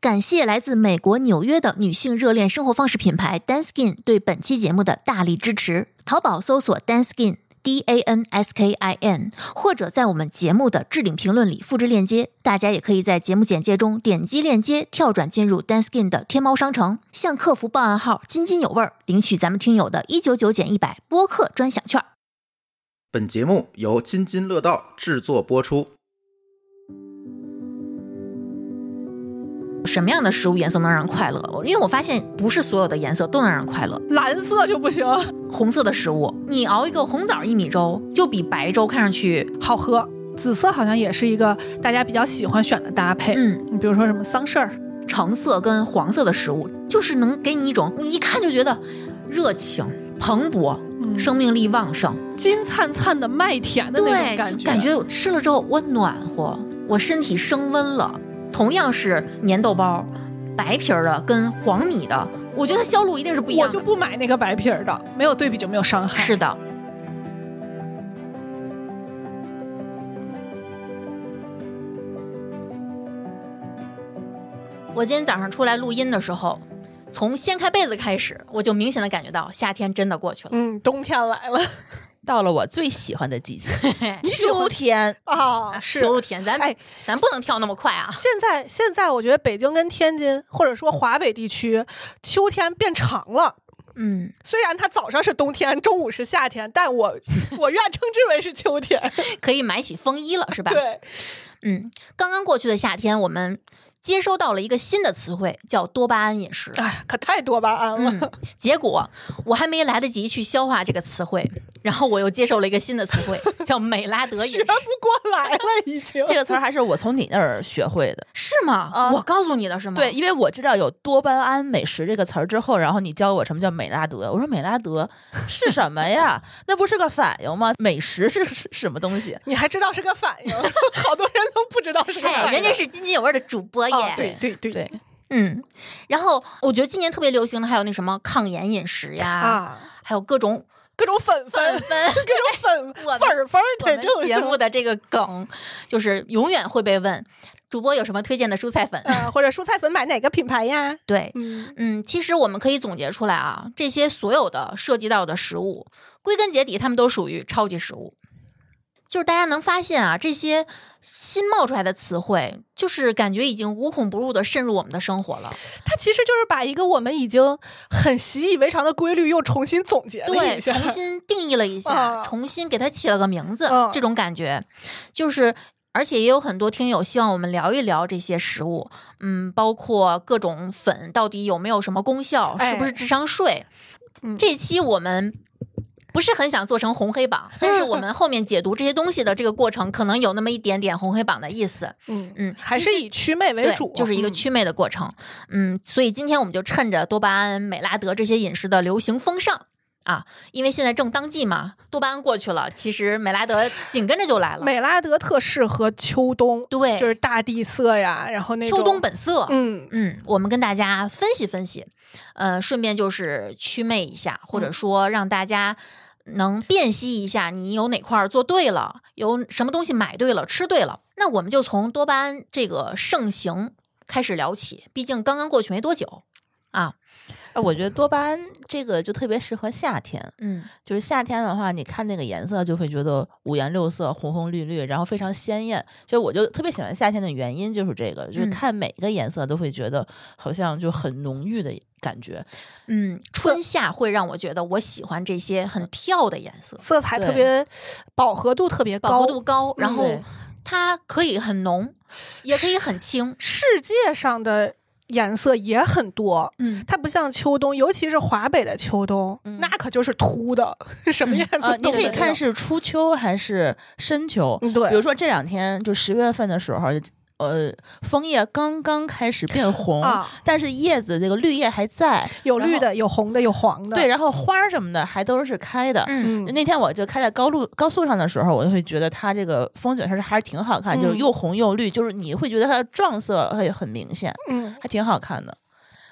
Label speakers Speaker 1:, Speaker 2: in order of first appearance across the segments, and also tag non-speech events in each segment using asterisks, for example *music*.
Speaker 1: 感谢来自美国纽约的女性热恋生活方式品牌 Danskin 对本期节目的大力支持。淘宝搜索 Danskin D A N S K I N，或者在我们节目的置顶评论里复制链接。大家也可以在节目简介中点击链接，跳转进入 Danskin 的天猫商城，向客服报暗号“津津有味儿”，领取咱们听友的一九九减一百播客专享券。
Speaker 2: 本节目由津津乐道制作播出。
Speaker 1: 什么样的食物颜色能让人快乐？因为我发现不是所有的颜色都能让人快乐。
Speaker 3: 蓝色就不行，
Speaker 1: 红色的食物，你熬一个红枣薏米粥，就比白粥看上去，
Speaker 3: 好喝。紫色好像也是一个大家比较喜欢选的搭配，
Speaker 1: 嗯，
Speaker 3: 你比如说什么桑葚儿，
Speaker 1: 橙色跟黄色的食物，就是能给你一种你一看就觉得热情、蓬勃、生命力旺盛，
Speaker 3: 金灿灿的麦田的嗯那
Speaker 1: 对，
Speaker 3: 种感
Speaker 1: 就
Speaker 3: 觉，
Speaker 1: 感觉我吃了之后我暖和，我身体升温了。同样是粘豆包，白皮儿的跟黄米的，我觉得它销路一定是不一
Speaker 3: 我
Speaker 1: 样
Speaker 3: 就
Speaker 1: 的。
Speaker 3: 不买那个白皮儿的，没有对比就没有伤害。
Speaker 1: 是的，我今天早上出来录音的时候，从掀开被子开始，我就明显的感觉到夏天真的过去了。
Speaker 3: 嗯，冬天来了
Speaker 4: 到了我最喜欢的
Speaker 3: *laughs*
Speaker 4: 季节，
Speaker 1: 是
Speaker 4: *laughs* 秋天。
Speaker 3: *laughs* 啊，
Speaker 1: 秋天，咱、
Speaker 3: 哎
Speaker 1: 咱不能跳那么快
Speaker 3: *laughs*
Speaker 1: 啊！
Speaker 3: 现在现在我觉得北京跟天津，或者说华北地区，秋天变长了。
Speaker 1: 嗯，
Speaker 3: 虽然它早上是冬天，中午是夏天，但我 *laughs* 我愿称之为是秋天。
Speaker 1: *laughs* 可以买起风衣了，是吧？
Speaker 3: 对，
Speaker 1: 嗯，刚刚过去的夏天，我们接收到了一个新的词汇，叫多巴胺饮食。
Speaker 3: 哎，可太多巴胺了。
Speaker 1: 嗯，结果我还没来得及去消化这个词汇，然后我又接受了一个新的词汇，
Speaker 3: *laughs*
Speaker 1: 叫美拉德饮
Speaker 3: 学
Speaker 1: 食，
Speaker 3: 不过来了，已经。
Speaker 4: 这个词儿还是我从你那儿学会
Speaker 3: *laughs*
Speaker 4: 的。
Speaker 1: 是吗？
Speaker 4: 啊
Speaker 1: 我告诉你的是吗？哎
Speaker 4: 对，，因为我知道有多巴胺美食这个词儿之后，然后你教我什么叫美拉德，我说美拉德是什么
Speaker 3: *laughs*
Speaker 4: 呀？那不是个反应吗？美食是是什么东西？
Speaker 3: 你还知道是个反应， *laughs* 好多人都不知道是个反应。
Speaker 1: 哎，人家是津津有味的主播耶。
Speaker 3: 哦，对对对 *laughs*
Speaker 4: 对，
Speaker 1: 嗯，然后我觉得今年特别流行的还有那什么抗炎饮食呀，
Speaker 3: 啊，
Speaker 1: 还有各种
Speaker 3: 各种粉
Speaker 1: *laughs* 粉
Speaker 3: 粉， *laughs*
Speaker 1: 粉。
Speaker 3: 各种粉
Speaker 1: 哎我们
Speaker 3: 粉儿粉儿
Speaker 1: 我
Speaker 3: 得
Speaker 1: 们
Speaker 3: 这种
Speaker 1: 节目的这个梗，就是永远会被问，主播有什么推荐的蔬菜粉？
Speaker 3: 呃，或者蔬菜粉买哪个品牌呀？
Speaker 1: 对，
Speaker 3: 嗯，
Speaker 1: 嗯，其实我们可以总结出来啊，这些所有的涉及到的食物，归根结底，它们都属于超级食物。就是大家能发现啊，这些新冒出来的词汇，就是感觉已经无孔不入的渗入我们的生活了。
Speaker 3: 它其实就是把一个我们已经很习以为常的规律又重新总结了
Speaker 1: 对，
Speaker 3: 一下。
Speaker 1: 重新定义了一下，
Speaker 3: 啊
Speaker 1: 重新给它起了个名字，
Speaker 3: 嗯
Speaker 1: 这种感觉就是。而且也有很多听友希望我们聊一聊这些食物，嗯，包括各种粉到底有没有什么功效，
Speaker 3: 哎
Speaker 1: 是不是智商税？
Speaker 3: 嗯
Speaker 1: 这期我们不是很想做成红黑
Speaker 3: *laughs*
Speaker 1: 榜，但是我们后面解读这些东西的这个过程，可能有那么一点点红黑榜的意思。
Speaker 3: 嗯
Speaker 1: 嗯，
Speaker 3: 还
Speaker 1: 其
Speaker 3: 是
Speaker 1: 实
Speaker 3: 以祛魅为
Speaker 1: 对，
Speaker 3: 主，
Speaker 1: 就是一个
Speaker 3: 嗯
Speaker 1: 祛魅的过程。嗯，所以今天我们就趁着多巴胺、美拉德这些饮食的流行风尚啊，因为现在正当季嘛，多巴胺过去了，其实美拉德紧跟着就来了。
Speaker 3: 美拉德特适合秋冬，
Speaker 1: 对，
Speaker 3: 就是大地色呀，然后那种
Speaker 1: 秋冬本色。
Speaker 3: 嗯
Speaker 1: 嗯，我们跟大家分析分析，呃，顺便就是祛魅一下，或者说让大家能辨析一下你有哪块儿做对了，有什么东西买对了、吃对了。那我们就从多巴胺这个盛行开始聊起，毕竟刚刚过去没多久啊。
Speaker 4: 哎，我觉得多巴胺这个就特别适合夏天，
Speaker 1: 嗯，
Speaker 4: 就是夏天的话，你看那个颜色就会觉得五颜六色、红红绿绿，然后非常鲜艳。就我就特别喜欢夏天的原因就是这个，就是
Speaker 1: 嗯
Speaker 4: 看每个颜色都会觉得好像就很浓郁的感觉。
Speaker 1: 嗯，春夏会让我觉得我喜欢这些很跳的颜色，
Speaker 3: 色彩
Speaker 4: 对
Speaker 3: 特别饱和度特别高，
Speaker 1: 饱和度高，然
Speaker 3: 嗯
Speaker 1: 后
Speaker 4: 对
Speaker 1: 它可以很浓，也可以很轻。
Speaker 3: 世界上的颜色也很多。
Speaker 1: 嗯，
Speaker 3: 它不像秋冬，尤其是华北的秋冬，那可就是秃的， *laughs* 什么颜色、
Speaker 4: 呃，你可以看
Speaker 3: 是，
Speaker 4: 是初秋还是深秋。
Speaker 3: 嗯对
Speaker 4: 比如说这两天就十月份的时候，呃，枫叶刚刚开始变红，
Speaker 3: 啊
Speaker 4: 但是叶子这个绿叶还在，
Speaker 3: 有
Speaker 4: 然后
Speaker 3: 绿的，有红的，有黄的。
Speaker 4: 对，，然后花儿什么的还都是开的。
Speaker 1: 嗯
Speaker 3: 嗯，
Speaker 4: 那天我就开在高路高速上的时候，我就会觉得它这个风景还是还是挺好
Speaker 3: 嗯
Speaker 4: 看，就是又红又绿，就是你会觉得它的撞色会很明显，
Speaker 3: 嗯，
Speaker 4: 还挺好看的。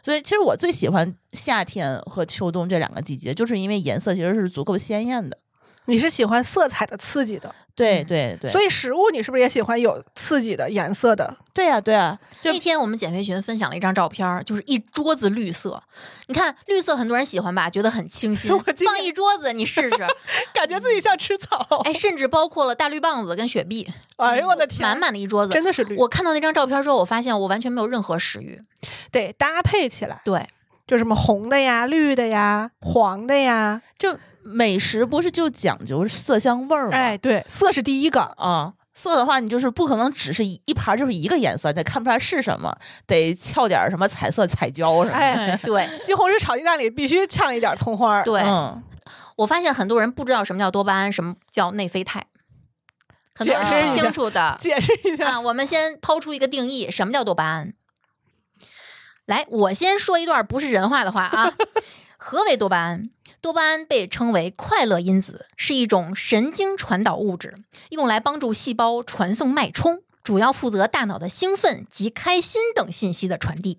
Speaker 4: 所以其实我最喜欢夏天和秋冬这两个季节，就是因为颜色其实是足够鲜艳的。
Speaker 3: 你是喜欢色彩的刺激的，
Speaker 4: 对对对，
Speaker 3: 嗯所
Speaker 4: 以
Speaker 3: 以食物你是不是也喜欢有刺激的颜色的？
Speaker 4: 对呀、对呀、就
Speaker 1: 那天我们减肥群分享了一张照片儿，就是一桌子绿色。你看绿色很多人喜欢吧，觉得很清新
Speaker 3: *laughs* 我今，天
Speaker 1: 放一桌子你试
Speaker 3: *laughs*
Speaker 1: 试。
Speaker 3: 感觉自己像吃 *laughs* 草。
Speaker 1: 哎，甚至包括了大绿棒子跟雪碧，
Speaker 3: 哎呦我的天，
Speaker 1: 满满的一桌子。
Speaker 3: 真的是绿，
Speaker 1: 我看到那张照片之后，我发现我完全没有任何食欲。
Speaker 3: 得搭配起来，
Speaker 1: 对，
Speaker 3: 就什么红的呀、绿的呀、黄的呀。
Speaker 4: 就美食不是就讲究色香味儿吗？
Speaker 3: 哎，对，色是第一个，
Speaker 4: 啊、色的话，你就是不可能只是一一盘儿就是一个颜色，你看不出来是什么，得翘点儿什么彩色彩椒什么的。
Speaker 3: 哎，
Speaker 1: 对，
Speaker 3: 西红柿炒鸡蛋里必须呛一点葱花儿。
Speaker 1: 对
Speaker 4: 嗯，
Speaker 1: 我发现很多人不知道什么叫多巴胺，什么叫内啡肽，很多人是
Speaker 4: 解释一
Speaker 1: 不
Speaker 4: 下
Speaker 1: 清楚的。
Speaker 3: 解释一下，
Speaker 1: 啊，我们先抛出一个定义，什么叫多巴胺？来，我先说一段不是人话的话啊。何为多巴胺？多巴胺被称为快乐因子，是一种神经传导物质，用来帮助细胞传送脉冲，主要负责大脑的兴奋及开心等信息的传递。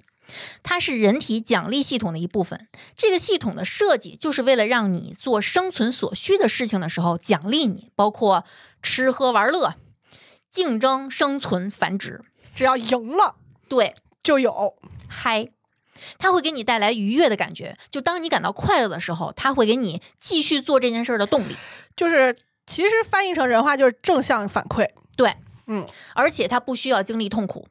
Speaker 1: 它是人体奖励系统的一部分。这个系统的设计就是为了让你做生存所需的事情的时候奖励你，包括吃喝玩乐、竞争、生存、繁殖。
Speaker 3: 只要赢了
Speaker 1: 对，
Speaker 3: 就有。
Speaker 1: 嗨，它会给你带来愉悦的感觉。就当你感到快乐的时候，它会给你继续做这件事儿的动力。
Speaker 3: 就是其实翻译成人话就是正向反馈
Speaker 1: 对，
Speaker 3: 嗯，
Speaker 1: 而且它不需要经历痛苦。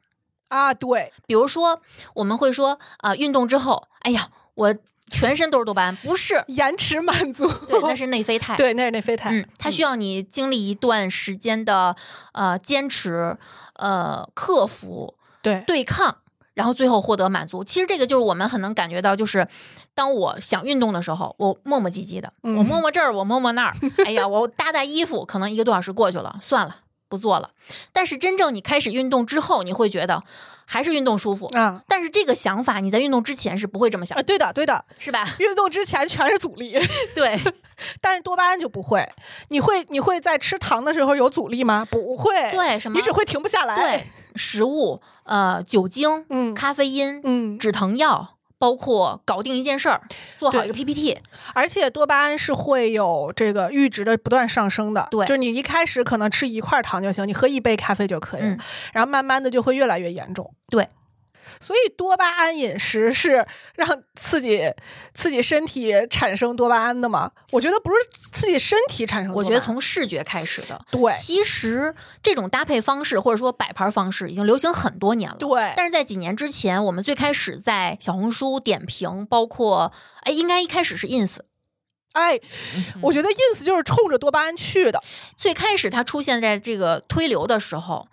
Speaker 3: 啊，对，，
Speaker 1: 比如说，我们会说啊、运动之后，哎呀，我全身都是多巴胺，不是
Speaker 3: 延迟满足，
Speaker 1: 对，
Speaker 3: *laughs*
Speaker 1: 那是内啡肽。
Speaker 3: 对，那是内啡肽，
Speaker 1: 嗯，它需要你经历一段时间的呃坚持、呃克服、
Speaker 3: 对
Speaker 1: 对抗，然后最后获得满足。其实这个就是我们很能感觉到，就是当我想运动的时候，我磨磨唧唧的，我
Speaker 3: 嗯
Speaker 1: 摸摸这儿，我摸摸那儿， *laughs* 哎呀，我搭搭衣服，可能一个多小时过去了，算了，不做了。但是真正你开始运动之后，你会觉得还是运动舒服。
Speaker 3: 啊
Speaker 1: 但是这个想法你在运动之前是不会这么想
Speaker 3: 啊，，对的，对的，
Speaker 1: 是吧？
Speaker 3: 运动之前全是阻力，
Speaker 1: 对，
Speaker 3: *laughs* 但是多巴胺就不会。你会你会在吃糖的时候有阻力吗？不会，
Speaker 1: 对什么
Speaker 3: 你只会停不下来。
Speaker 1: 对，食物、呃，酒精、
Speaker 3: 嗯
Speaker 1: 咖啡因、
Speaker 3: 嗯
Speaker 1: 止疼药，包括搞定一件事儿，做好一个 PPT，
Speaker 3: 而且多巴胺是会有这个阈值的不断上升的。
Speaker 1: 对
Speaker 3: 就是你一开始可能吃一块糖就行，你喝一杯咖啡就可以了，
Speaker 1: 嗯
Speaker 3: 然后慢慢的就会越来越严重。
Speaker 1: 对，
Speaker 3: 所以多巴胺饮食是让刺激刺激身体产生多巴胺的吗？我觉得不是刺激身体产生多
Speaker 1: 我
Speaker 3: 巴
Speaker 1: 觉
Speaker 3: 胺，
Speaker 1: 得从视觉开始的。
Speaker 3: 对
Speaker 1: 其实这种搭配方式或者说摆盘方式已经流行很多年了。
Speaker 3: 对
Speaker 1: 但是在几年之前，我们最开始在小红书点评，包括哎，应该一开始是 ins，
Speaker 3: 哎，
Speaker 1: 嗯
Speaker 3: 我觉得 ins 就是冲着多巴胺去的，
Speaker 1: 最开始它出现在这个推流的时候，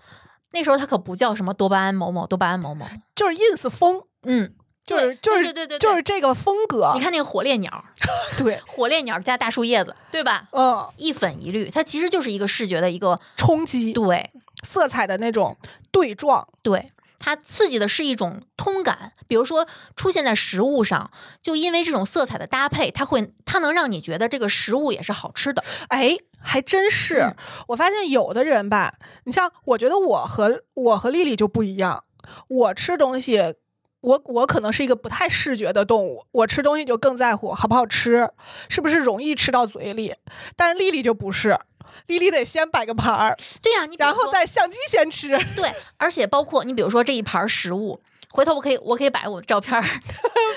Speaker 1: 那时候它可不叫什么多巴胺某某、多巴胺某某，
Speaker 3: 就是 ins 风，
Speaker 1: 嗯，
Speaker 3: 就是
Speaker 1: 对
Speaker 3: 就是
Speaker 1: 对对对对
Speaker 3: 就是这个风格。
Speaker 1: 你看那个火烈鸟， *laughs*
Speaker 3: 对，
Speaker 1: 火烈鸟加大树叶子，对吧？
Speaker 3: 嗯，
Speaker 1: 一粉一绿，它其实就是一个视觉的一个
Speaker 3: 冲击
Speaker 1: 对
Speaker 3: 色彩的那种对撞，
Speaker 1: 对，它刺激的是一种通感。比如说出现在食物上，就因为这种色彩的搭配，它会它能让你觉得这个食物也是好吃的。
Speaker 3: 哎，还真是。
Speaker 1: 嗯
Speaker 3: 我发现有的人吧，你像我觉得我和我和丽丽就不一样，我吃东西，我我可能是一个不太视觉的动物，我吃东西就更在乎好不好吃，是不是容易吃到嘴里。但是丽丽就不是，丽丽得先摆个盘儿，
Speaker 1: 对呀、你比如
Speaker 3: 然后
Speaker 1: 说
Speaker 3: 再相机先吃。
Speaker 1: 对，而且包括你比如说这一盘食物。回头我可以，我可以把我的照
Speaker 3: *laughs*
Speaker 1: 片儿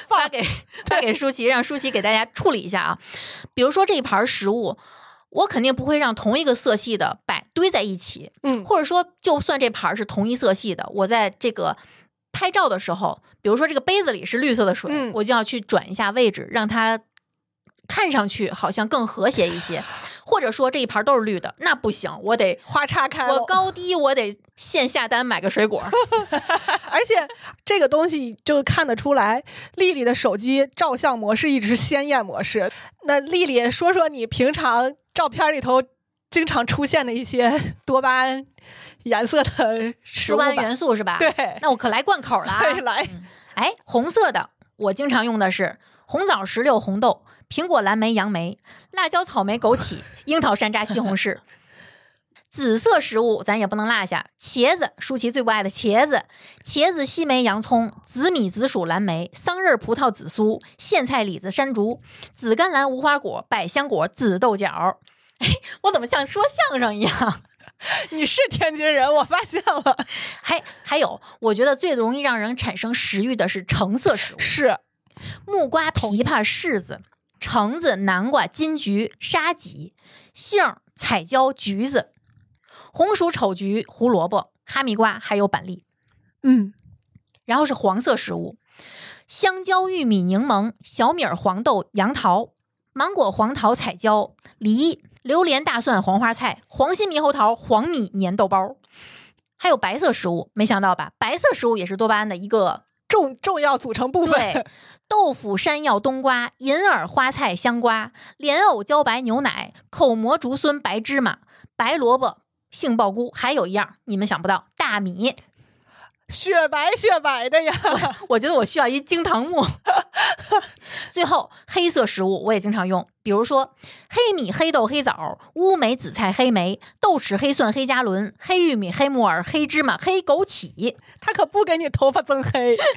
Speaker 1: 发给发给舒淇，让舒淇给大家处理一下啊。比如说这一盘食物，我肯定不会让同一个色系的摆堆在一起，
Speaker 3: 嗯，
Speaker 1: 或者说，就算这盘儿是同一色系的，我在这个拍照的时候，比如说这个杯子里是绿色的水，
Speaker 3: 嗯
Speaker 1: 我就要去转一下位置，让它看上去好像更和谐一些。或者说这一盘都是绿的，那不行，我得
Speaker 3: 花叉开
Speaker 1: 哎
Speaker 3: 了
Speaker 1: 我高低我得先下单买个水果 *laughs* 儿。
Speaker 3: 而且这个东西就看得出来，丽丽的手机照相模式一直是鲜艳模式。那丽丽说说你平常照片里头经常出现的一些多巴胺颜色的食
Speaker 1: 十
Speaker 3: 物吧
Speaker 1: 万元素是吧？
Speaker 3: 对，，
Speaker 1: 那我可来贯口了、啊。
Speaker 3: 对来，
Speaker 1: 哎，红色的我经常用的是红枣、石榴、红豆、苹果、蓝莓、杨梅、辣椒、草莓、枸杞、樱桃、山楂、西红柿。紫色食物咱也不能落下，茄子，舒淇最不爱的茄子，茄子、西梅、洋葱、紫米、紫薯、蓝莓、桑葚、葡萄、紫苏、苋菜、李子、山竹、 *laughs* 紫甘蓝、无花果、百香果、紫豆角。哎，我怎么像说相声一样？ *laughs*
Speaker 3: 你是天津人，我发现了，
Speaker 1: 还还有，我觉得最容易让人产生食欲的是橙色食物，
Speaker 3: 是
Speaker 1: 木瓜、枇杷、柿子、橙子、南瓜、金桔、沙棘、杏儿、彩椒、橘子、红薯、丑橘、胡萝卜、哈密瓜，还有板栗。
Speaker 3: 嗯，
Speaker 1: 然后是黄色食物，香蕉、玉米、柠檬、小米儿、黄豆、杨桃、芒果、黄桃、彩椒、梨、榴莲、大蒜、黄花菜、黄心猕猴桃、黄米、粘豆包，还有白色食物。没想到吧，白色食物也是多巴胺的一个
Speaker 3: 重重要组成部
Speaker 1: 对
Speaker 3: 分，
Speaker 1: 豆腐、山药、冬瓜、银耳、花菜、香瓜、莲藕、茭白、牛奶、口蘑、竹荪、白芝麻、白萝卜、杏鲍菇，还有一样你们想不到，大米。
Speaker 3: 雪白雪白的呀，
Speaker 1: 我觉得我需要一惊堂木。 *laughs* 最后，黑色食物我也经常用，比如说黑米、黑豆、黑枣、乌梅、紫菜、黑莓、豆豉、黑蒜、黑加仑、黑玉米、黑木耳、黑芝麻、黑枸杞。
Speaker 3: 他可不给你头发增黑。 *laughs*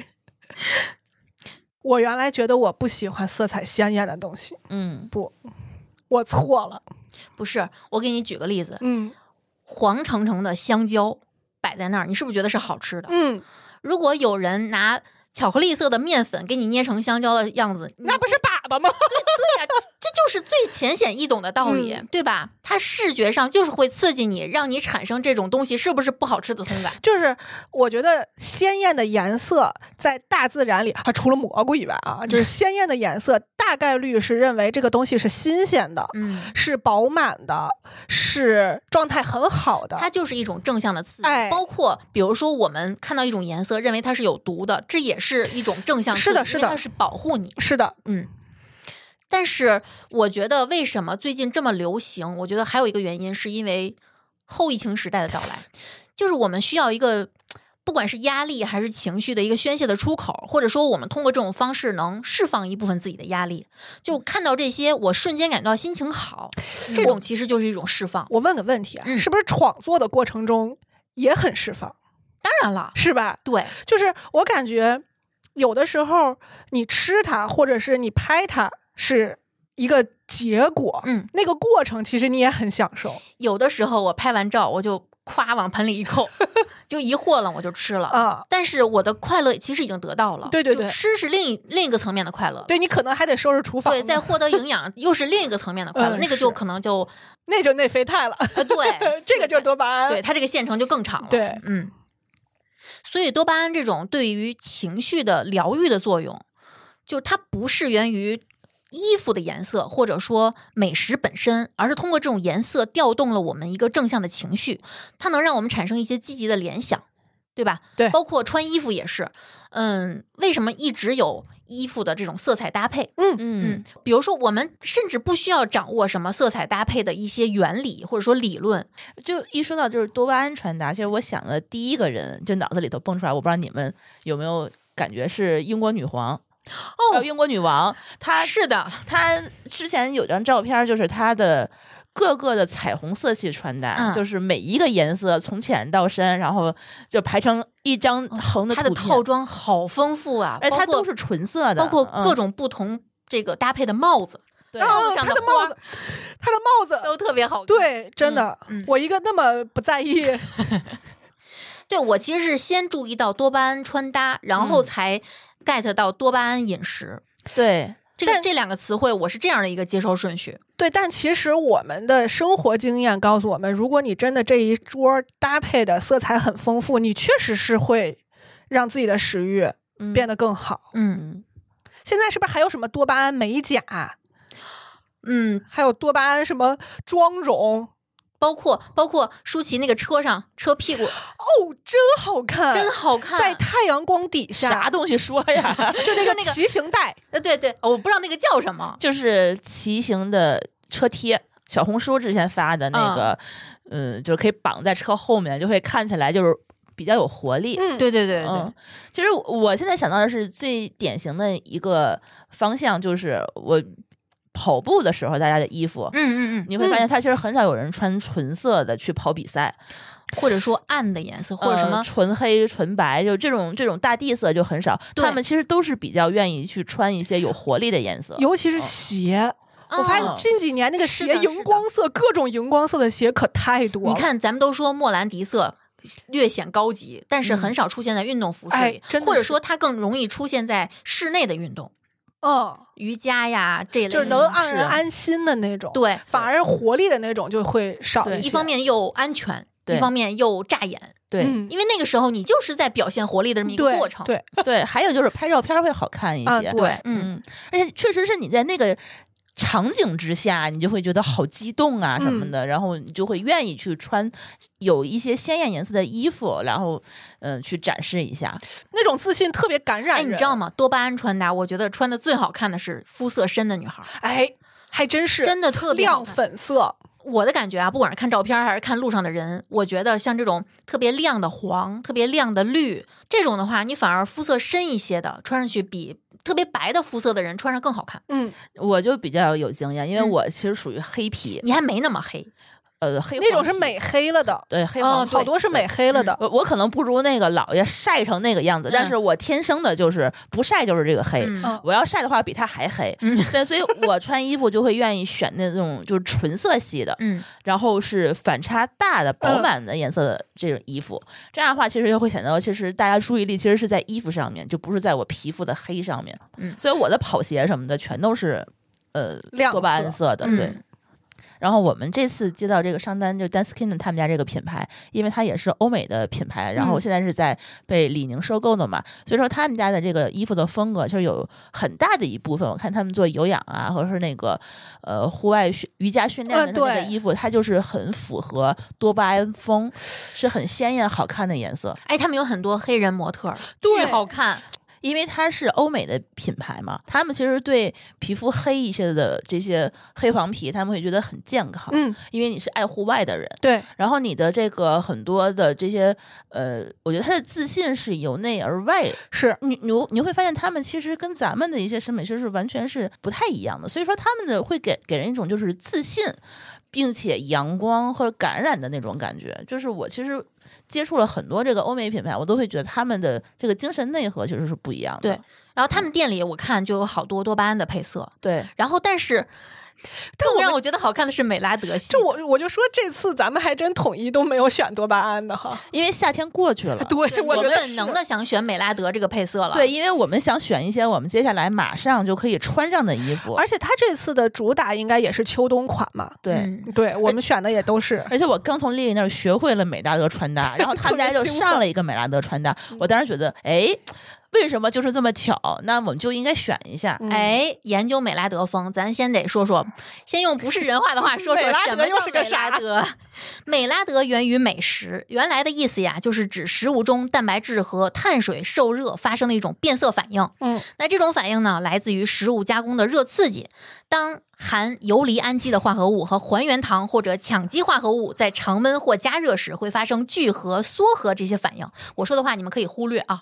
Speaker 3: 我原来觉得我不喜欢色彩鲜艳的东西，
Speaker 4: 嗯，
Speaker 3: 不，我错了。
Speaker 1: 不是，我给你举个例子，
Speaker 3: 嗯
Speaker 1: 黄澄澄的香蕉摆在那儿，你是不是觉得是好吃的？
Speaker 3: 嗯，
Speaker 1: 如果有人拿巧克力色的面粉给你捏成香蕉的样子，
Speaker 3: 那不是粑粑吗？
Speaker 1: 对呀、这这就是最浅显易懂的道理，
Speaker 3: 嗯
Speaker 1: 对吧？它视觉上就是会刺激你，让你产生这种东西是不是不好吃的同感。
Speaker 3: *laughs* 就是我觉得鲜艳的颜色在大自然里，啊，除了蘑菇以外啊，就是鲜艳的颜色大概率是认为这个东西是新鲜的，
Speaker 1: *laughs* 嗯，
Speaker 3: 是饱满的，是状态很好的。
Speaker 1: 它就是一种正向的刺激，
Speaker 3: 哎
Speaker 1: 包括比如说我们看到一种颜色，认为它是有毒的，这也是一种正向刺激，
Speaker 3: 是的
Speaker 1: 因
Speaker 3: 是
Speaker 1: 为
Speaker 3: 的
Speaker 1: 它是保护你。
Speaker 3: 是的，
Speaker 1: 嗯。但是我觉得，为什么最近这么流行？我觉得还有一个原因，是因为后疫情时代的到来，就是我们需要一个，不管是压力还是情绪的一个宣泄的出口，或者说我们通过这种方式能释放一部分自己的压力。就看到这些，我瞬间感到心情好，
Speaker 3: 嗯
Speaker 1: 这种其实就是一种释放。
Speaker 3: 我问个问题啊，
Speaker 1: 嗯
Speaker 3: 是不是创作的过程中也很释放，
Speaker 1: 当然了，
Speaker 3: 是吧？
Speaker 1: 对，
Speaker 3: 就是我感觉有的时候你吃它，或者是你拍它，是一个结果，
Speaker 1: 嗯，
Speaker 3: 那个过程其实你也很享受
Speaker 1: 有的时候我拍完照，我就夸往盆里一扣， *laughs* 就一和了，我就吃了。
Speaker 3: 啊。
Speaker 1: 但是我的快乐其实已经得到了，
Speaker 3: 对对
Speaker 1: 就
Speaker 3: 对
Speaker 1: 吃是另一另一个层面的快乐，
Speaker 3: 对你可能还得收拾厨房呢，
Speaker 1: 对，再获得营养又是另一个层面的快乐，
Speaker 3: 嗯
Speaker 1: 那个就是可能就
Speaker 3: 那就内啡肽了， *laughs*，
Speaker 1: 呃对
Speaker 3: 这个就是多巴胺。
Speaker 1: 对它这个线程就更长了，
Speaker 3: 对
Speaker 1: 嗯，所以多巴胺这种对于情绪的疗愈的作用，就它不是源于。衣服的颜色，或者说美食本身，而是通过这种颜色调动了我们一个正向的情绪，它能让我们产生一些积极的联想，对吧？
Speaker 3: 对
Speaker 1: 包括穿衣服也是，嗯，为什么一直有衣服的这种色彩搭配？嗯
Speaker 4: 嗯，，
Speaker 1: 比如说我们甚至不需要掌握什么色彩搭配的一些原理或者说理论，
Speaker 4: 就一说到就是多巴胺传达，其实我想的第一个人就脑子里头蹦出来，我不知道你们有没有感觉是英国女皇还有英国女王，她
Speaker 1: 哦是的，
Speaker 4: 她之前有张照片，就是她的各个的彩虹色系穿搭，
Speaker 1: 嗯
Speaker 4: 就是每一个颜色从浅到深，然后就排成一张横的
Speaker 1: 它哦
Speaker 4: 图
Speaker 1: 的
Speaker 4: 片，
Speaker 1: 套装好丰富啊，
Speaker 4: 哎，
Speaker 1: 包
Speaker 4: 它
Speaker 1: 括
Speaker 4: 都是纯色的，
Speaker 1: 包括
Speaker 4: 嗯
Speaker 1: 各种哦不同这个搭配的帽子，
Speaker 4: 对
Speaker 3: 然后
Speaker 1: 帽子上
Speaker 3: 他
Speaker 1: 的
Speaker 3: 的帽
Speaker 1: 花
Speaker 3: 子，他的帽子，
Speaker 1: 都特别好看。
Speaker 3: 对，真的，
Speaker 1: 嗯
Speaker 3: 我一个那么不
Speaker 1: *laughs*
Speaker 3: 在意，
Speaker 1: 对我其实是先注意到多巴胺穿搭，然后
Speaker 4: 嗯
Speaker 1: 才 get 到多巴胺饮食。
Speaker 4: 对，
Speaker 1: 这个
Speaker 3: 但哦
Speaker 1: 这两个词汇，我是这样的一个接收顺序。
Speaker 3: 对，但其实我们的生活经验告诉我们，如果你真的这一桌搭配的色彩很丰富，你确实是会让自己的食欲
Speaker 4: 嗯
Speaker 3: 变得更好。
Speaker 1: 嗯
Speaker 4: 嗯
Speaker 3: 现在是不是还有什么多巴胺美甲，
Speaker 1: 嗯，
Speaker 3: 还有多巴胺什么妆容？
Speaker 1: 包括包括舒淇那个车上车屁股
Speaker 3: 哦，真好看，
Speaker 1: 真好看，
Speaker 3: 在太阳光底下，
Speaker 4: 啥东西说呀？
Speaker 3: 就那
Speaker 1: 就
Speaker 3: 个
Speaker 1: 那个
Speaker 3: 骑行带，
Speaker 1: 呃对对，我不知道那个叫什么。
Speaker 4: 就是骑行的车贴，小红书之前发的那个，嗯，就是可以绑在车后面，就会看起来就是比较有活力。
Speaker 3: 嗯，
Speaker 1: 对对对对，
Speaker 4: 嗯，其实我现在想到的是最典型的一个方向，就是我跑步的时候，大家的衣服，
Speaker 1: 嗯嗯嗯，
Speaker 4: 你会发现它其实很少有人穿纯色的去跑比赛，
Speaker 1: 或者说暗的颜色，或者什么
Speaker 4: 呃，纯黑、纯白，就这种这种大地色就很少。
Speaker 1: 对
Speaker 4: 他们其实都是比较愿意去穿一些有活力的颜色。
Speaker 3: 尤其是鞋，我发现
Speaker 4: 嗯
Speaker 3: 近几年那个
Speaker 1: 哦是
Speaker 3: 鞋
Speaker 1: 的是
Speaker 3: 荧
Speaker 1: 的
Speaker 3: 光色，各种荧光色的鞋可太多了。
Speaker 1: 你看，咱们都说莫兰迪色略显高级，但是很少出现在运动服饰里，
Speaker 3: 嗯哎真的
Speaker 1: 或者
Speaker 3: 是
Speaker 1: 说它更容易出现在室内的运动，
Speaker 3: 嗯，
Speaker 1: 瑜伽呀这类的。
Speaker 3: 就是能让
Speaker 4: 是
Speaker 3: 人安心的那种。，
Speaker 1: 啊对，
Speaker 3: 反而活力的那种就会少
Speaker 4: 对
Speaker 3: 些
Speaker 1: 一方，面又安全，
Speaker 4: 对
Speaker 1: 一方面又扎眼，
Speaker 4: 对
Speaker 3: 嗯，
Speaker 1: 因为那个时候你就是在表现活力的这么一个
Speaker 3: 对
Speaker 1: 过程。，
Speaker 3: 对，
Speaker 4: 对，还有就是拍照片会好看一
Speaker 3: 啊
Speaker 4: 些，
Speaker 3: 对，
Speaker 1: 嗯，
Speaker 4: 嗯，而且确实是你在那个场景之下，你就会觉得好激动啊什
Speaker 3: 嗯
Speaker 4: 么的，然后你就会愿意去穿有一些鲜艳颜色的衣服，然后嗯、呃去展示一下。
Speaker 3: 那种自信特别感染
Speaker 1: 哎，
Speaker 3: 人。
Speaker 1: 你知道吗？多巴胺穿搭，我觉得穿的最好看的是肤色深的女孩儿，
Speaker 3: 哎，还真是
Speaker 1: 真的特别好
Speaker 3: 亮
Speaker 1: 看。
Speaker 3: 粉色，
Speaker 1: 我的感觉啊，不管是看照片还是看路上的人，我觉得像这种特别亮的黄、特别亮的绿这种的话，你反而肤色深一些的，穿上去比特别白的肤色的人穿上更好看。
Speaker 3: 嗯，
Speaker 4: 我就比较有经验，因为
Speaker 1: 嗯
Speaker 4: 我其实属于黑皮，
Speaker 1: 你还没那么黑，
Speaker 4: 呃，黑
Speaker 3: 那种
Speaker 4: 黄
Speaker 3: 是
Speaker 4: 皮
Speaker 3: 美黑了的，
Speaker 4: 对黑
Speaker 3: 嗯，
Speaker 4: 黄
Speaker 3: 好
Speaker 4: 对
Speaker 3: 多是
Speaker 4: 对
Speaker 3: 美黑了的。
Speaker 4: 我我可能不如那个姥爷晒成那个样子，但
Speaker 1: 嗯
Speaker 4: 是我天生的就是不晒就是这个黑。
Speaker 1: 嗯
Speaker 3: 嗯
Speaker 4: 我要晒的话，比他还黑。
Speaker 1: 嗯
Speaker 4: 对，所以我穿衣服就会愿意选那种就是纯色系的，
Speaker 1: 嗯，
Speaker 4: 然后是反差大的、饱满的颜色的这种衣服。这样的话，其实就会显得其实大家注意力其实是在衣服上面，就不是在我皮肤的黑上面。
Speaker 1: 嗯
Speaker 4: 所以我的跑鞋什么的全都是呃
Speaker 3: 亮
Speaker 4: 多巴胺色的，
Speaker 1: 嗯
Speaker 4: 对。然后我们这次接到这个商单，就 Danskin 他们家这个品牌，因为它也是欧美的品牌，然后
Speaker 3: 嗯
Speaker 4: 现在是在被李宁收购的嘛，所以说他们家的这个衣服的风格，就是有很大的一部分，我看他们做有氧啊，或者是那个呃户外训瑜伽训练
Speaker 3: 呃
Speaker 4: 的他们那个
Speaker 3: 对
Speaker 4: 衣服，它就是很符合多巴胺风，是很鲜艳好看的颜色，
Speaker 1: 哎，他们有很多黑人模特儿，
Speaker 3: 对
Speaker 1: 巨好看。
Speaker 4: 因为它是欧美的品牌嘛，他们其实对皮肤黑一些的这些黑黄皮，他们会觉得很健康，
Speaker 3: 嗯，
Speaker 4: 因为你是爱户外的人。
Speaker 3: 对，
Speaker 4: 然后你的这个很多的这些，呃，我觉得他的自信是由内而外，
Speaker 3: 是
Speaker 4: 你你你会发现他们其实跟咱们的一些审美是是完全是不太一样的，所以说他们的会给给人一种就是自信，并且阳光或者感染的那种感觉。就是我其实接触了很多这个欧美品牌，我都会觉得他们的这个精神内核其实是不一样的。
Speaker 1: 然后他们店里我看就有好多多巴胺的配色，
Speaker 4: 对
Speaker 1: 然后但是
Speaker 3: 但
Speaker 1: 更
Speaker 3: 我
Speaker 1: 让
Speaker 3: 们
Speaker 1: 我觉得好看的是美拉德系。
Speaker 3: 就我我就说这次咱们还真统一都没有选多巴胺的哈。
Speaker 4: 因为夏天过 *laughs* 去了。
Speaker 3: 对，
Speaker 1: 我
Speaker 3: 觉得
Speaker 1: 本能的想选美拉德这个配色了。
Speaker 4: 对，，因为我们想选一些我们接下来马上就可以穿上的衣服，
Speaker 3: 而且它这次的主打应该也是秋冬款嘛。哎
Speaker 4: 对，
Speaker 1: 嗯
Speaker 3: 对我们选的也都是，
Speaker 4: 而且我刚从丽丽那儿学会了美拉德穿搭，然后他们家就上了一个美拉德
Speaker 3: *laughs*
Speaker 4: 穿搭，我当时觉得，哎，为什么就是这么巧？那我们就应该选一下。
Speaker 3: 嗯
Speaker 1: 哎，研究美拉德风，咱先得说说，先用不是人话的
Speaker 3: *laughs*
Speaker 1: 话说
Speaker 3: 美
Speaker 1: 说
Speaker 3: 拉
Speaker 1: 什
Speaker 3: 德
Speaker 1: 么
Speaker 3: 又
Speaker 1: 叫
Speaker 3: 是个
Speaker 1: 美拉
Speaker 3: 啥
Speaker 1: 德。美拉德源于美食，原来的意思呀，就是指食物中蛋白质和碳水受热发生的一种变色反应。
Speaker 3: 嗯，
Speaker 1: 那这种反应呢，来自于食物加工的热刺激。当含游离氨基的化合物和还原糖或者羟基化合物在常温或加热时，会发生聚合、缩合这些反应。我说的话你们可以忽略啊。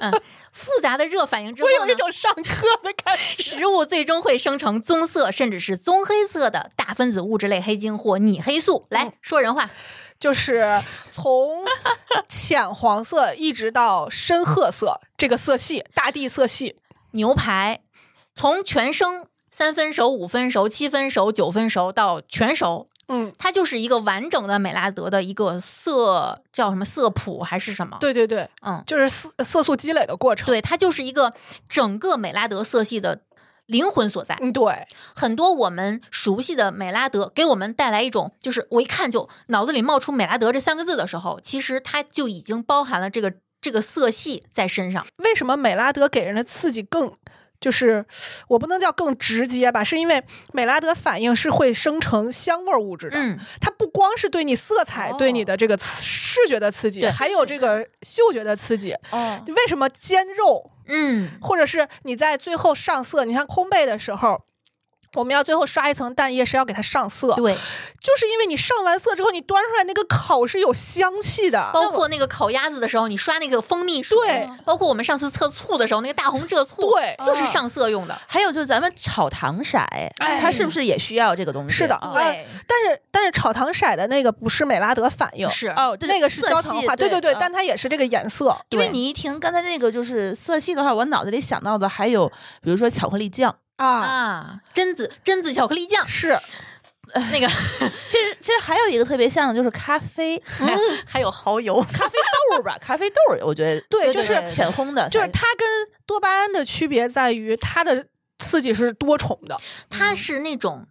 Speaker 1: 嗯，复杂的热反应之后
Speaker 3: 我有
Speaker 1: 呢
Speaker 3: 一种上课的感觉。
Speaker 1: 食物最终会生成棕色甚至是棕黑色的大分子物质类黑晶或拟黑素。来说人话，
Speaker 3: 就是从浅黄色一直到深褐色这个色系，大地色系，
Speaker 1: 牛排从全生三分熟、五分熟、七分熟、九分熟到全熟，
Speaker 3: 嗯，
Speaker 1: 它就是一个完整的美拉德的一个色叫什么色谱还是什么？，
Speaker 3: 对对对，
Speaker 1: 嗯，
Speaker 3: 就是色色素积累的过程。
Speaker 1: 对，它就是一个整个美拉德色系的灵魂所在。
Speaker 3: 嗯，对，
Speaker 1: 很多我们熟悉的美拉德，给我们带来一种，就是我一看就脑子里冒出美拉德这三个字的时候，其实它就已经包含了这个这个色系在身上。
Speaker 3: 为什么美拉德给人的刺激更？就是我不能叫更直接吧，是因为美拉德反应是会生成香味儿物质的，
Speaker 1: 嗯，
Speaker 3: 它不光是对你色彩、
Speaker 4: 哦
Speaker 3: 对你的这个刺视觉的刺激，
Speaker 1: 对
Speaker 3: 还有这个嗅觉的刺激。
Speaker 4: 哦，
Speaker 3: 为什么煎肉，
Speaker 1: 嗯，
Speaker 3: 或者是你在最后上色？你看烘焙的时候，我们要最后刷一层蛋液是要给它上色，
Speaker 1: 对，
Speaker 3: 就是因为你上完色之后，你端出来那个烤是有香气的。
Speaker 1: 包括那个烤鸭子的时候，你刷那个蜂蜜水，
Speaker 3: 对，
Speaker 1: 包括我们上次测醋的时候，那个大红浙醋，
Speaker 3: 对嗯
Speaker 1: 就是上色用的。
Speaker 4: 还有就是咱们炒糖色，它是不是也需要这个东西？
Speaker 3: 哎是的
Speaker 4: 哦
Speaker 3: 啊但是但是炒糖色的那个不是美拉德反应，
Speaker 1: 是，
Speaker 4: 哦，这
Speaker 3: 那个是
Speaker 4: 色
Speaker 3: 焦
Speaker 4: 系
Speaker 3: 糖化，对对对，
Speaker 4: 哦
Speaker 3: 但它也是这个颜色。
Speaker 4: 因为你一听刚才那个就是色系的话，我脑子里想到的还有比如说巧克力酱，
Speaker 3: 啊，
Speaker 1: 啊，榛子榛子巧克力酱
Speaker 3: 是
Speaker 1: 那
Speaker 3: *laughs*
Speaker 1: 个，
Speaker 4: 其实其实还有一个特别像的就是咖啡，
Speaker 3: 嗯
Speaker 4: *laughs*
Speaker 1: 还还有蚝油，
Speaker 4: 咖啡豆儿吧，咖啡豆儿，我觉得
Speaker 3: 对
Speaker 1: 就是
Speaker 4: 浅烘的，
Speaker 3: 就是它跟多巴胺的区别在于它的刺激是多重的，
Speaker 1: 它是那种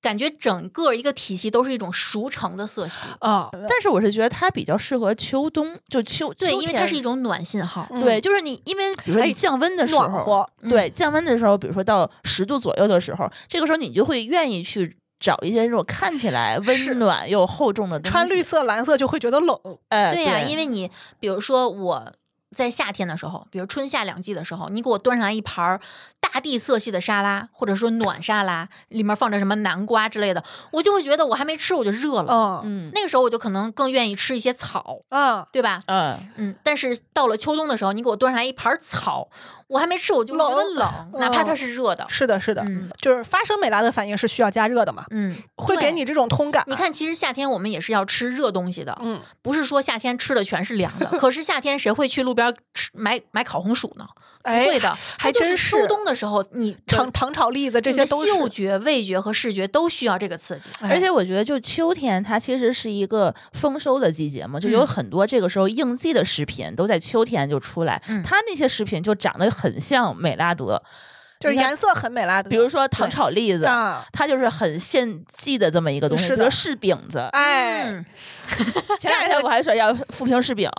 Speaker 1: 感觉整个一个体系都是一种熟成的色系，
Speaker 3: 啊，
Speaker 4: 但呃是我是觉得它比较适合秋冬，就秋
Speaker 1: 对，
Speaker 4: 秋
Speaker 1: 因为它
Speaker 4: 天
Speaker 1: 是一种暖信号，
Speaker 3: 嗯
Speaker 4: 对，就是你，因为比如说
Speaker 3: 哎
Speaker 4: 你降温的时
Speaker 3: 暖
Speaker 4: 候
Speaker 3: 和，
Speaker 1: 嗯
Speaker 4: 对降温的时候，比如说到十度左右的时候，这个时候你就会愿意去找一些这种看起来
Speaker 3: 是
Speaker 4: 温暖又厚重的东西
Speaker 3: 穿绿，色、蓝色就会觉得冷，
Speaker 4: 哎，
Speaker 1: 对
Speaker 4: 对
Speaker 1: 呀、因为你比如说我在夏天的时候，比如春夏两季的时候，你给我端上来一盘儿大地色系的沙拉，或者说暖沙拉，里面放着什么南瓜之类的，我就会觉得我还没吃我就热了。
Speaker 3: 嗯
Speaker 4: 嗯
Speaker 1: 那个时候我就可能更愿意吃一些草，
Speaker 3: 嗯，
Speaker 1: 对吧？
Speaker 4: 嗯，
Speaker 1: 嗯，但是到了秋冬的时候，你给我端上来一盘草，我还没吃我就会觉得
Speaker 3: 冷
Speaker 1: 冷，哪怕它是热
Speaker 3: *laughs*
Speaker 1: 的。
Speaker 3: 是的，是的，
Speaker 1: 嗯
Speaker 3: 就是发生美拉德反应是需要加热的嘛，
Speaker 1: 嗯，
Speaker 3: 会给
Speaker 1: 对
Speaker 3: 你这种通感。
Speaker 1: 你，看，其实夏天我们也是要吃热东西的，
Speaker 3: 嗯，
Speaker 1: 不是说夏天吃的全是凉的。可是夏天谁会去路边吃买买烤红薯呢？
Speaker 3: 哎，
Speaker 1: 会的，它
Speaker 3: 还
Speaker 1: 就
Speaker 3: 真
Speaker 1: 是
Speaker 3: 是
Speaker 1: 秋冬的时候，你
Speaker 3: 糖糖炒栗子这
Speaker 1: 你
Speaker 3: 些
Speaker 1: 的
Speaker 3: 都
Speaker 1: 嗅
Speaker 3: 是，
Speaker 1: 觉、味觉和视觉都需要这个刺激。
Speaker 3: 哎
Speaker 4: 而且我觉得就秋天，它其实是一个丰收的季节嘛，就有
Speaker 1: 嗯
Speaker 4: 很多这个时候应季的食品都在秋天就出来，
Speaker 1: 嗯
Speaker 4: 它那些食品就长得很像美拉德，
Speaker 3: 就是
Speaker 4: 你看
Speaker 3: 颜色很美拉德，
Speaker 4: 比如说糖
Speaker 3: 对
Speaker 4: 炒栗子。
Speaker 3: 啊，
Speaker 4: 它就是很献祭的这么一个东西，
Speaker 3: 是
Speaker 4: 比
Speaker 3: 的
Speaker 4: 如说柿饼子，嗯
Speaker 3: 哎，，
Speaker 1: 嗯
Speaker 4: 前两天我还说要富平柿饼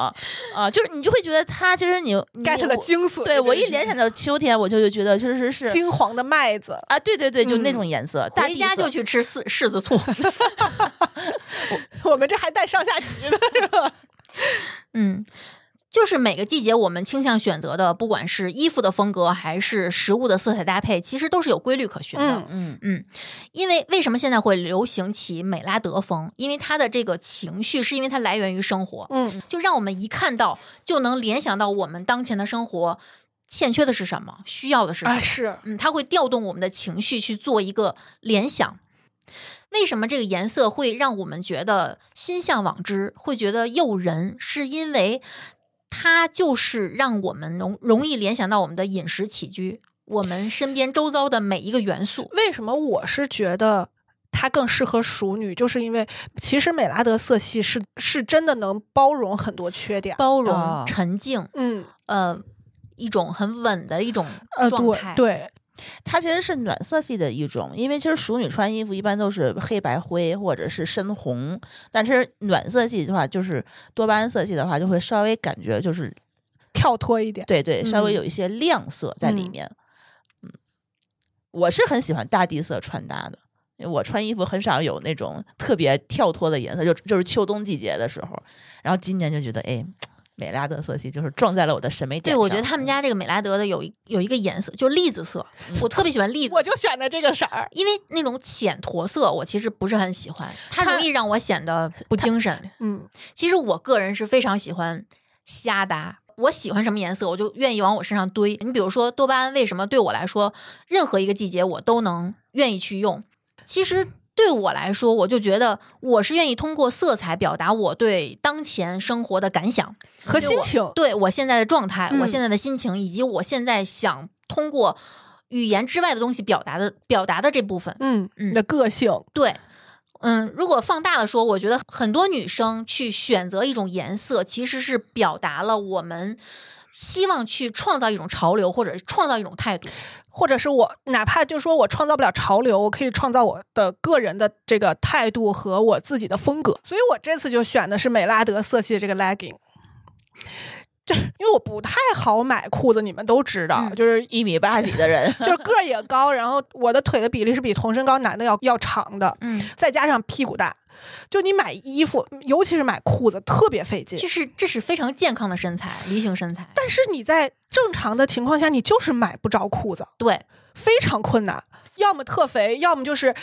Speaker 4: 啊，就是你就会觉得它其实你你
Speaker 3: get 了精髓。
Speaker 4: 对我
Speaker 3: 这
Speaker 4: 一
Speaker 3: 个
Speaker 4: 联想到秋天，我就就觉得确实是
Speaker 3: 金黄的麦
Speaker 4: *laughs*
Speaker 3: 子，
Speaker 4: 啊，对对对，就
Speaker 3: 嗯
Speaker 4: 那种颜色，大
Speaker 1: 回
Speaker 4: 地
Speaker 1: 家
Speaker 4: 色
Speaker 1: 就去吃柿柿子
Speaker 3: *laughs*
Speaker 1: 醋。
Speaker 3: 我们这还带上下级呢，是吧？
Speaker 1: 嗯，就是每个季节我们倾向选择的，不管是衣服的风格还是食物的色彩搭配，其实都是有规律可循的。
Speaker 3: 嗯
Speaker 4: 嗯
Speaker 1: 因为为什么现在会流行起美拉德风？因为它的这个情绪是因为它来源于生活，
Speaker 3: 嗯，
Speaker 1: 就让我们一看到就能联想到我们当前的生活欠缺的是什么，需要的是什么
Speaker 3: 哎。是，
Speaker 1: 嗯，它会调动我们的情绪去做一个联想。为什么这个颜色会让我们觉得心向往之，会觉得诱人？是因为它就是让我们容容易联想到我们的饮食起居，我们身边周遭的每一个元素。
Speaker 3: 为什么我是觉得它更适合熟女，就是因为其实美拉德色系是是真的能包容很多缺点。
Speaker 1: 包容、
Speaker 3: 哦
Speaker 4: 啊
Speaker 1: 沉静，
Speaker 3: 嗯，
Speaker 1: 呃，一种很稳的一种
Speaker 3: 呃，
Speaker 1: 状
Speaker 3: 对
Speaker 1: 态。
Speaker 3: 对，
Speaker 4: 它其实是暖色系的一种，因为其实熟女穿衣服一般都是黑白灰或者是深红，但是暖色系的话，就是多巴胺色系的话，就会稍微感觉就是
Speaker 3: 跳脱一点。
Speaker 4: 对对，稍微
Speaker 3: 嗯
Speaker 4: 有一些亮色在里
Speaker 3: 嗯
Speaker 4: 面。嗯，我是很喜欢大地色穿搭的，因为我穿衣服很少有那种特别跳脱的颜色，就就是秋冬季节的时候。然后今年就觉得，哎，美拉德色系就是撞在了我的审美点
Speaker 1: 对，
Speaker 4: 上。
Speaker 1: 我觉得他
Speaker 3: 嗯
Speaker 1: 们家这个美拉德的有一有一个颜色，就是栗子色，我特别喜欢栗子。
Speaker 3: 我就选的这个色儿，
Speaker 1: 因为那种浅驼色，我其实不是很喜欢，它
Speaker 4: 它
Speaker 1: 容易让我显得不精神。
Speaker 3: 嗯，
Speaker 1: 其实我个人是非常喜欢瞎搭，我喜欢什么颜色，我就愿意往我身上堆。你比如说多巴胺，为什么对我来说，任何一个季节我都能愿意去用？其实对我来说，我就觉得我是愿意通过色彩表达我对当前生活的感想。
Speaker 3: 和
Speaker 1: 对
Speaker 3: 心
Speaker 1: 我
Speaker 3: 情，
Speaker 1: 对我现在的状态、
Speaker 3: 嗯
Speaker 1: 我现在的心情，以及我现在想通过语言之外的东西表达的表达的这部分。
Speaker 3: 嗯，
Speaker 1: 嗯
Speaker 3: 你的个性，
Speaker 1: 对，嗯，如果放大了说，我觉得很多女生去选择一种颜色，其实是表达了我们希望去创造一种潮流或者创造一种态度。
Speaker 3: 或者是我哪怕就说我创造不了潮流，我可以创造我的个人的这个态度和我自己的风格。所以我这次就选的是美拉德色系的这个 legging。这因为我不太好买裤子，你们都知道，
Speaker 1: 嗯
Speaker 3: 就是，
Speaker 4: 一米八几的人 *laughs*
Speaker 1: *laughs*
Speaker 3: 就是个儿也高，然后我的腿的比例是比同身高男的要要长的，
Speaker 1: 嗯，
Speaker 3: 再加上屁股大，就你买衣服，尤其是买裤子特别费劲
Speaker 1: 这。是这是非常健康的身材，理想身材。
Speaker 3: 但是你在正常的情况下，你就是买不着裤子，
Speaker 1: 对，
Speaker 3: 非常困难，要么特肥，要么就是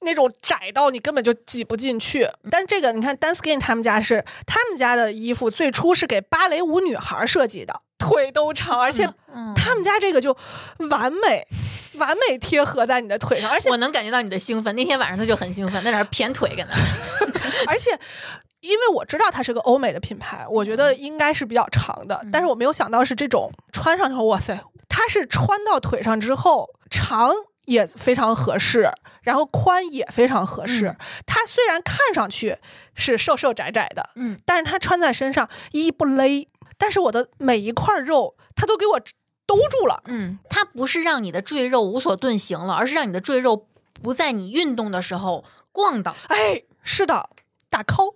Speaker 3: 那种窄到你根本就挤不进去。
Speaker 1: 嗯
Speaker 3: 但这个你看，Dan Skin 他们家是他们家的衣服最初是给芭蕾舞女孩设计的，腿都长，而且
Speaker 1: 嗯，
Speaker 3: 他们家这个就完美。完美贴合在你的腿上，而且
Speaker 1: 我能感觉到你的兴奋。那天晚上他就很兴奋，在那儿谝腿跟那儿。
Speaker 3: 而且，因为我知道它是个欧美的品牌，我觉得应该是比较长的，但是我没有想到是这种穿上之后，哇塞，它是穿到腿上之后，长也非常合适，然后宽也非常合适。
Speaker 1: 嗯
Speaker 3: 它虽然看上去是瘦瘦窄窄的，
Speaker 1: 嗯，
Speaker 3: 但是它穿在身上一不勒，但是我的每一块肉它都给我兜住了。
Speaker 1: 嗯，它不是让你的赘肉无所遁形了，而是让你的赘肉不在你运动的时候逛到。
Speaker 3: 哎，是的，打 call。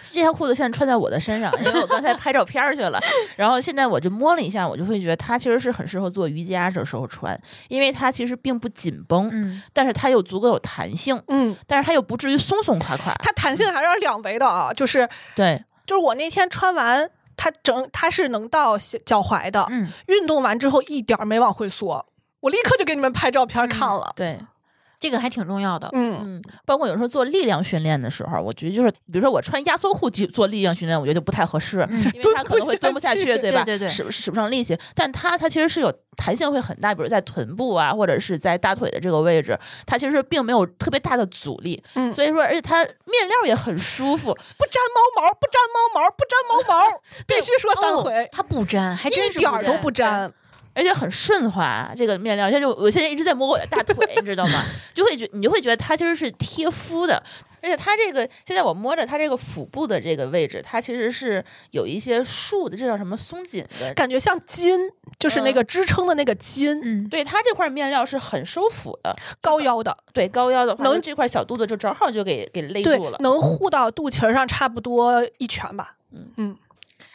Speaker 4: 这条裤子现在穿在我的身上，因为我刚才拍照片儿去了。然后现在我就摸了一下，我就会觉得它其实是很适合做瑜伽的时候穿，因为它其实并不紧绷，
Speaker 1: 嗯，
Speaker 4: 但是它又足够有弹性，
Speaker 3: 嗯，
Speaker 4: 但是它又不至于松松垮垮。
Speaker 3: 它弹性还是两维的啊，就是
Speaker 4: 对，
Speaker 3: 就是我那天穿完，它整它是能到小脚踝的，
Speaker 1: 嗯，
Speaker 3: 运动完之后一点儿没往回缩，我立刻就给你们拍照片看了。
Speaker 4: 对，
Speaker 1: 这个还挺重要的。
Speaker 3: 嗯，
Speaker 4: 嗯，包括有时候做力量训练的时候，我觉得就是，比如说我穿压缩裤去做力量训练，我觉得就不太合适，
Speaker 1: 嗯
Speaker 4: 因为它可能会
Speaker 3: 蹲
Speaker 4: 蹲
Speaker 3: 不
Speaker 4: 不
Speaker 3: 下
Speaker 4: 下
Speaker 3: 去
Speaker 4: 去，吧？
Speaker 1: 对对对
Speaker 4: 使不使不上力气。但它它其实是有弹性会很大，比如在臀部啊，或者是在大腿的这个位置，它其实并没有特别大的阻力。
Speaker 3: 嗯
Speaker 4: 所以说，而且它面料也很舒服，
Speaker 3: 不粘猫毛，不粘猫毛，不粘猫毛，必须说三
Speaker 1: 哦
Speaker 3: 回，
Speaker 1: 它不粘，还真
Speaker 3: 一
Speaker 1: 是
Speaker 3: 点儿都不粘。
Speaker 4: 而且很顺滑。这个面料，现在就我现在一直在摸我的大腿， *laughs* 你知道吗？就会觉你就会觉得它其实是贴肤的，而且它这个现在我摸着它这个腹部的这个位置，它其实是有一些束的，这叫什么松紧的。
Speaker 3: 感觉像筋，就是那个支撑的那个筋，
Speaker 1: 嗯，
Speaker 4: 对它这块面料是很收腹的，
Speaker 3: 高腰的，
Speaker 4: 对高腰的话，
Speaker 3: 能
Speaker 4: 就这块小肚子就正好就给给勒
Speaker 3: 对
Speaker 4: 住了，。
Speaker 3: 能护到肚脐儿上差不多一拳吧。嗯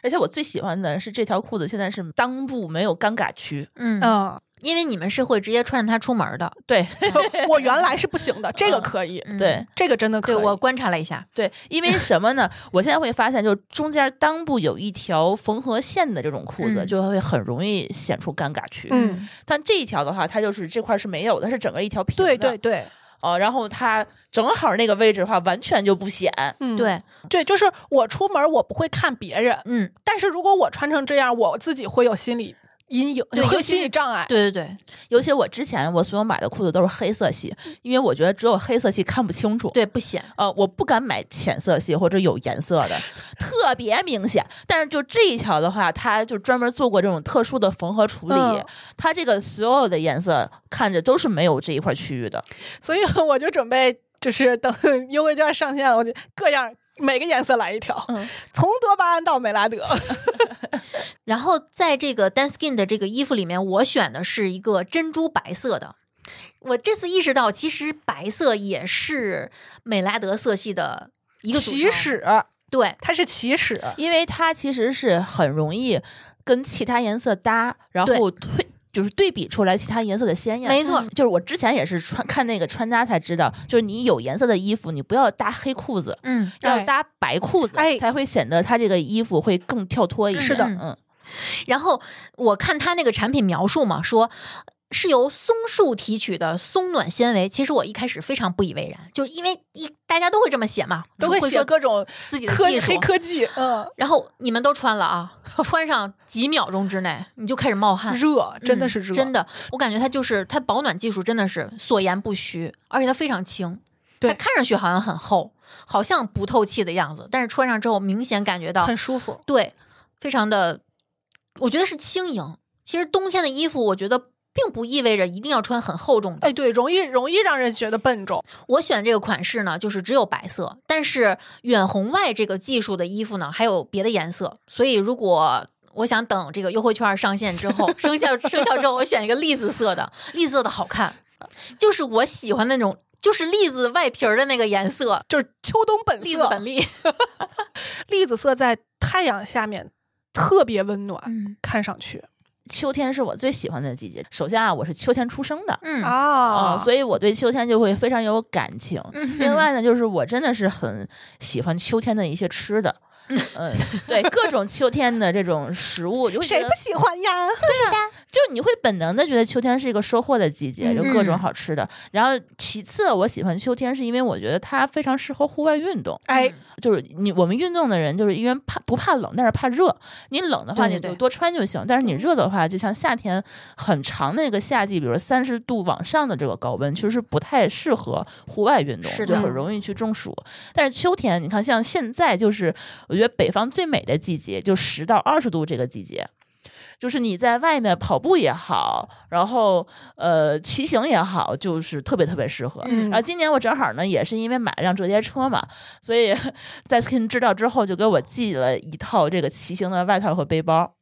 Speaker 4: 而且我最喜欢的是这条裤子现在是裆部没有尴尬区，
Speaker 1: 嗯，
Speaker 3: 嗯，
Speaker 1: 因为你们是会直接穿着它出门的。
Speaker 4: 对
Speaker 3: 嗯我原来是不行的，这个可以，
Speaker 1: 嗯
Speaker 4: 对，
Speaker 3: 这个真的可
Speaker 1: 对
Speaker 3: 以。
Speaker 1: 我观察了一下，
Speaker 4: 对，因为什么呢？我现在会发现，就中间裆部有一条缝合线的这种裤子，
Speaker 1: 嗯
Speaker 4: 就会很容易显出尴尬区。
Speaker 3: 嗯，
Speaker 4: 但这一条的话，它就是这块是没有的，它是整个一条平的。
Speaker 3: 对对对，
Speaker 4: 哦，然后它正好那个位置的话，完全就不显。
Speaker 3: 嗯，
Speaker 1: 对，
Speaker 3: 对，就是我出门我不会看别人，
Speaker 1: 嗯，
Speaker 3: 但是如果我穿成这样，我自己会有心理阴影，
Speaker 1: 对
Speaker 3: 会有
Speaker 1: 尤其
Speaker 3: 心理障碍。
Speaker 1: 对对对
Speaker 4: 尤其我之前我所有买的裤子都是黑色系，因为我觉得只有黑色系看不清楚。
Speaker 1: 对，不显。
Speaker 4: 呃，我不敢买浅色系或者有颜色的，特别明显。但是就这一条的话，它就专门做过这种特殊的缝合处理，
Speaker 3: 嗯
Speaker 4: 它这个所有的颜色看着都是没有这一块区域的。
Speaker 3: 所以我就准备，就是等 *laughs* 优惠券上线了，我就各样每个颜色来一条，
Speaker 4: 嗯
Speaker 3: 从多巴胺到美拉德。
Speaker 1: 然后在这个 Dan Skin 的这个衣服里面，我选的是一个珍珠白色的。我这次意识到，其实白色也是美拉德色系的一个组成
Speaker 3: 起始，
Speaker 1: 对，
Speaker 3: 它是起始，
Speaker 4: 因为它其实是很容易跟其他颜色搭，然后推就是对比出来其他颜色的鲜艳。
Speaker 1: 没错，
Speaker 4: 就是我之前也是穿看那个穿搭才知道，就是你有颜色的衣服，你不要搭黑裤子，
Speaker 1: 嗯。
Speaker 3: 哎
Speaker 4: 要搭白裤子，
Speaker 3: 哎
Speaker 4: 才会显得它这个衣服会更跳脱一点。
Speaker 1: 是的
Speaker 4: 嗯，
Speaker 1: 然后我看他那个产品描述嘛，说。是由松树提取的松暖纤维，其实我一开始非常不以为然，就因为一大家都会这么写嘛，
Speaker 3: 都会写
Speaker 1: 说
Speaker 3: 各种
Speaker 1: 自己的
Speaker 3: 科
Speaker 1: 技术
Speaker 3: 黑，科技，嗯，
Speaker 1: 然后你们都穿了啊， *laughs* 穿上几秒钟之内你就开始冒汗，
Speaker 3: 热真的是
Speaker 1: 嗯
Speaker 3: 热，
Speaker 1: 真的，我感觉它就是它保暖技术真的是所言不虚，而且它非常轻，
Speaker 3: 对
Speaker 1: 它看上去好像很厚，好像不透气的样子，但是穿上之后明显感觉到
Speaker 3: 很舒服。
Speaker 1: 对，非常的，我觉得是轻盈。其实冬天的衣服，我觉得并不意味着一定要穿很厚重的。
Speaker 3: 哎，对，容易容易让人觉得笨重。
Speaker 1: 我选这个款式呢，就是只有白色，但是远红外这个技术的衣服呢，还有别的颜色。所以如果我想等这个优惠券上线之后，生效生效之后，我选一个栗子色的，栗子色的好看，就是我喜欢的那种，就是栗子外皮儿的那个颜色，
Speaker 3: 就是秋冬本色，
Speaker 1: 栗子本栗。 *laughs*
Speaker 3: 栗子色在太阳下面特别温暖，
Speaker 1: 嗯
Speaker 3: 看上去
Speaker 4: 秋天是我最喜欢的季节。首先啊，我是秋天出生的。
Speaker 1: 嗯
Speaker 3: 啊
Speaker 4: 啊、所以我对秋天就会非常有感情。
Speaker 1: 嗯
Speaker 4: 另外呢，就是我真的是很喜欢秋天的一些吃的，嗯，对各种秋天的这种食物，就会觉
Speaker 3: 谁
Speaker 4: 得
Speaker 3: 不喜欢呀？
Speaker 4: 就你会本能的觉得秋天是一个收获的季节，就各
Speaker 1: 嗯
Speaker 4: 种好吃的。然后其次，我喜欢秋天是因为我觉得它非常适合户外运动，
Speaker 3: 哎，
Speaker 4: 就是你我们运动的人就是因为怕不怕冷，但是怕热。你冷的话
Speaker 1: 对
Speaker 4: 你
Speaker 1: 对
Speaker 4: 就
Speaker 1: 对嗯
Speaker 4: 多穿就行，但是你热的话，就像夏天很长的一个夏季，比如三十度往上的这个高温，其实不太适合户外运动，
Speaker 1: 是
Speaker 4: 就
Speaker 1: 的
Speaker 4: 很容易去中暑。但是秋天，你看像现在就是我觉得北方最美的季节，就十到二十度这个季节。就是你在外面跑步也好，然后呃骑行也好，就是特别特别适合。
Speaker 3: 嗯
Speaker 4: 然后今年我正好呢，也是因为买了辆折叠车嘛，所以 *laughs* 在 Skin 知道之后，就给我寄了一套这个骑行的外套和背包。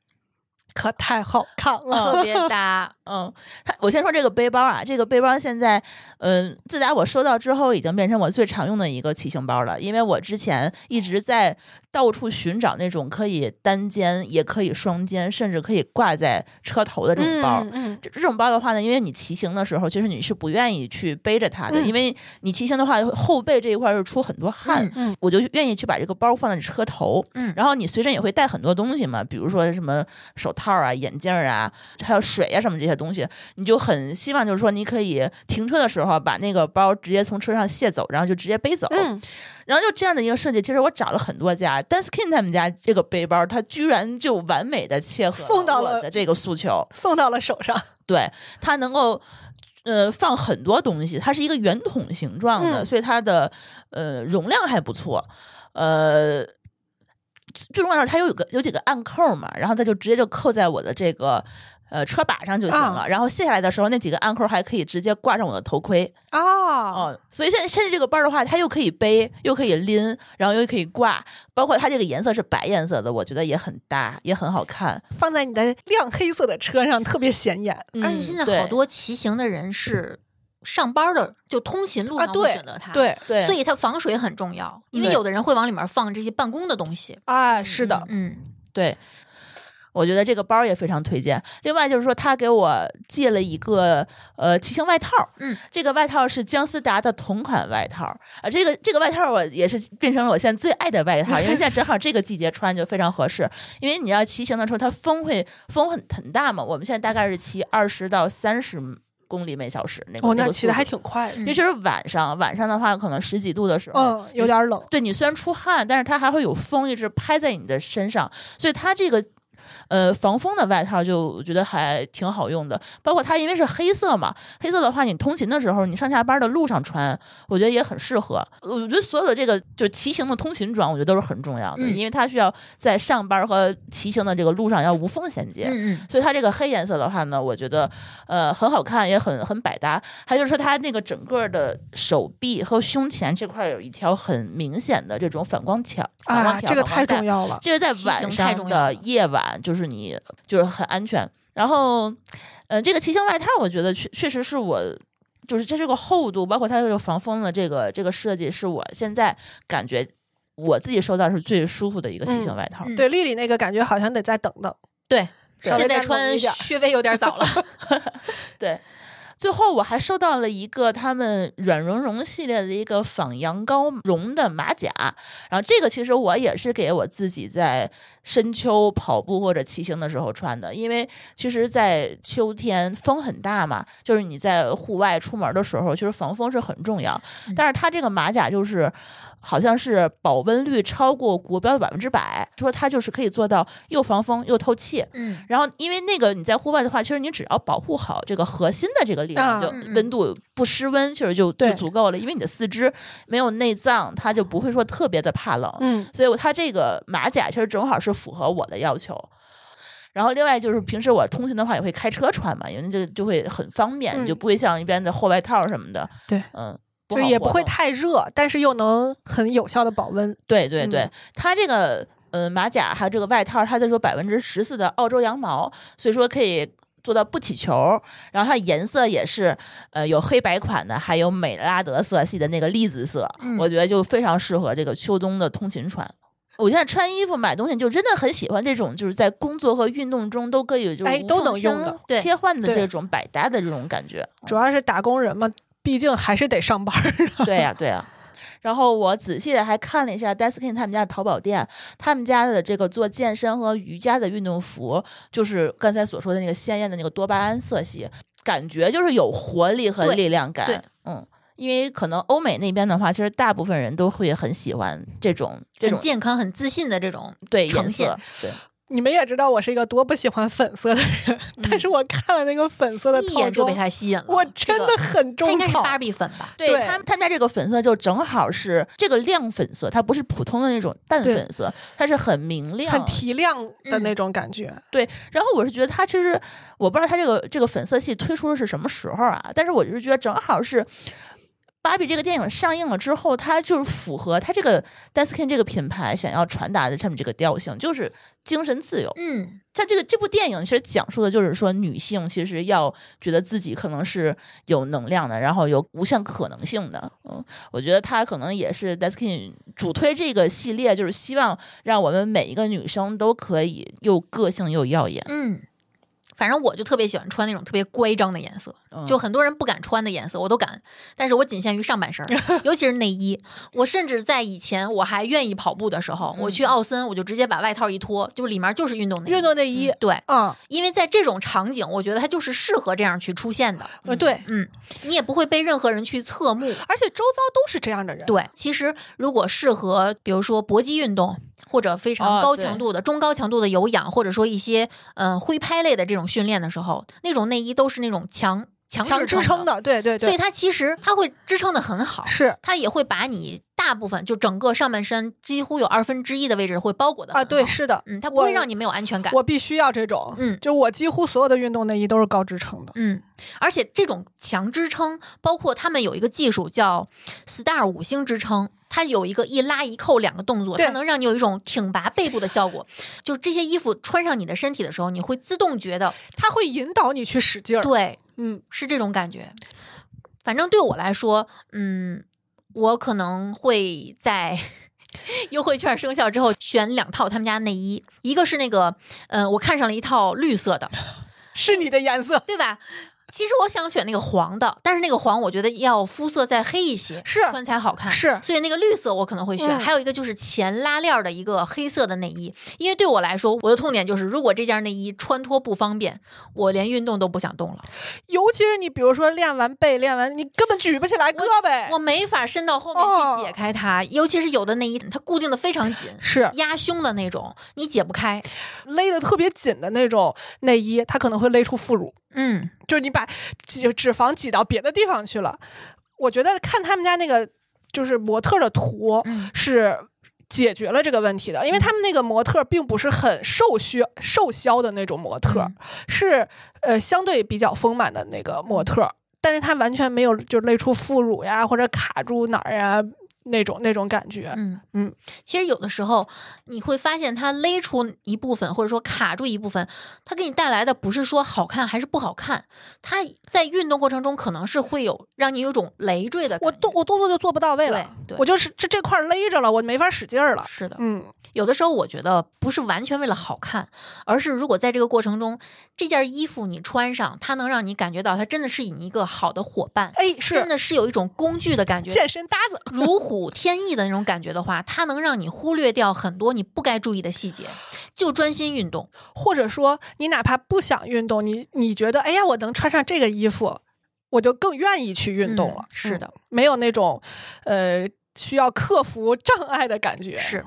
Speaker 3: 可太好看了。
Speaker 1: *laughs* 特别搭，
Speaker 4: 嗯，它我先说这个背包啊，这个背包现在，嗯，自打我收到之后，已经变成我最常用的一个骑行包了。因为我之前一直在到处寻找那种可以单肩，也可以双肩，甚至可以挂在车头的这种包。哦
Speaker 3: 嗯嗯，
Speaker 4: 这这种包的话呢，因为你骑行的时候，其实你是不愿意去背着它的，
Speaker 3: 嗯
Speaker 4: 因为你骑行的话，后背这一块儿是出很多汗，
Speaker 3: 嗯嗯
Speaker 4: 我就愿意去把这个包放在车头，
Speaker 5: 嗯
Speaker 4: 然后你随身也会带很多东西嘛，比如说什么手套啊、眼镜儿啊，还有水啊什么这些东西，你就很希望就是说你可以停车的时候啊把那个包直接从车上卸走，然后就直接背走，
Speaker 3: 嗯
Speaker 4: 然后就这样的一个设计，其实我找了很多家，Danskin 他们家这个背包，它居然就完美的切合
Speaker 3: 送到了
Speaker 4: 我的这个诉求，
Speaker 3: 送到了手上，
Speaker 4: 对，它能够呃放很多东西，它是一个圆筒形状的，
Speaker 3: 嗯
Speaker 4: 所以它的呃容量还不错，呃。最重要的是它有有个有几个暗扣嘛，然后它就直接就扣在我的这个呃车把上就行了。
Speaker 3: 啊
Speaker 4: 然后卸下来的时候，那几个暗扣还可以直接挂上我的头盔
Speaker 3: 哦，
Speaker 4: 哦。所以现在现在这个包的话，它又可以背，又可以拎，然后又可以挂，包括它这个颜色是白颜色的，我觉得也很搭，也很好看。
Speaker 3: 放在你的亮黑色的车上特别显眼。
Speaker 5: 而且现在
Speaker 4: 嗯对
Speaker 5: 好多骑行的人是上班的，就通勤路
Speaker 3: 啊
Speaker 5: 上会
Speaker 3: 对
Speaker 5: 选择它。。
Speaker 3: 对，
Speaker 4: 对，
Speaker 5: 所以它防水很重要，因为
Speaker 4: 对
Speaker 5: 有的人会往里面放这些办公的东西。
Speaker 3: 哎，是的，
Speaker 5: 嗯，
Speaker 4: 对，我觉得这个包也非常推荐。另外就是说，他给我借了一个呃骑行外套，
Speaker 5: 嗯，
Speaker 4: 这个外套是姜思达的同款外套啊、这个这个外套我也是变成了我现在最爱的外套，因为现在正好这个季节穿就非常合适。因为你要骑行的时候，它风会风很很大嘛，我们现在大概是骑二十到三十公里每小时那个，
Speaker 3: 哦，
Speaker 4: 那
Speaker 3: 那
Speaker 4: 个
Speaker 3: 骑的
Speaker 4: 速
Speaker 3: 还
Speaker 4: 度。
Speaker 3: 挺快的。
Speaker 5: 嗯
Speaker 4: 尤其是晚上，晚上的话可能十几度的时候，
Speaker 3: 嗯，有点冷。
Speaker 4: 对你虽然出汗，但是它还会有风一直拍在你的身上，所以它这个。呃，防风的外套就我觉得还挺好用的，包括它因为是黑色嘛，黑色的话你通勤的时候，你上下班的路上穿，我觉得也很适合。呃我觉得所有的这个就是骑行的通勤装，我觉得都是很重要的，
Speaker 5: 嗯
Speaker 4: 因为它需要在上班和骑行的这个路上要无缝衔接。
Speaker 5: 嗯嗯，
Speaker 4: 所以它这个黑颜色的话呢，我觉得呃很好看，也很很百搭。还有就是它那个整个的手臂和胸前这块有一条很明显的这种反光条，反光
Speaker 3: 啊，
Speaker 4: 条、
Speaker 3: 这个
Speaker 4: 反光
Speaker 3: 太
Speaker 4: 带
Speaker 3: 重。要了。
Speaker 4: 这个在
Speaker 5: 骑行太
Speaker 4: 晚上
Speaker 5: 重要
Speaker 4: 的
Speaker 5: 了
Speaker 4: 夜晚，就是你就是很安全。然后，呃，这个骑行外套，我觉得确确实是我。就是这是个厚度，包括它这个防风的这个这个设计，是我现在感觉我自己收到是最舒服的一个骑行
Speaker 3: 嗯
Speaker 4: 外套。
Speaker 5: 嗯
Speaker 3: 对，丽丽那个感觉好像得再等等。
Speaker 4: 对，
Speaker 3: 稍微
Speaker 5: 现在
Speaker 3: 再冷
Speaker 5: 穿
Speaker 3: 一点
Speaker 5: 稍微有点早
Speaker 3: *laughs*
Speaker 5: 了。
Speaker 4: 对，最后我还收到了一个他们软绒绒系列的一个仿羊羔绒的马甲，然后这个其实我也是给我自己在深秋跑步或者骑行的时候穿的，因为其实，在秋天风很大嘛，就是你在户外出门的时候，其实防风是很重要。但是它这个马甲就是好像是保温率超过国标的百分之百，说它就是可以做到又防风又透气，
Speaker 5: 嗯
Speaker 4: 然后，因为那个你在户外的话，其实你只要保护好这个核心的这个力量，
Speaker 3: 啊
Speaker 4: 就
Speaker 5: 嗯嗯
Speaker 4: 温度不失温，其实就就
Speaker 3: 对
Speaker 4: 足够了。因为你的四肢没有内脏，它就不会说特别的怕冷。
Speaker 3: 嗯，
Speaker 4: 所以我它这个马甲其实正好是符合我的要求。然后另外就是平时我通勤的话也会开车穿嘛，因为这就会很方便，
Speaker 3: 嗯
Speaker 4: 就不会像一般的厚外套什么的。
Speaker 3: 对，
Speaker 4: 嗯，
Speaker 3: 就是也
Speaker 4: 不
Speaker 3: 不
Speaker 4: 好活
Speaker 3: 会
Speaker 4: 动
Speaker 3: 太热，但是又能很有效的保温。
Speaker 4: 对对
Speaker 3: 嗯
Speaker 4: 对，它这个呃马甲还有这个外套，它就说百分之十四的澳洲羊毛，所以说可以。做到不起球，然后它颜色也是，呃，有黑白款的，还有美拉德色系的那个栗子色，
Speaker 5: 嗯
Speaker 4: 我觉得就非常适合这个秋冬的通勤穿。我现在穿衣服、买东西就真的很喜欢这种，就是在工作和运动中都可以就
Speaker 3: 哎
Speaker 4: 无
Speaker 3: 都
Speaker 4: 缝
Speaker 3: 能用
Speaker 4: 相
Speaker 3: 的
Speaker 5: 对
Speaker 4: 切换的
Speaker 3: 对
Speaker 4: 这种百搭的这种感觉。
Speaker 3: 主要是打工人嘛，毕竟还是得上班儿。啊
Speaker 4: *laughs* 对呀、对呀、然后我仔细的还看了一下 Daskin 他们家的淘宝店，他们家的这个做健身和瑜伽的运动服，就是刚才所说的那个鲜艳的那个多巴胺色系，感觉就是有活力和
Speaker 5: 对
Speaker 4: 力量感。
Speaker 5: 对
Speaker 4: 嗯，因为可能欧美那边的话，其实大部分人都会很喜欢这种这
Speaker 5: 很
Speaker 4: 种
Speaker 5: 健康、很自信的这种，
Speaker 4: 对
Speaker 5: 呈
Speaker 4: 颜
Speaker 5: 现
Speaker 4: 色，对
Speaker 3: 你们也知道我是一个多不喜欢粉色的人， *laughs* 但是我看了那个粉色的
Speaker 6: 一
Speaker 3: 套
Speaker 6: 眼就
Speaker 3: 装
Speaker 6: 被，他吸引了。
Speaker 3: 我真的很
Speaker 6: 这个，他
Speaker 3: 种
Speaker 6: 应该是
Speaker 3: 草。
Speaker 6: 芭比粉吧？
Speaker 4: 对
Speaker 3: 对
Speaker 4: 他们，他家这个粉色就正好是这个亮粉色，它不是普通的那种淡
Speaker 3: 对
Speaker 4: 粉色，它是很明亮、
Speaker 3: 很提亮的那种感觉，
Speaker 4: 对，然后我是觉得它其实我不知道它这个这个粉色系推出的是什么时候啊，但是我就是觉得正好是。芭比这个电影上映了之后，它就是符合它这个 Danskin 这个品牌想要传达的上面这个调性，就是精神自由。
Speaker 1: 嗯，
Speaker 4: 它这个这部电影其实讲述的就是说，女性其实要觉得自己可能是有能量的，然后有无限可能性的。嗯，我觉得它可能也是 Daskin 主推这个系列，就是希望让我们每一个女生都可以又个性又耀眼。
Speaker 1: 嗯，
Speaker 6: 反正我就特别喜欢穿那种特别乖张的颜色，
Speaker 4: 嗯
Speaker 1: 就
Speaker 6: 就很多人不敢穿的颜色，我都敢，但是我仅限于上半身儿，尤其是内衣。我甚至在以前我还愿意跑步的时候，我去奥森，我就直接把外套一脱，就里面就是运动内衣。
Speaker 3: 嗯运动内衣，
Speaker 1: 对，
Speaker 3: 啊，
Speaker 1: 因为在这种场景，我觉得它就是适合这样去出现的，
Speaker 3: 呃对，
Speaker 1: 你也不会被任何人去侧目。
Speaker 3: 而且周遭都是这样的人，
Speaker 1: 对，其实如果适合，比如说搏击运动，或者
Speaker 3: 啊
Speaker 1: 非常
Speaker 4: 哦
Speaker 1: 高
Speaker 4: 对
Speaker 1: 强度的、中高强度的有氧，或者说一些嗯、呃挥拍类的这种训练的时候，那种内衣都是那种强强
Speaker 3: 强支
Speaker 1: 支
Speaker 3: 撑
Speaker 1: 的，
Speaker 3: 的，对对
Speaker 1: 所以
Speaker 3: 对，
Speaker 1: 它其实它会支撑的很好，
Speaker 3: 是
Speaker 1: 它也会把你大部分就整个上半身几乎有二分之一的位置会包裹的
Speaker 3: 啊，对，是的，
Speaker 1: 嗯，它不会
Speaker 3: 我
Speaker 1: 让你没有安全感。
Speaker 3: 我必须要这种，
Speaker 1: 嗯
Speaker 3: 就我几乎所有的运动内衣都是高支撑的，
Speaker 1: 嗯，而且这种强支撑，包括他们有一个技术叫嗯 STAR 五星支撑，它有一个一拉一扣两个动作，
Speaker 3: 对
Speaker 1: 它能让你有一种挺拔背部的效果。就这些衣服穿上你的身体的时候，你会自动觉得，
Speaker 3: 它会引导你去使劲儿，
Speaker 1: 对，
Speaker 3: 嗯，
Speaker 1: 是这种感觉。反正对我来说，嗯，我可能会在 *laughs* 优惠券生效之后选两套他们家内衣，一个是那个，嗯、我看上了一套绿色的，
Speaker 3: 是你的颜色，
Speaker 1: 对吧？其实我想选那个黄的，但是那个黄我觉得要肤色再黑一些，
Speaker 3: 是
Speaker 1: 穿才好看。
Speaker 3: 是
Speaker 1: 所以那个绿色我可能会选。
Speaker 3: 嗯
Speaker 1: 还有一个就是前拉链的一个黑色的内衣，因为对我来说，我的痛点就是如果这件内衣穿脱不方便，我连运动都不想动了，
Speaker 3: 尤其是你比如说练完背，练完你根本举不起来胳膊，
Speaker 1: 我没法伸到后面
Speaker 3: 哦
Speaker 1: 去解开它。尤其是有的内衣它固定的非常紧，
Speaker 3: 是
Speaker 1: 压胸的那种，你解不开。
Speaker 3: 勒的特别紧的那种内衣，它可能会勒出副乳，
Speaker 1: 嗯，
Speaker 3: 就是你把脂脂肪挤到别的地方去了。我觉得看他们家那个就是模特的图
Speaker 1: 嗯
Speaker 3: 哦是解决了这个问题的，因为他们那个模特并不是很瘦削瘦削的那种模特，
Speaker 1: 嗯
Speaker 3: 是呃相对比较丰满的那个模特，但是他完全没有就勒出副乳呀或者卡住哪儿呀那种那种感觉。
Speaker 1: 嗯
Speaker 3: 嗯，
Speaker 1: 其实有的时候你会发现，它勒出一部分，或者说卡住一部分，它给你带来的不是说好看还是不好看，它在运动过程中可能是会有让你有种累赘的感觉。
Speaker 3: 我动我动作就做不到位
Speaker 1: 对
Speaker 3: 了，
Speaker 1: 对，
Speaker 3: 我就是这这块儿勒着了，我没法使劲儿了。
Speaker 1: 是的，
Speaker 3: 嗯，
Speaker 1: 有的时候我觉得不是完全为了好看，而是如果在这个过程中，这件衣服你穿上，它能让你感觉到它真的是你一个好的伙伴，
Speaker 3: 哎，
Speaker 1: 真
Speaker 3: 是
Speaker 1: 的是有一种工具的感觉，
Speaker 3: 健身搭子。
Speaker 1: 如虎添翼的那种感觉的话，它能让你忽略掉很多你不该注意的细节，就专心运动。
Speaker 3: 或者说你哪怕不想运动，你你觉得哎呀，我能穿上这个衣服，我就更愿意去运动了。
Speaker 1: 嗯是的
Speaker 3: 嗯没有那种呃需要克服障碍的感觉。
Speaker 1: 是，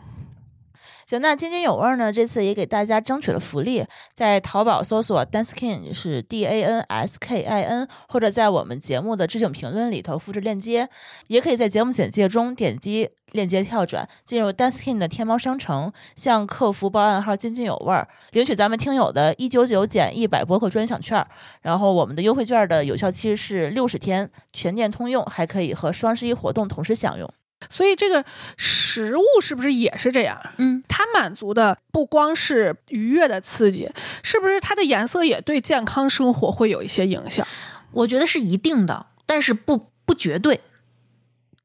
Speaker 4: 行，那津津有味儿呢，这次也给大家争取了福利，在淘宝搜索 Danskin 是 D A N S K I N，或者在我们节目的置顶评论里头复制链接，也可以在节目简介中点击链接跳转，进入 Danskin 的天猫商城，向客服报暗号“津津有味儿”，领取咱们听友的一九九减一百播客专享券儿。然后我们的优惠券的有效期是六十天，全店通用，还可以和双十一活动同时享用。
Speaker 3: 所以这个食物是不是也是这样？
Speaker 1: 嗯，
Speaker 3: 它满足的不光是愉悦的刺激，是不是它的颜色也对健康生活会有一些影响？
Speaker 1: 我觉得是一定的，但是不不绝对。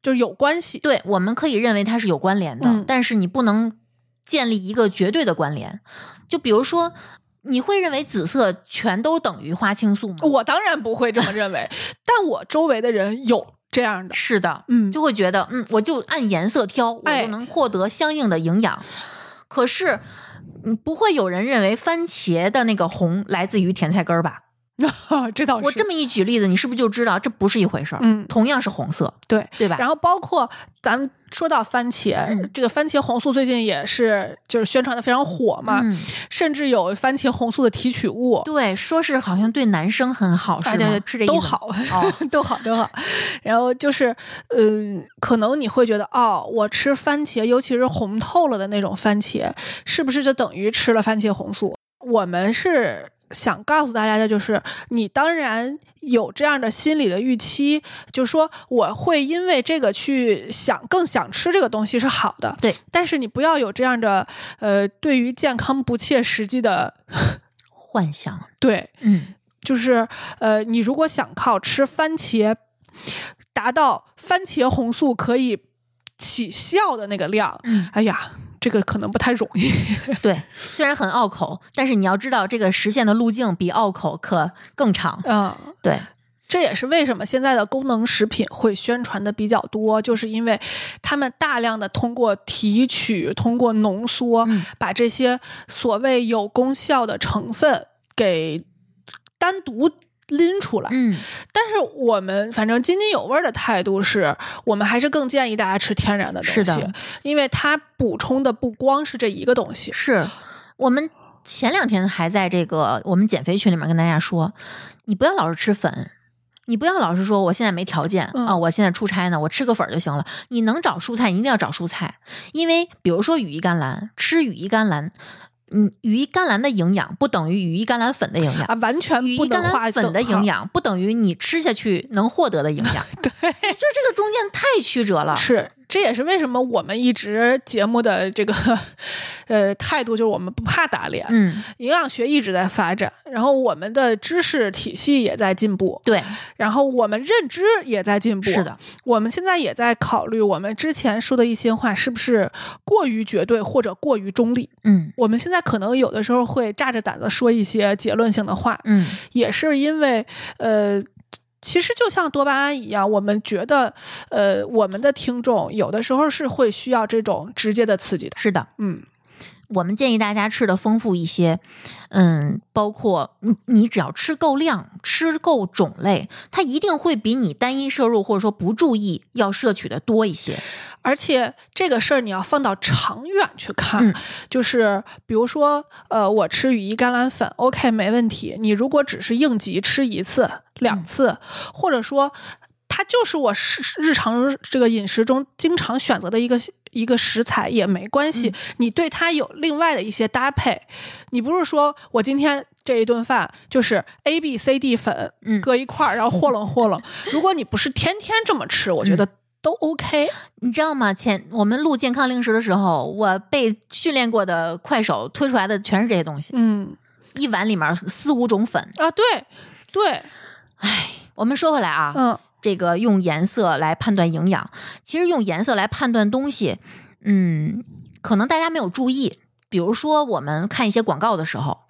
Speaker 3: 就是有关系。
Speaker 1: 对，我们可以认为它是有关联的，
Speaker 3: 嗯
Speaker 1: 但是你不能建立一个绝对的关联。就比如说，你会认为紫色全都等于花青素吗？
Speaker 3: 我当然不会这么
Speaker 1: *laughs*
Speaker 3: 认为，但我周围的人有这样的。
Speaker 1: 是的，
Speaker 3: 嗯
Speaker 1: 就会觉得，嗯，我就按颜色挑，我
Speaker 3: 哎
Speaker 1: 就能获得相应的营养。可是，嗯，不会有人认为番茄的那个红来自于甜菜根儿吧？
Speaker 3: *laughs* 这哦倒是
Speaker 1: 我这么一举例子，你是不是就知道这不是一回事儿？
Speaker 3: 嗯
Speaker 1: 同样是红色，
Speaker 3: 对。
Speaker 1: 对吧？
Speaker 3: 然后包括咱们说到番茄，
Speaker 1: 嗯
Speaker 3: 这个番茄红素最近也是就是宣传的非常火嘛，
Speaker 1: 嗯，
Speaker 3: 甚至有番茄红素的提取物，
Speaker 1: 对，说是好像对男生很好，是
Speaker 3: 大
Speaker 1: 吗？
Speaker 3: 家
Speaker 1: 啊是这意思
Speaker 3: 都
Speaker 1: 吗
Speaker 3: 好，
Speaker 1: 哦，
Speaker 3: *laughs* 都好，都好。然后就是，嗯，可能你会觉得，哦，我吃番茄，尤其是红透了的那种番茄，是不是就等于吃了番茄红素？我们是想告诉大家的，就是你当然有这样的心理的预期，就是说我会因为这个去想更想吃这个东西是好的，
Speaker 1: 对。
Speaker 3: 但是你不要有这样的，呃，对于健康不切实际的，
Speaker 1: 幻想，
Speaker 3: 对，
Speaker 1: 嗯，
Speaker 3: 就是呃，你如果想靠吃番茄达到番茄红素可以起效的那个量，
Speaker 1: 嗯
Speaker 3: 哎呀，这个可能不太容
Speaker 1: *laughs*
Speaker 3: 易。
Speaker 1: 对，虽然很拗口，但是你要知道这个实现的路径比拗口可更长。
Speaker 3: 嗯，
Speaker 1: 对，
Speaker 3: 这也是为什么现在的功能食品会宣传的比较多，就是因为他们大量的通过提取、通过浓缩，
Speaker 1: 嗯
Speaker 3: 把这些所谓有功效的成分给单独拎出来。
Speaker 1: 嗯，
Speaker 3: 但是我们反正津津有味儿的态度是，我们还是更建议大家吃天然的东西，
Speaker 1: 是的
Speaker 3: 因为它补充的不光是这一个东西。
Speaker 1: 是我们前两天还在这个我们减肥群里面跟大家说，你不要老是吃粉。你不要老是说我现在没条件啊、
Speaker 3: 嗯
Speaker 1: 我现在出差呢，我吃个粉儿就行了。你能找蔬菜，你一定要找蔬菜，因为比如说羽衣甘蓝，吃羽衣甘蓝，嗯，羽衣甘蓝的营养不等于羽衣甘蓝粉的营养
Speaker 3: 啊，完全
Speaker 1: 羽
Speaker 3: 不
Speaker 1: 衣甘
Speaker 3: 能画
Speaker 1: 蓝粉的
Speaker 3: 等号
Speaker 1: 营养不等于你吃下去能获得的营
Speaker 3: *laughs*
Speaker 1: 养，对， *laughs* 就这个中间太曲折了。
Speaker 3: 是，这也是为什么我们一直节目的这个呃态度就是我们不怕打脸。
Speaker 1: 嗯，
Speaker 3: 营养学一直在发展，然后我们的知识体系也在进步，
Speaker 1: 对，
Speaker 3: 然后我们认知也在进步。
Speaker 1: 是的，
Speaker 3: 我们现在也在考虑我们之前说的一些话是不是过于绝对或者过于中立。
Speaker 1: 嗯
Speaker 3: 我们现在可能有的时候会炸着胆子说一些结论性的话，
Speaker 1: 嗯，
Speaker 3: 也是因为呃，其实就像多巴胺一样，我们觉得呃，我们的听众有的时候是会需要这种直接的刺激的。
Speaker 1: 是的。
Speaker 3: 嗯，
Speaker 1: 我们建议大家吃的丰富一些，嗯，包括你你只要吃够量、吃够种类，它一定会比你单一摄入或者说不注意要摄取的多一些。
Speaker 3: 而且这个事儿你要放到长远去看，
Speaker 1: 嗯
Speaker 3: 就是比如说呃，我吃羽衣甘蓝粉，OK 没问题。你如果只是应急吃一次、
Speaker 1: 嗯
Speaker 3: 两次，或者说。它就是我日日常这个饮食中经常选择的一个一个食材也没关
Speaker 1: 嗯
Speaker 3: 系，你对它有另外的一些搭配，你不是说我今天这一顿饭就是 A B C D 粉
Speaker 1: 嗯
Speaker 3: 搁一块儿，然后和
Speaker 1: *laughs*
Speaker 3: 拢和拢。如果你不是天天这么吃，我
Speaker 1: 嗯
Speaker 3: 觉得都 OK。
Speaker 1: 你知道吗？前我们录健康零食的时候，我被训练过的快手推出来的全是这些东西，
Speaker 3: 嗯
Speaker 1: 一碗里面四五种粉。
Speaker 3: 啊，对对，
Speaker 1: 我们说回来啊，
Speaker 3: 嗯
Speaker 1: 这个用颜色来判断营养，其实用颜色来判断东西，嗯，可能大家没有注意。比如说，我们看一些广告的时候，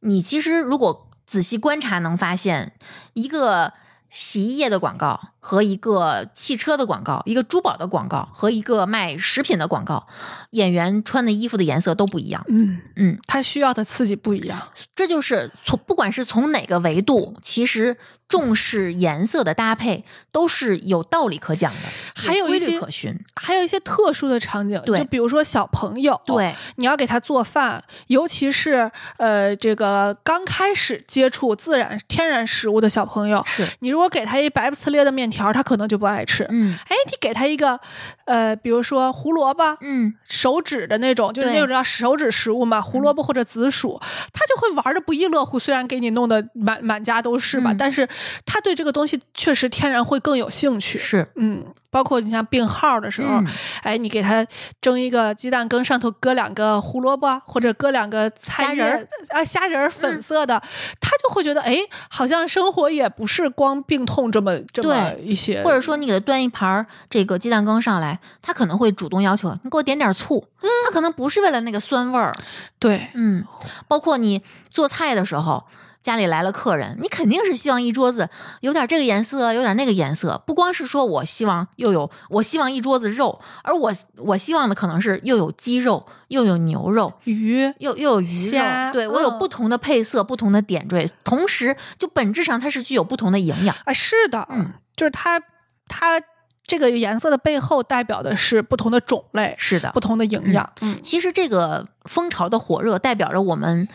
Speaker 1: 你其实如果仔细观察，能发现一个洗衣液的广告和一个汽车的广告，一个珠宝的广告和一个卖食品的广告，演员穿的衣服的颜色都不一样。
Speaker 3: 嗯
Speaker 1: 嗯，
Speaker 3: 它需要的刺激不一样。
Speaker 1: 这就是从不管是从哪个维度，其实重视颜色的搭配都是有道理可讲的，
Speaker 3: 还有
Speaker 1: 规
Speaker 3: 一
Speaker 1: 律
Speaker 3: 些
Speaker 1: 可循。
Speaker 3: 还有一些特殊的场景，
Speaker 1: 对
Speaker 3: 就比如说小朋友，，
Speaker 1: 对，
Speaker 3: 你要给他做饭，尤其是呃这个刚开始接触自然天然食物的小朋友，
Speaker 1: 是，
Speaker 3: 你如果给他一白不呲咧的面条，他可能就不爱吃。
Speaker 1: 嗯
Speaker 3: 哎，你给他一个，呃，比如说胡萝卜，
Speaker 1: 嗯，
Speaker 3: 手指的那种，就是
Speaker 1: 对嗯
Speaker 3: 那种叫手指食物嘛，胡萝卜或者紫薯，他就会玩的不亦乐乎。虽然给你弄得满满家都是吧，
Speaker 1: 嗯
Speaker 3: 但是他对这个东西确实天然会更有兴趣。
Speaker 1: 是，
Speaker 3: 嗯，包括你像病号的时候，
Speaker 1: 嗯
Speaker 3: 哎，你给他蒸一个鸡蛋羹，上头搁两个胡萝卜，或者搁两个菜
Speaker 1: 虾
Speaker 3: 叶
Speaker 1: 仁儿嗯
Speaker 3: 儿啊，虾仁儿粉色的，他就会觉得，哎，好像生活也不是光病痛这么这么
Speaker 1: 对
Speaker 3: 一些，
Speaker 1: 或者说你给他端一盘儿这个鸡蛋羹上来，他可能会主动要求你给我点点醋，
Speaker 3: 嗯
Speaker 1: 他可能不是为了那个酸味儿，
Speaker 3: 对，
Speaker 1: 嗯，包括你做菜的时候，家里来了客人，你肯定是希望一桌子有点这个颜色，有点那个颜色。不光是说我希望又有，我希望一桌子肉，而我我希望的可能是又有鸡肉，又有牛肉，
Speaker 3: 鱼
Speaker 1: 又又有鱼肉
Speaker 3: 虾。
Speaker 1: 对我有
Speaker 3: 嗯
Speaker 1: 不同的配色，不同的点缀，同时就本质上它是具有不同的营养。
Speaker 3: 哎，是的，
Speaker 1: 嗯
Speaker 3: 就是它它这个颜色的背后代表的是不同的种类、
Speaker 1: 是的
Speaker 3: 不，同的营养。嗯，
Speaker 1: 其实这个风潮的火热代表着我们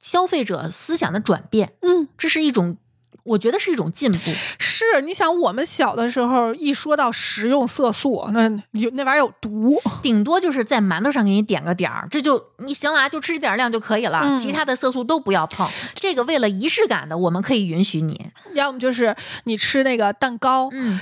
Speaker 1: 消费者思想的转变，
Speaker 3: 嗯，
Speaker 1: 这是一种，我觉得是一种进步。
Speaker 3: 是你想我们小的时候一说到食用色素，那有那玩意儿有毒，
Speaker 1: 顶多就是在馒头上给你点个点儿，这就你行了啊，就吃这点儿量就可以了，
Speaker 3: 嗯
Speaker 1: 其他的色素都不要碰。这个为了仪式感的，我们可以允许你。
Speaker 3: 要么就是你吃那个蛋糕，
Speaker 1: 嗯，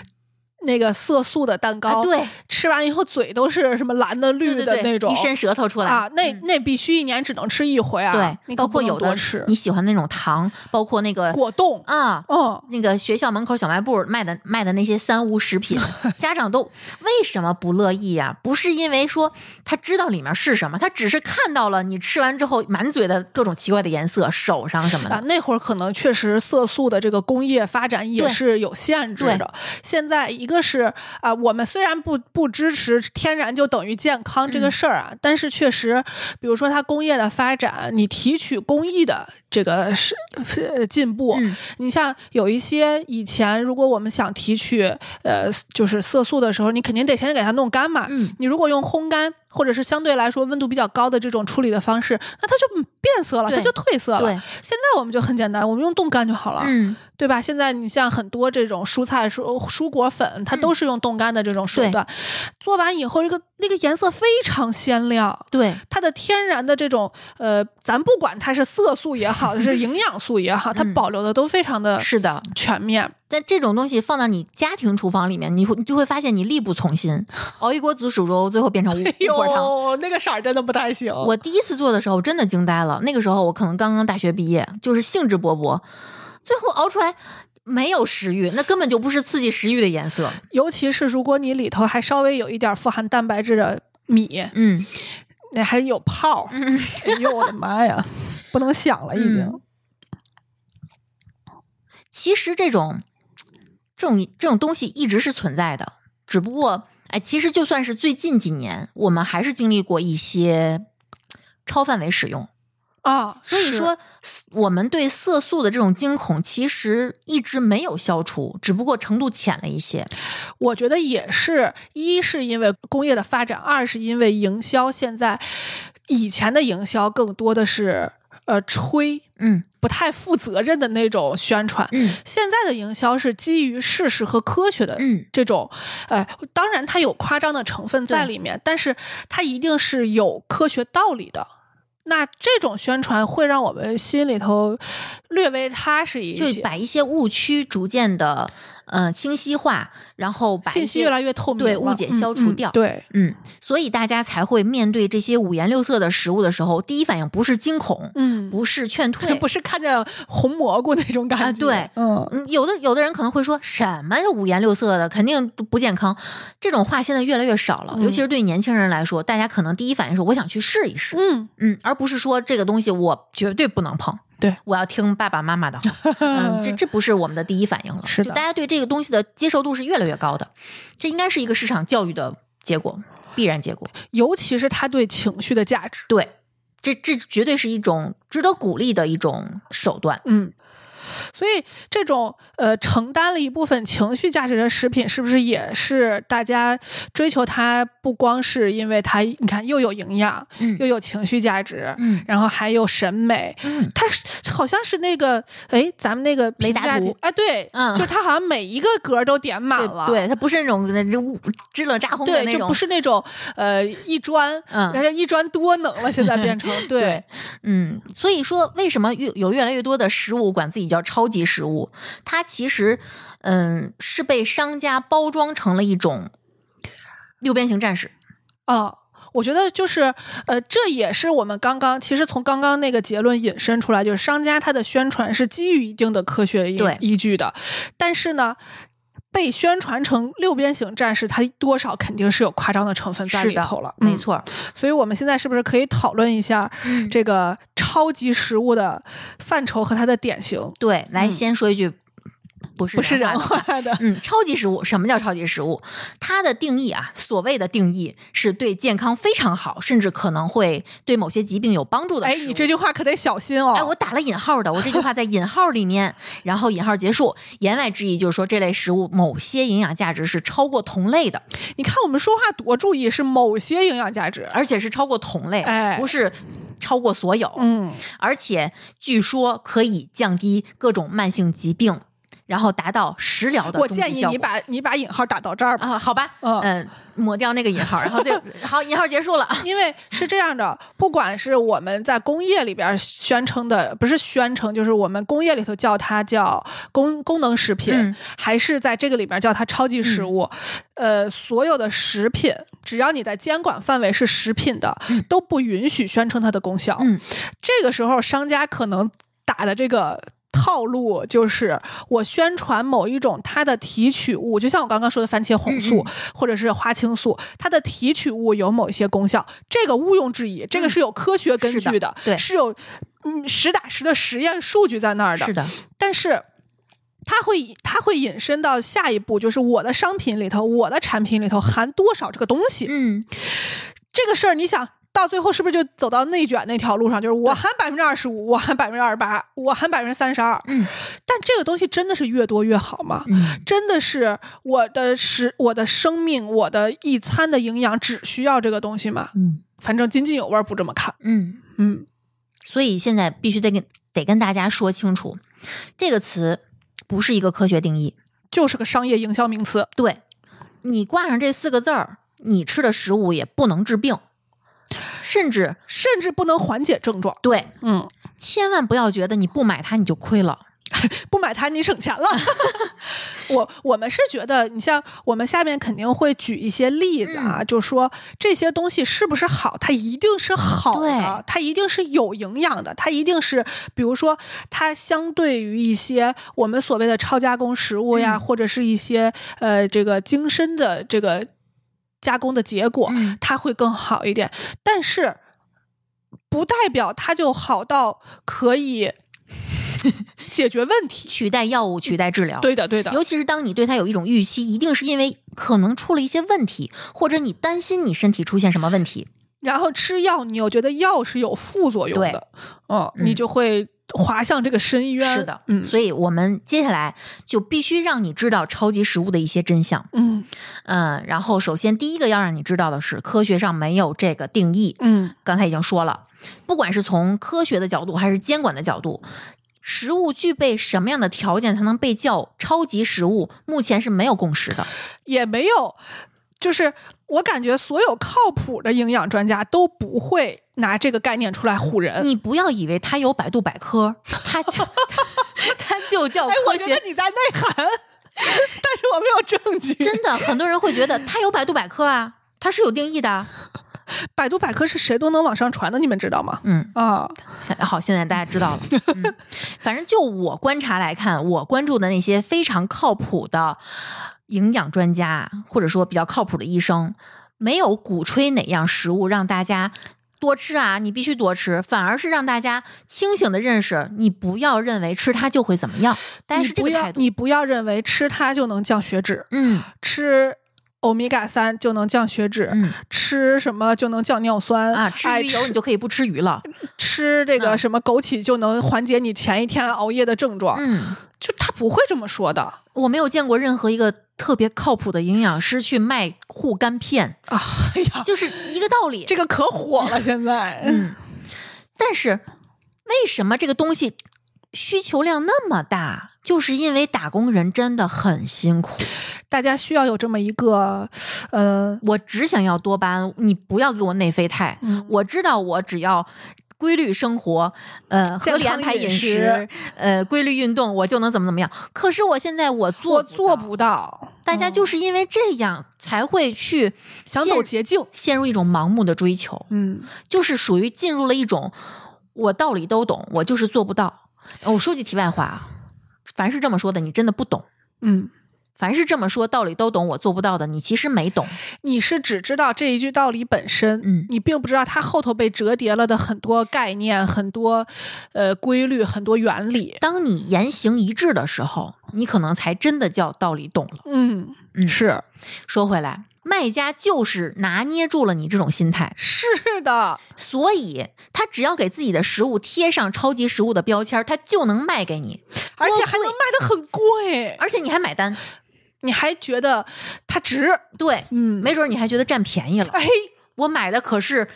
Speaker 3: 那个色素的蛋糕，
Speaker 1: 啊对，
Speaker 3: 吃完以后嘴都是什么蓝的、绿
Speaker 1: 嗯对
Speaker 3: 的
Speaker 1: 对对，
Speaker 3: 那种
Speaker 1: 一伸舌头出来
Speaker 3: 啊，那、
Speaker 1: 嗯
Speaker 3: 那必须一年只能吃一回啊，
Speaker 1: 对，
Speaker 3: 你
Speaker 1: 包
Speaker 3: 可
Speaker 1: 括
Speaker 3: 不能
Speaker 1: 有
Speaker 3: 多
Speaker 1: 的
Speaker 3: 吃
Speaker 1: 你喜欢那种糖，包括那个
Speaker 3: 果冻，
Speaker 1: 啊。
Speaker 3: 嗯，
Speaker 1: 那个学校门口小卖部卖的卖的那些三无食
Speaker 3: *laughs*
Speaker 1: 品，家长都为什么不乐意呀、不是因为说他知道里面是什么，他只是看到了你吃完之后满嘴的各种奇怪的颜色，手上什么的
Speaker 3: 啊，。那会儿可能确实色素的这个工业发展也
Speaker 1: 对
Speaker 3: 是有限制
Speaker 1: 对
Speaker 3: 的。现在一个是啊、我们虽然不不支持天然就等于健康这个
Speaker 1: 嗯
Speaker 3: 事儿啊，但是确实，比如说它工业的发展，你提取工艺的这个是呃进步，
Speaker 1: 嗯
Speaker 3: 你像有一些以前，如果我们想提取呃就是色素的时候，你肯定得先给它弄干嘛，
Speaker 1: 嗯，
Speaker 3: 你如果用烘干或者是相对来说温度比较高的这种处理的方式，那它就变色了，它
Speaker 1: 对
Speaker 3: 就褪色了。
Speaker 1: 对
Speaker 3: 现在我们就很简单，我们用冻干就好了，
Speaker 1: 嗯，
Speaker 3: 对吧？现在你像很多这种蔬菜、蔬蔬果粉，它都是用冻干的这种手段，做完以后，这个那个颜色非常鲜亮。
Speaker 1: 对，
Speaker 3: 它的天然的这种呃，咱不管它是色素也好，是营养素
Speaker 1: *laughs*
Speaker 3: 也好，它
Speaker 1: 嗯
Speaker 3: 保留的都非常的
Speaker 1: 是的。
Speaker 3: 全面。
Speaker 1: 但这种东西放到你家庭厨房里面，你会你就会发现你力不从 *laughs* 心，熬一锅紫薯粥，最后变成五
Speaker 3: 哎
Speaker 1: 五果汤。，
Speaker 3: 那个色儿真的不太行。
Speaker 1: 我第一次做的时候，我真的惊呆了。那个时候我可能刚刚大学毕业，就是兴致勃勃，最后熬出来没有食欲，那根本就不是刺激食欲的颜色。
Speaker 3: 尤其是如果你里头还稍微有一点富含蛋白质的米，
Speaker 1: 嗯，
Speaker 3: 那还有泡儿，
Speaker 1: 嗯
Speaker 3: 哎呦我的妈呀，不能想了已经。
Speaker 1: 嗯其实这种这种这种东西一直是存在的，只不过哎，其实就算是最近几年，我们还是经历过一些超范围使用。
Speaker 3: 啊，
Speaker 1: 嗯哦所以
Speaker 3: 是
Speaker 1: 说，色我们对色素的这种惊恐其实一直没有消除，只不过程度浅了一些。
Speaker 3: 我觉得也是，一是因为工业的发展，二是因为营销现在以前的营销更多的是呃吹。
Speaker 1: 嗯
Speaker 3: 不太负责任的那种宣
Speaker 1: *sniffs*
Speaker 3: 传，
Speaker 1: 嗯
Speaker 3: 现在的营销是基于事实和科学的
Speaker 1: 嗯，
Speaker 3: 这种，呃，当然它有夸张的成分在
Speaker 1: 对
Speaker 3: 里面，但是它一定是有科学道理的。那这种宣传会让我们心里头略微踏实一
Speaker 1: 就
Speaker 3: 些，
Speaker 1: 把一些误区逐渐的呃清晰化，然后把
Speaker 3: 信
Speaker 1: 一
Speaker 3: 息
Speaker 1: 些
Speaker 3: 越来越透明了，
Speaker 1: 对误解
Speaker 3: 嗯
Speaker 1: 消除
Speaker 3: 嗯
Speaker 1: 掉
Speaker 3: 对，
Speaker 1: 嗯，所以大家才会面对这些五颜六色的食物的时候，第一反应不是惊恐，
Speaker 3: 嗯，
Speaker 1: 不是劝退，
Speaker 3: 不是看见红蘑菇那种感觉，
Speaker 1: 对
Speaker 3: 嗯，
Speaker 1: 嗯，有的有的人可能会说什么五颜六色的，肯定不不健康。这种话现在越来越少了，
Speaker 3: 嗯
Speaker 1: 尤其是对年轻人来说，大家可能第一反应是我想去试一试，
Speaker 3: *laughs* 嗯，
Speaker 1: 嗯，而不是说这个东西我绝对不能碰，
Speaker 3: 对
Speaker 1: 我要听爸爸妈妈的
Speaker 3: *laughs*
Speaker 1: 话，嗯，这这不是我们的第一反应了，
Speaker 3: 是的
Speaker 1: 就大家对这个东西的接受度是越来越高的，这应该是一个市场教育的结果，必然结果，
Speaker 3: 尤其是他对情绪的价值，
Speaker 1: 对，这这绝对是一种值得鼓励的一种手段，
Speaker 3: 嗯，所以这种呃承担了一部分情绪价值的食品，是不是也是大家追求它？不光是因为它，你看又有营养，
Speaker 1: 嗯
Speaker 3: 又有情绪价值，
Speaker 1: 嗯
Speaker 3: 然后还有审美。
Speaker 1: 嗯，
Speaker 3: 它是好像是那个，哎，咱们那个
Speaker 1: 雷
Speaker 3: 评
Speaker 1: 达
Speaker 3: 价
Speaker 1: 图
Speaker 3: 题哎，对，
Speaker 1: 嗯
Speaker 3: 就是它好像每一个格都点满
Speaker 1: 对
Speaker 3: 了，
Speaker 1: 对，它不是那种呃支棱扎轰的那
Speaker 3: 对，
Speaker 1: 种，
Speaker 3: 就不是那种呃一砖，
Speaker 1: 嗯
Speaker 3: 人家一砖多能了，现
Speaker 1: *laughs*
Speaker 3: 在变成对
Speaker 1: 对，嗯，所以说为什么越有越来越多的食物管自己叫超级食物？它其实，嗯，是被商家包装成了一种六边形战士。
Speaker 3: 啊，我觉得就是，呃，这也是我们刚刚其实从刚刚那个结论引申出来，就是商家他的宣传是基于一定的科学依
Speaker 1: 对
Speaker 3: 依据的，但是呢，被宣传成六边形战士，它多少肯定嗯是有夸张的成分在
Speaker 1: 是
Speaker 3: 里
Speaker 1: 的
Speaker 3: 头了，
Speaker 1: 没
Speaker 3: 嗯
Speaker 1: 错儿，
Speaker 3: 所以我们现在是不是可以讨论一下
Speaker 1: 嗯
Speaker 3: 这个超超级食物的范畴和它的典型，
Speaker 1: 对，来
Speaker 4: 嗯
Speaker 1: 先说一句，不是
Speaker 3: 不是人
Speaker 1: 话
Speaker 3: *laughs*
Speaker 1: 的 *laughs*
Speaker 3: 化的。
Speaker 1: 嗯，超级食物，什么叫超级食物？它的定义啊，所谓的定义是对健康非常好，甚至可能会对某些疾病有帮助的
Speaker 3: 哎，
Speaker 1: 食物
Speaker 3: 你这句话可得小心哦。
Speaker 1: 哎，我打了引号的，我这句话在引号里
Speaker 3: *laughs*
Speaker 1: 面，然后引号结束，言外之意就是说这类食物某些营养价值是超过同类的，
Speaker 3: 你看我们说话多注意，是某些营养价值。
Speaker 1: 而且是超过同类，
Speaker 3: 哎
Speaker 1: 不是超过所有，
Speaker 3: 嗯，
Speaker 1: 而且据说可以降低各种慢性疾病，然后达到食疗的
Speaker 3: 我
Speaker 1: 终极
Speaker 3: 建议
Speaker 1: 效
Speaker 3: 你
Speaker 1: 果
Speaker 3: 把你把引号打到这儿吧。
Speaker 1: 啊，好吧，
Speaker 3: 嗯
Speaker 1: 嗯，抹掉那个引号，然
Speaker 3: *laughs*
Speaker 1: 后再好，引号结束了。
Speaker 3: 因为是这样的，不管是我们在工业里边宣称的，不是宣称，就是我们工业里头叫它叫功功能食品，
Speaker 1: 嗯
Speaker 3: 还是在这个里边叫它超级食物，呃，所有的食品，只要你在监管范围是食品的，都不允许宣称它的功效。
Speaker 1: 嗯
Speaker 3: 这个时候，商家可能打的这个。套路就是我宣传某一种它的提取物，就像我刚刚说的番茄红素，
Speaker 1: 嗯
Speaker 3: 或者是花青素，它的提取物有某一些功效，这个毋庸置疑，这个是有科学根据
Speaker 1: 嗯是
Speaker 3: 的
Speaker 1: 的，对
Speaker 3: 是有嗯实打实的实验数据在那儿的。
Speaker 1: 是的，
Speaker 3: 但是它会它会引申到下一步，就是我的商品里头，我的产品里头含多少这个东西，
Speaker 1: 嗯，
Speaker 3: 这个事儿，你想。到最后是不是就走到内卷那条路上？就是我含百分之二十五，我含百分之二十八，我含百分之三十二。
Speaker 1: 嗯，
Speaker 3: 但这个东西真的是越多越好吗？
Speaker 1: 嗯
Speaker 3: 真的是我的食、我的生命、我的一餐的营养只需要这个东西吗？
Speaker 1: 嗯
Speaker 3: 反正津津有味儿，不这么看。
Speaker 1: 嗯，
Speaker 3: 嗯，
Speaker 1: 所以现在必须得跟得跟大家说清楚，这个词不是一个科学定义。
Speaker 3: 就是个商业营销名词。
Speaker 1: 对你挂上这四个字儿，你吃的食物也不能治病，甚至
Speaker 3: 甚至不能缓解症状，
Speaker 1: 对，
Speaker 3: 嗯，
Speaker 1: 千万不要觉得你不买它你就亏了。
Speaker 3: 不买它你省钱了。 *laughs* 我我们是觉得，你像我们下面肯定会举一些例子
Speaker 1: 嗯
Speaker 3: 啊，就说这些东西是不是好，它一定是好的
Speaker 1: 嗯对，
Speaker 3: 它一定是有营养的，它一定是，比如说它相对于一些我们所谓的超加工食物呀，
Speaker 1: 嗯
Speaker 3: 或者是一些呃这个精深的这个加工的结果，
Speaker 1: 嗯
Speaker 3: 它会更好一点，但是不代表它就好到可以解决问题。
Speaker 1: 取代药物，取代治疗。
Speaker 3: 对的，对的，
Speaker 1: 尤其是当你对它有一种预期，一定是因为可能出了一些问题，或者你担心你身体出现什么问题。
Speaker 3: 然后吃药，你又觉得药是有副作用的，嗯，
Speaker 1: 嗯
Speaker 3: 你就会滑向这个深渊。
Speaker 1: 是的，
Speaker 3: 嗯，
Speaker 1: 所以我们接下来就必须让你知道超级食物的一些真相。
Speaker 3: 嗯
Speaker 1: 嗯，然后首先第一个要让你知道的是，科学上没有这个定义。
Speaker 3: 嗯
Speaker 1: 刚才已经说了，不管是从科学的角度还是监管的角度，食物具备什么样的条件才能被叫超级食物，目前是没有共识的。
Speaker 3: 也没有，就是我感觉所有靠谱的营养专家都不会拿这个概念出来唬人。
Speaker 1: 你不要以为它有百度百科，它
Speaker 3: *laughs*
Speaker 1: 就它就叫
Speaker 3: 哎，
Speaker 1: 科
Speaker 3: 我觉
Speaker 1: 学。
Speaker 3: 得你在内涵， *laughs* 但是我没有证据。
Speaker 1: 真的，很多人会觉得它有百度百科啊，它是有定义的啊。
Speaker 3: 百度百科是谁都能往上传的，你们知道吗？
Speaker 1: 嗯，
Speaker 3: 啊，
Speaker 1: 现好，现在大家知道
Speaker 3: *laughs*
Speaker 1: 了。嗯，反正就我观察来看，我关注的那些非常靠谱的营养专家，或者说比较靠谱的医生，没有鼓吹哪样食物让大家。多吃啊，你必须多吃，反而是让大家清醒的认识，你不要认为吃它就会怎么样，大家
Speaker 3: 你
Speaker 1: 是这
Speaker 3: 不
Speaker 1: 个
Speaker 3: 要
Speaker 1: 态度。
Speaker 3: 你不要认为吃它就能降血脂，
Speaker 1: 嗯
Speaker 3: 吃欧米伽三就能降血脂，
Speaker 1: 嗯
Speaker 3: 吃什么就能降尿酸
Speaker 1: 啊，吃
Speaker 3: 哎
Speaker 1: 鱼油你就可以不吃鱼了。
Speaker 3: *laughs* 吃这个
Speaker 1: 嗯
Speaker 3: 什么枸杞就能缓解你前一天熬夜的症状，
Speaker 1: 嗯，啊
Speaker 3: 就他不会这么说的
Speaker 1: 我没有见过任何一个特别靠谱的营养师去卖护肝片，
Speaker 3: 啊！哎呀，
Speaker 1: 就是一个道理。
Speaker 3: *laughs* 这个可火了，现在，
Speaker 1: 嗯，但是为什么这个东西需求量那么大？就是因为打工人真的很辛苦。
Speaker 3: 大家需要有这么一个，呃，
Speaker 1: 我只想要多巴胺，你不要给我内啡肽。
Speaker 3: 嗯
Speaker 1: 我知道，我只要规律生活，呃，
Speaker 3: 健
Speaker 1: 合理
Speaker 3: 康
Speaker 1: 安排
Speaker 3: 饮
Speaker 1: 饮
Speaker 3: 食
Speaker 1: 食，呃，规律运动，我就能怎么怎么样。可是我现在我做
Speaker 3: 我做
Speaker 1: 到
Speaker 3: 不到，嗯
Speaker 1: 大家就是因为这样才会去
Speaker 3: 想
Speaker 1: 陷
Speaker 3: 走捷径，
Speaker 1: 陷入一种盲目的追求，
Speaker 3: 嗯，
Speaker 1: 就是属于进入了一种我道理都懂，我就是做不到。呃我说句题外话啊，凡是这么说的，你真的不懂。
Speaker 3: 嗯，
Speaker 1: 凡是这么说道理都懂，我做不到的，你其实没懂。
Speaker 3: 你是只知道这一句道理本身，
Speaker 1: 嗯
Speaker 3: 你并不知道它后头被折叠了的很多概念、很多呃规律、很多原理。
Speaker 1: 当你言行一致的时候，你可能才真的叫道理懂了。
Speaker 3: 嗯，
Speaker 1: 嗯
Speaker 3: 是
Speaker 1: 说回来，卖家就是拿捏住了你这种心态，
Speaker 3: 是的，
Speaker 1: 所以他只要给自己的食物贴上超级食物的标签儿，他就能卖给你，
Speaker 3: 而且还能卖的很贵，
Speaker 1: 而且你还买单。
Speaker 3: 你还觉得它值。
Speaker 1: 对，
Speaker 3: 嗯
Speaker 1: 没准儿你还觉得占便宜了。
Speaker 3: 哎，
Speaker 1: 我买的可是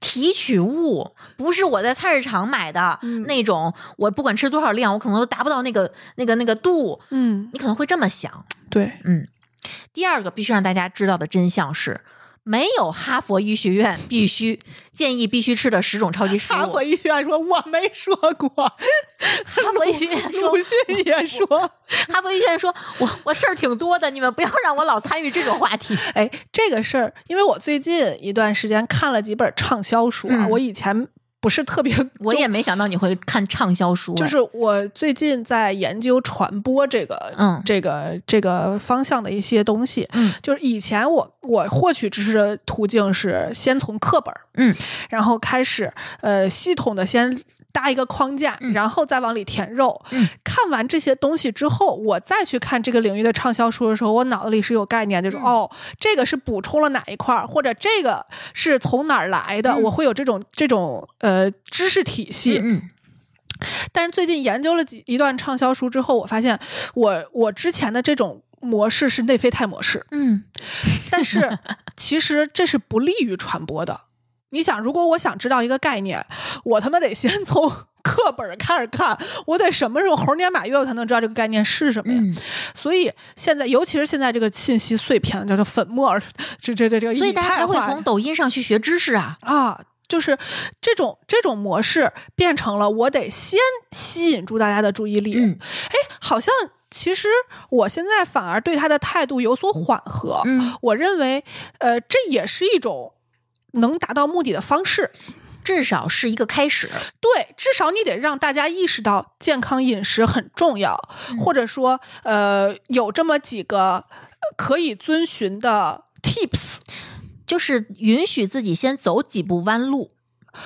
Speaker 1: 提取物，不是我在菜市场买的、
Speaker 3: 嗯
Speaker 1: 那种。我不管吃多少量，我可能都达不到那个那个那个度。
Speaker 3: 嗯，
Speaker 1: 你可能会这么想。
Speaker 3: 对，
Speaker 1: 第二个必须让大家知道的真相是，没有哈佛医学院必须建议必须吃的十种超级食物。
Speaker 3: 哈佛医学院说我没说过，哈
Speaker 1: 佛医学院说
Speaker 3: 鲁迅也说。
Speaker 1: 哈佛医学院说，我我事儿挺多的，你们不要让我老参与这种话
Speaker 3: *laughs*
Speaker 1: 题。
Speaker 3: 哎，这个事儿，因为我最近一段时间看了几本畅销书啊，
Speaker 1: 嗯
Speaker 3: 我以前不是特别，
Speaker 1: 我也没想到你会看畅销书，
Speaker 3: 就
Speaker 1: 哎
Speaker 3: 是我最近在研究传播这个，
Speaker 1: 嗯
Speaker 3: 这个这个方向的一些东西。
Speaker 1: 嗯，
Speaker 3: 就是以前我我获取知识的途径是先从课本，
Speaker 1: 嗯，
Speaker 3: 然后开始呃系统的先。搭一个框架，
Speaker 1: 嗯
Speaker 3: 然后再往里填肉。
Speaker 1: 嗯
Speaker 3: 看完这些东西之后，我再去看这个领域的畅销书的时候，我脑子里是有概念，就是、
Speaker 1: 嗯
Speaker 3: 哦，这个是补充了哪一块儿，或者这个是从哪儿来的，
Speaker 1: 嗯
Speaker 3: 我会有这种这种呃知识体系。
Speaker 1: 嗯嗯
Speaker 3: 但是最近研究了几一段畅销书之后，我发现我我之前的这种模式是内啡肽模式，
Speaker 1: 嗯，*laughs*
Speaker 3: 但是其实这是不利于传播的。你想，如果我想知道一个概念，我他妈得先从课本儿开始看，我得什么时候猴年马月我才能知道这个概念是什么呀？
Speaker 1: 嗯
Speaker 3: 所以现在，尤其是现在这个信息碎片，就是粉末，这这这这个
Speaker 1: 所以
Speaker 3: 以
Speaker 1: 大家
Speaker 3: 太
Speaker 1: 才会
Speaker 3: 化
Speaker 1: 从抖音上去学知识啊。
Speaker 3: 啊，就是这种这种模式变成了我得先吸引住大家的注意力。
Speaker 1: 嗯
Speaker 3: 哎，好像其实我现在反而对他的态度有所缓和。
Speaker 1: 嗯，
Speaker 3: 我认为，呃，这也是一种能达到目的的方式。
Speaker 1: 至少是一个开始。
Speaker 3: 对，至少你得让大家意识到健康饮食很重要，
Speaker 1: 嗯
Speaker 3: 或者说，呃，有这么几个呃可以遵循的 tips，
Speaker 1: 就是允许自己先走几步弯路。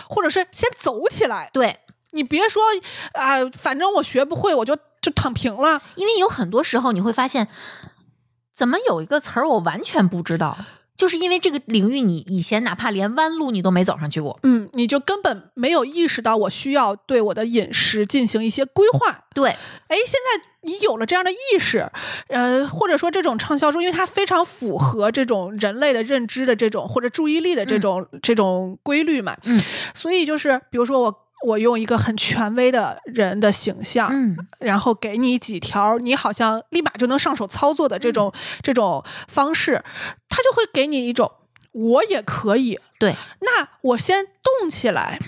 Speaker 3: 或者是先走起来。
Speaker 1: 对，
Speaker 3: 你别说啊、反正我学不会，我就就躺平了。
Speaker 1: 因为有很多时候你会发现，怎么有一个词儿我完全不知道，就是因为这个领域你以前哪怕连弯路你都没走上去过。
Speaker 3: 嗯，你就根本没有意识到我需要对我的饮食进行一些规划。
Speaker 1: 对，
Speaker 3: 哎，现在你有了这样的意识，呃，或者说这种畅销书，因为它非常符合这种人类的认知的这种或者注意力的这种、这种规律嘛。
Speaker 1: 嗯，
Speaker 3: 所以就是比如说我。我用一个很权威的人的形象，
Speaker 1: 嗯
Speaker 3: 然后给你几条你好像立马就能上手操作的这种、这种方式，他就会给你一种我也可以，
Speaker 1: 对，
Speaker 3: 那我先动起来。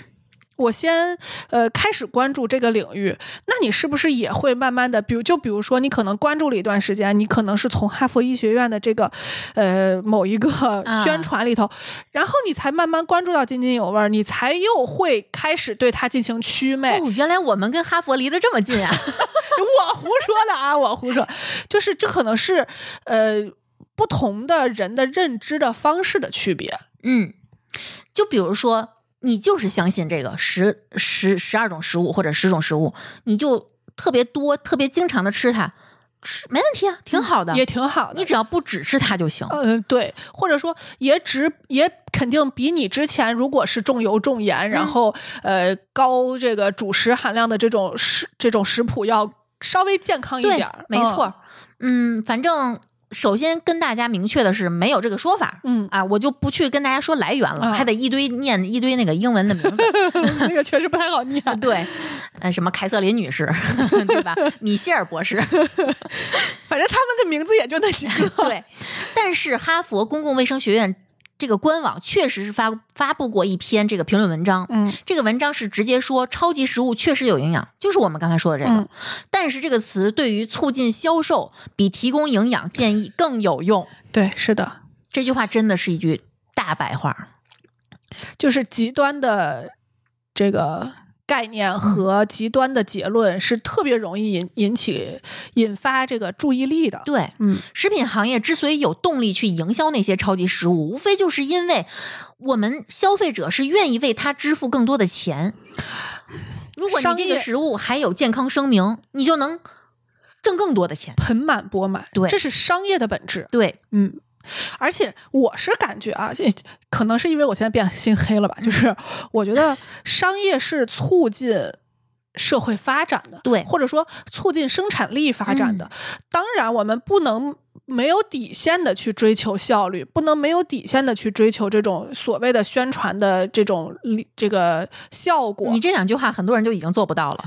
Speaker 3: 我先呃开始关注这个领域，那你是不是也会慢慢的，比如就比如说你可能关注了一段时间，你可能是从哈佛医学院的这个呃某一个
Speaker 1: 啊
Speaker 3: 宣传里头，然后你才慢慢关注到津津有味儿，你才又会开始对它进行祛魅，
Speaker 1: 哦，原来我们跟哈佛离得这么近啊！
Speaker 3: *laughs* 我胡说的啊，我胡说，就是这可能是呃不同的人的认知的方式的区别。
Speaker 1: *laughs* 嗯，就比如说，你就是相信这个十十十二种食物或者十种食物，你就特别多、特别经常的吃它，吃没问题啊，挺好的。
Speaker 3: 也挺好的。
Speaker 1: 你只要不只吃它就行。
Speaker 3: 嗯，对，或者说也只也肯定比你之前如果是重油重盐，
Speaker 1: 嗯
Speaker 3: 然后呃高这个主食含量的这种食这种食谱要稍微健康一
Speaker 1: 对
Speaker 3: 点儿，
Speaker 1: 没错儿。嗯，反正首先跟大家明确的是，没有这个说法。
Speaker 3: 嗯。
Speaker 1: 啊，我就不去跟大家说来源了，
Speaker 3: 啊
Speaker 1: 还得一堆念一堆那个英文的名
Speaker 3: *laughs*
Speaker 1: 字，
Speaker 3: 嗯，这个确实不太好念。
Speaker 1: 对，呃，什么凯瑟琳女士， *laughs* 对吧？米歇尔博士，
Speaker 3: 反正他们的名字也就那几个。
Speaker 1: 对。但是哈佛公共卫生学院这个官网确实是发发布过一篇这个评论文章，
Speaker 3: 嗯，
Speaker 1: 这个文章是直接说超级食物确实有营养，就是我们刚才说的这个。
Speaker 3: 嗯
Speaker 1: 但是这个词对于促进销售比提供营养建议更有用。
Speaker 3: 对，是的，
Speaker 1: 这句话真的是一句大白话。
Speaker 3: 就是极端的这个概
Speaker 1: 嗯
Speaker 3: 念和极端的结论是特别容易引引起引发这个注意力的。
Speaker 1: 对，
Speaker 3: 嗯，
Speaker 1: 食品行业之所以有动力去营销那些超级食物，无非就是因为我们消费者是愿意为它支付更多的钱。如果你
Speaker 3: 商
Speaker 1: 这个
Speaker 3: 业
Speaker 1: 食物还有健康声明，你就能挣更多的钱。
Speaker 3: 盆满钵满，
Speaker 1: 对
Speaker 3: 这是商业的本质。
Speaker 1: 对，
Speaker 3: 嗯，而且我是感觉啊，这可能是因为我现在变心黑了吧，
Speaker 1: 嗯
Speaker 3: 就是我觉得商业是促进。社会发展的，
Speaker 1: 对嗯
Speaker 3: 或者说促进生产力发展的。当然，我们不能没有底线的去追求效率，不能没有底线的去追求这种所谓的宣传的这种力这个效果。
Speaker 1: 你这两句话，很多人就已经做不到了。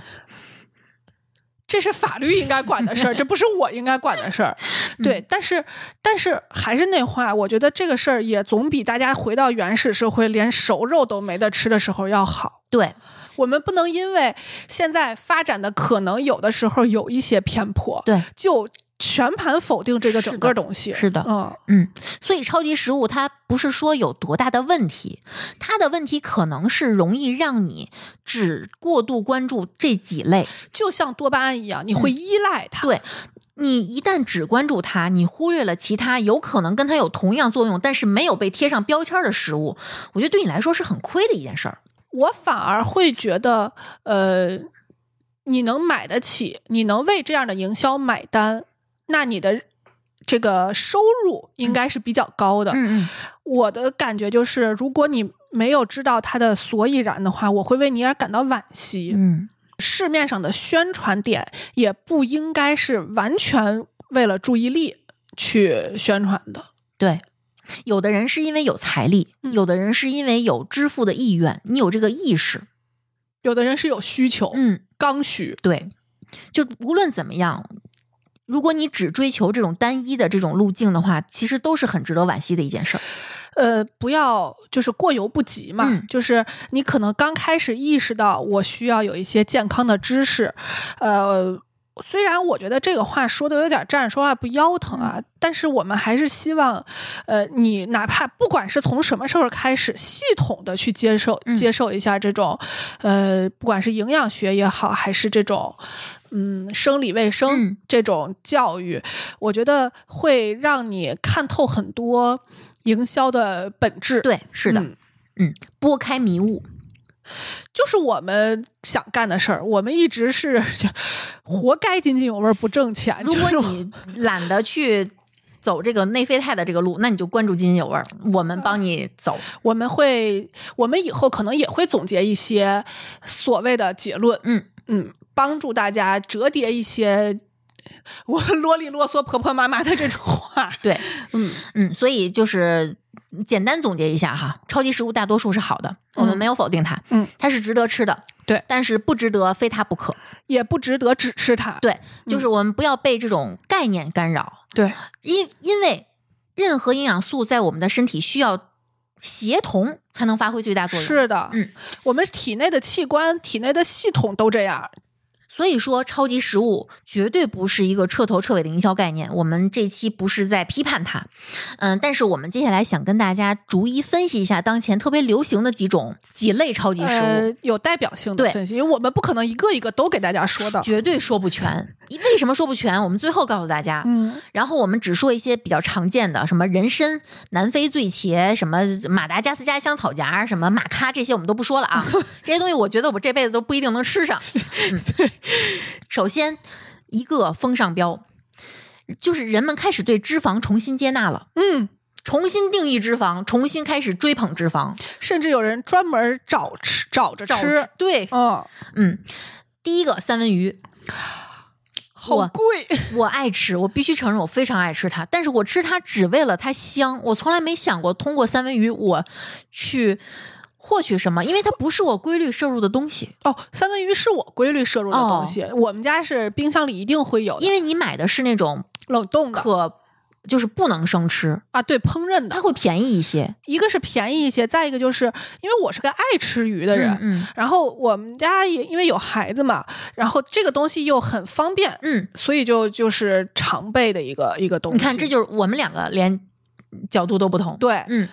Speaker 3: 这是法律应该管的事儿，这不是我应该管的事儿。 *laughs* 嗯对，但是但是还是那话，我觉得这个事儿也总比大家回到原始社会连熟肉都没得吃的时候要好。
Speaker 1: 对，
Speaker 3: 我们不能因为现在发展的可能有的时候有一些偏颇，
Speaker 1: 对，
Speaker 3: 就全盘否定这个整个东西。
Speaker 1: 是的
Speaker 3: 嗯，
Speaker 1: 嗯，所以超级食物它不是说有多大的问题，它的问题可能是容易让你只过度关注这几类。
Speaker 3: 就像多巴胺一样，你会依赖它。
Speaker 1: 对，你一旦只关注它，你忽略了其他有可能跟它有同样作用，但是没有被贴上标签的食物，我觉得对你来说是很亏的一件事儿。
Speaker 3: 我反而会觉得，呃，你能买得起，你能为这样的营销买单，那你的这个收入应该是比较高的。
Speaker 1: 嗯
Speaker 3: 我的感觉就是，如果你没有知道它的所以然的话，我会为你而感到惋惜。
Speaker 1: 嗯
Speaker 3: 市面上的宣传点也不应该是完全为了注意力去宣传的。
Speaker 1: 对。有的人是因为有财力，
Speaker 3: 嗯
Speaker 1: 有的人是因为有支付的意愿，你有这个意识，
Speaker 3: 有的人是有需求，
Speaker 1: 嗯，
Speaker 3: 刚需，
Speaker 1: 对，就无论怎么样，如果你只追求这种单一的这种路径的话，其实都是很值得惋惜的一件事儿。
Speaker 3: 呃，不要就是过犹不及嘛。
Speaker 1: 嗯
Speaker 3: 就是你可能刚开始意识到我需要有一些健康的知识，呃，虽然我觉得这个话说的有点站着说话不腰
Speaker 1: 嗯
Speaker 3: 疼啊，但是我们还是希望，呃，你哪怕不管是从什么时候开始，系统的去接受
Speaker 1: 嗯
Speaker 3: 接受一下这种，呃，不管是营养学也好，还是这种。嗯，生理卫生
Speaker 1: 嗯
Speaker 3: 这种教育，我觉得会让你看透很多营销的本质。，
Speaker 1: 对，是的，
Speaker 3: 嗯
Speaker 1: 拨开迷雾，
Speaker 3: 就是我们想干的事儿。我们一直是 *laughs* 就活该津津有味儿不挣钱。
Speaker 1: 如果
Speaker 3: *laughs* 就是
Speaker 1: 你懒得去。走这个内啡肽的这个路，那你就关注津津有味儿，我们帮你走。
Speaker 3: 我们会，我们以后可能也会总结一些所谓的结论，
Speaker 1: 嗯
Speaker 3: 嗯，帮助大家折叠一些我 *laughs* 啰里啰嗦、婆婆妈妈的这种话。
Speaker 1: *laughs* 对，
Speaker 3: 嗯，
Speaker 1: 嗯，所以就是简单总结一下哈，超级食物大多数是好的，我们
Speaker 3: 嗯
Speaker 1: 没有否定它，
Speaker 3: 嗯，
Speaker 1: 它是值得吃的，
Speaker 3: 对
Speaker 1: 但是不值得非它不可。
Speaker 3: 也不值得只吃它。
Speaker 1: 对，就是我们不要被这种概念干扰，
Speaker 3: 对，
Speaker 1: 因因为任何营养素在我们的身体需要协同才能发挥最大作用。，
Speaker 3: 是的，
Speaker 1: 嗯，
Speaker 3: 我们体内的器官、体内的系统都这样。
Speaker 1: 所以说超级食物绝对不是一个彻头彻尾的营销概念。我们这期不是在批判它，嗯，但是我们接下来想跟大家逐一分析一下当前特别流行的几种几类超级食物。
Speaker 3: 呃，有代表性的
Speaker 1: 对
Speaker 3: 分析，因为我们不可能一个一个都给大家说的。
Speaker 1: 绝对说不全，为什么说不全？我们最后告诉大家，
Speaker 3: 嗯，
Speaker 1: 然后我们只说一些比较常见的，什么人参、南非醉茄、什么马达加斯加香草荚、什么玛咖，这些我们都不说了啊。这些东西我觉得我这辈子都不一定能吃上。嗯、首先，一个风尚标，就是人们开始对脂肪重新接纳了，
Speaker 3: 嗯，
Speaker 1: 重新定义脂肪，重新开始追捧脂肪，
Speaker 3: 甚至有人专门找吃，找着
Speaker 1: 找
Speaker 3: 吃。
Speaker 1: 对，
Speaker 3: 嗯，
Speaker 1: 嗯，第一个三文鱼，
Speaker 3: 好
Speaker 1: 我
Speaker 3: 贵。
Speaker 1: 我爱吃，我必须承认，我非常爱吃它。但是我吃它只为了它香，我从来没想过通过三文鱼我去获取什么，因为它不是我规律摄入的东西。
Speaker 3: 哦，三文鱼是我规律摄入的东西，我们家是冰箱里一定会有的，
Speaker 1: 哦因为你买的是那种
Speaker 3: 冷冻的
Speaker 1: 可就是不能生吃，
Speaker 3: 啊，对，烹饪
Speaker 1: 它
Speaker 3: 的，
Speaker 1: 会便宜一些。
Speaker 3: 一个是便宜一些，再一个就是因为我是个啊爱吃鱼的人。
Speaker 1: 嗯嗯
Speaker 3: 然后我们家也因为有孩子嘛，然后这个东西又很方便，
Speaker 1: 嗯，
Speaker 3: 所以就就是常备的一个一个东西。
Speaker 1: 你看，这就是我们两个连角度都不同。
Speaker 3: 对，
Speaker 1: 嗯，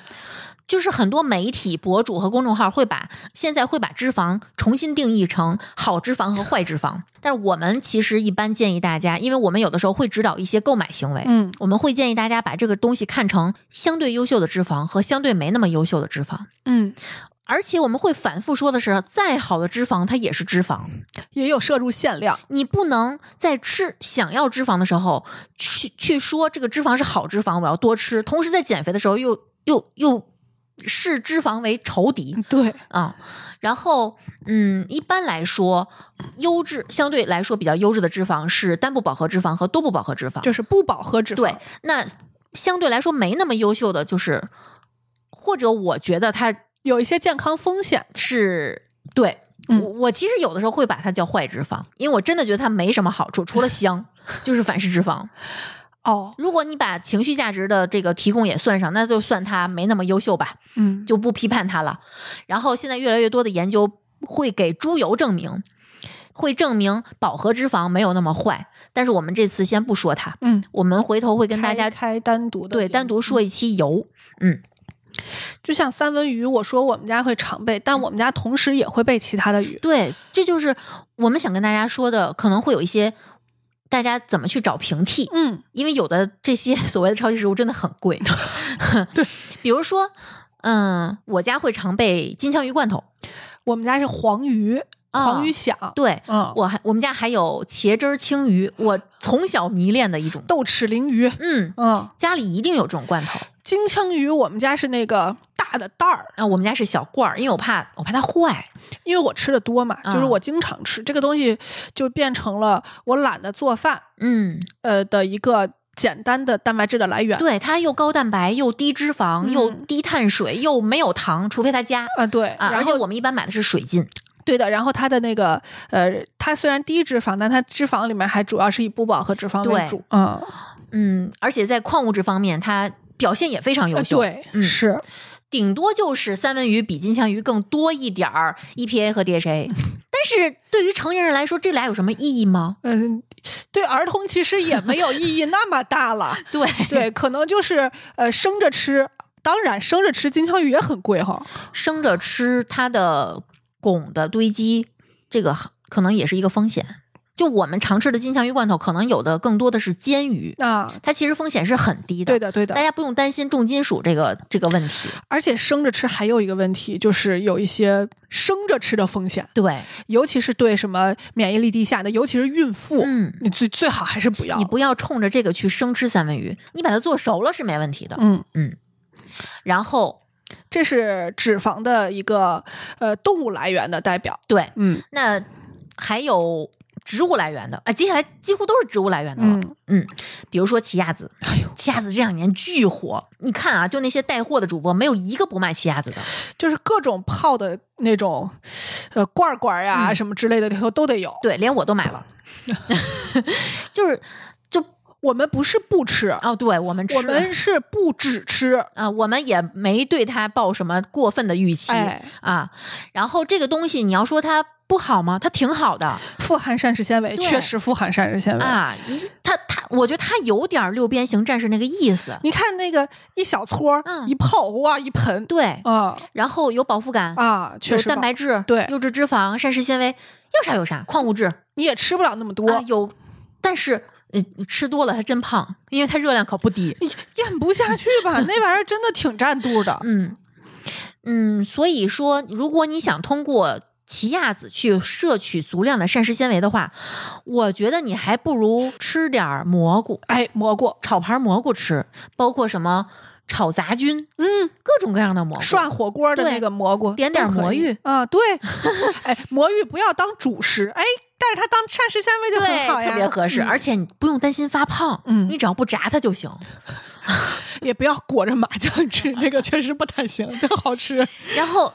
Speaker 1: 就是很多媒体博主和公众号会把现在会把脂肪重新定义成好脂肪和坏脂肪，但是我们其实一般建议大家，因为我们有的时候会指导一些购买行为，
Speaker 3: 嗯，
Speaker 1: 我们会建议大家把这个东西看成相对优秀的脂肪和相对没那么优秀的脂肪。
Speaker 3: 嗯，
Speaker 1: 而且我们会反复说的是，再好的脂肪它也是脂肪，
Speaker 3: 也有摄入限量，
Speaker 1: 你不能在吃想要脂肪的时候去去说这个脂肪是好脂肪，我要多吃，同时在减肥的时候又又又视脂肪为仇敌
Speaker 3: 对，
Speaker 1: 啊、然后，嗯，一般来说，优质相对来说比较优质的脂肪是单不饱和脂肪和多不饱和脂肪。
Speaker 3: 就是不饱和脂肪，
Speaker 1: 对，那相对来说没那么优秀的就是，或者我觉得它
Speaker 3: 有一些健康风险，
Speaker 1: 是对。
Speaker 3: 嗯
Speaker 1: 我我其实有的时候会把它叫坏脂肪，因为我真的觉得它没什么好处，除了
Speaker 3: *laughs*
Speaker 1: 香，就是反式脂肪。
Speaker 3: 哦，
Speaker 1: 如果你把情绪价值的这个提供也算上，那就算它没那么优秀吧，
Speaker 3: 嗯，
Speaker 1: 就不批判它了。然后现在越来越多的研究会给猪油证明，会证明饱和脂肪没有那么坏。但是我们这次先不说它，
Speaker 3: 嗯，
Speaker 1: 我们回头会跟大
Speaker 3: 开
Speaker 1: 家
Speaker 3: 开单独的
Speaker 1: 对
Speaker 3: 节目嗯
Speaker 1: 单独说一期油。
Speaker 3: 就像三文鱼，我说我们家会常备，但我们家同时也会备其他的鱼。
Speaker 1: 对，这就是我们想跟大家说的，可能会有一些大家怎么去找平替，
Speaker 3: 嗯，
Speaker 1: 因为有的这些所谓的超级食物真的很贵。 *laughs* 对，比如说，嗯，我家会常备金枪鱼罐头，
Speaker 3: 我们家是黄鱼，
Speaker 1: 啊
Speaker 3: 黄鱼响，
Speaker 1: 对。
Speaker 3: 嗯，
Speaker 1: 我还我们家还有茄汁儿青鱼，我从小迷恋的一种。
Speaker 3: 豆豉鲮鱼，
Speaker 1: 嗯，
Speaker 3: 嗯，
Speaker 1: 家里一定有这种罐头。
Speaker 3: 金枪鱼我们家是那个大的袋儿，
Speaker 1: 啊，我们家是小罐儿，因为我怕我怕它坏。
Speaker 3: 因为我吃的多嘛，就是
Speaker 1: 啊
Speaker 3: 我经常吃这个东西，就变成了我懒得做饭，
Speaker 1: 嗯，
Speaker 3: 呃的一个简单的蛋白质的来源。
Speaker 1: 对，它又高蛋白，又低脂肪，又
Speaker 3: 嗯
Speaker 1: 低碳水，又没有糖，除非它加。
Speaker 3: 啊，对，
Speaker 1: 啊，
Speaker 3: 然
Speaker 1: 而且
Speaker 3: 后
Speaker 1: 我们一般买的是水浸。
Speaker 3: 对的，然后它的那个呃，它虽然低脂肪，但它脂肪里面还主要是以不饱和脂肪为
Speaker 1: 对
Speaker 3: 主，嗯，
Speaker 1: 嗯，而且在矿物质方面，它表现也非常优
Speaker 3: 呃
Speaker 1: 秀。，
Speaker 3: 对，
Speaker 1: 嗯
Speaker 3: 是，
Speaker 1: 顶多就是三文鱼比金枪鱼更多一点儿 EPA 和 *laughs* DHA。但是对于成年人来说，这俩有什么意义吗？
Speaker 3: 嗯，对儿童其实也没有意义那么大
Speaker 1: *laughs*
Speaker 3: 了，
Speaker 1: 对
Speaker 3: 对，可能就是呃生着吃，当然生着吃金枪鱼也很贵哈，
Speaker 1: 生着吃它的汞的堆积，这个可能也是一个风险。就我们常吃的金枪鱼罐头，可能有的更多的是煎鱼，
Speaker 3: 啊，
Speaker 1: 它其实风险是很低的。
Speaker 3: 对的对的
Speaker 1: 大，家不用担心重金属这个这个问题。
Speaker 3: 而且生着吃还有一个问题，就是有一些生着吃的风险，
Speaker 1: 对，
Speaker 3: 尤其是对什么免疫力低下的，尤其是孕妇，
Speaker 1: 嗯，
Speaker 3: 你最最好还是不要，
Speaker 1: 你不要冲着这个去生吃三文鱼，你把它做熟了是没问题的。
Speaker 3: 嗯，
Speaker 1: 然后
Speaker 3: 这是脂肪的一个呃动物来源的代表，
Speaker 1: 对，
Speaker 3: 嗯
Speaker 1: 那还有植物来源的啊，接下来几乎都是植物来源的了。
Speaker 3: 嗯哎
Speaker 1: 比如说奇亚籽，奇亚籽这两年巨火，你看啊，就那些带货的主播，没有一个不卖奇亚籽的。
Speaker 3: 就是各种泡的那种呃罐儿罐儿呀、
Speaker 1: 嗯
Speaker 3: 什么之类的，里头都得有。
Speaker 1: 对，连我都买了。 *laughs* 就是
Speaker 3: 我们不是不吃，
Speaker 1: 哦，对我们吃，
Speaker 3: 我们是不只吃。
Speaker 1: 啊、我们也没对它抱什么过分的预期、
Speaker 3: 哎，
Speaker 1: 啊。然后这个东西，你要说它不好吗？它挺好的
Speaker 3: 富含膳食纤维，
Speaker 1: 对
Speaker 3: 确实富含膳食纤维。
Speaker 1: 啊，一它它，我觉得它有点六边形战士那个意思。
Speaker 3: 你看那个一小撮儿、
Speaker 1: 嗯
Speaker 3: 一泡，哇，一盆，
Speaker 1: 对，
Speaker 3: 啊
Speaker 1: 然后有饱腹感
Speaker 3: 啊，确
Speaker 1: 有
Speaker 3: 实
Speaker 1: 蛋
Speaker 3: 饱
Speaker 1: 白质，
Speaker 3: 对
Speaker 1: 优质脂肪、膳食纤维，要啥有啥，矿物质啊、
Speaker 3: 你也吃不了那么多，
Speaker 1: 有，但是呃吃多了它真胖，因为它热量可不低。
Speaker 3: 你咽不下去吧？那玩意儿真的挺占肚的。
Speaker 1: 嗯嗯，所以说，如果你想通过奇亚籽去摄取足量的膳食纤维的话，我觉得你还不如吃点儿蘑菇，
Speaker 3: 哎，蘑菇、
Speaker 1: 炒盘蘑菇吃，包括什么炒杂菌，嗯，各种各样的蘑菇。
Speaker 3: 涮火锅的
Speaker 1: 对
Speaker 3: 那个蘑菇，
Speaker 1: 点点
Speaker 3: 都可
Speaker 1: 魔
Speaker 3: 以
Speaker 1: 芋
Speaker 3: 啊，对， *laughs* 哎，魔芋不要当主食，哎，但是它当膳食纤维就
Speaker 1: 对
Speaker 3: 很，好呀，
Speaker 1: 特别合适，
Speaker 3: 嗯
Speaker 1: 而且你不用担心发胖，
Speaker 3: 嗯
Speaker 1: 你只要不炸它就行。
Speaker 3: 也不要裹着麻酱吃，那个确实不太行，真
Speaker 1: *laughs*
Speaker 3: 好吃
Speaker 1: 然后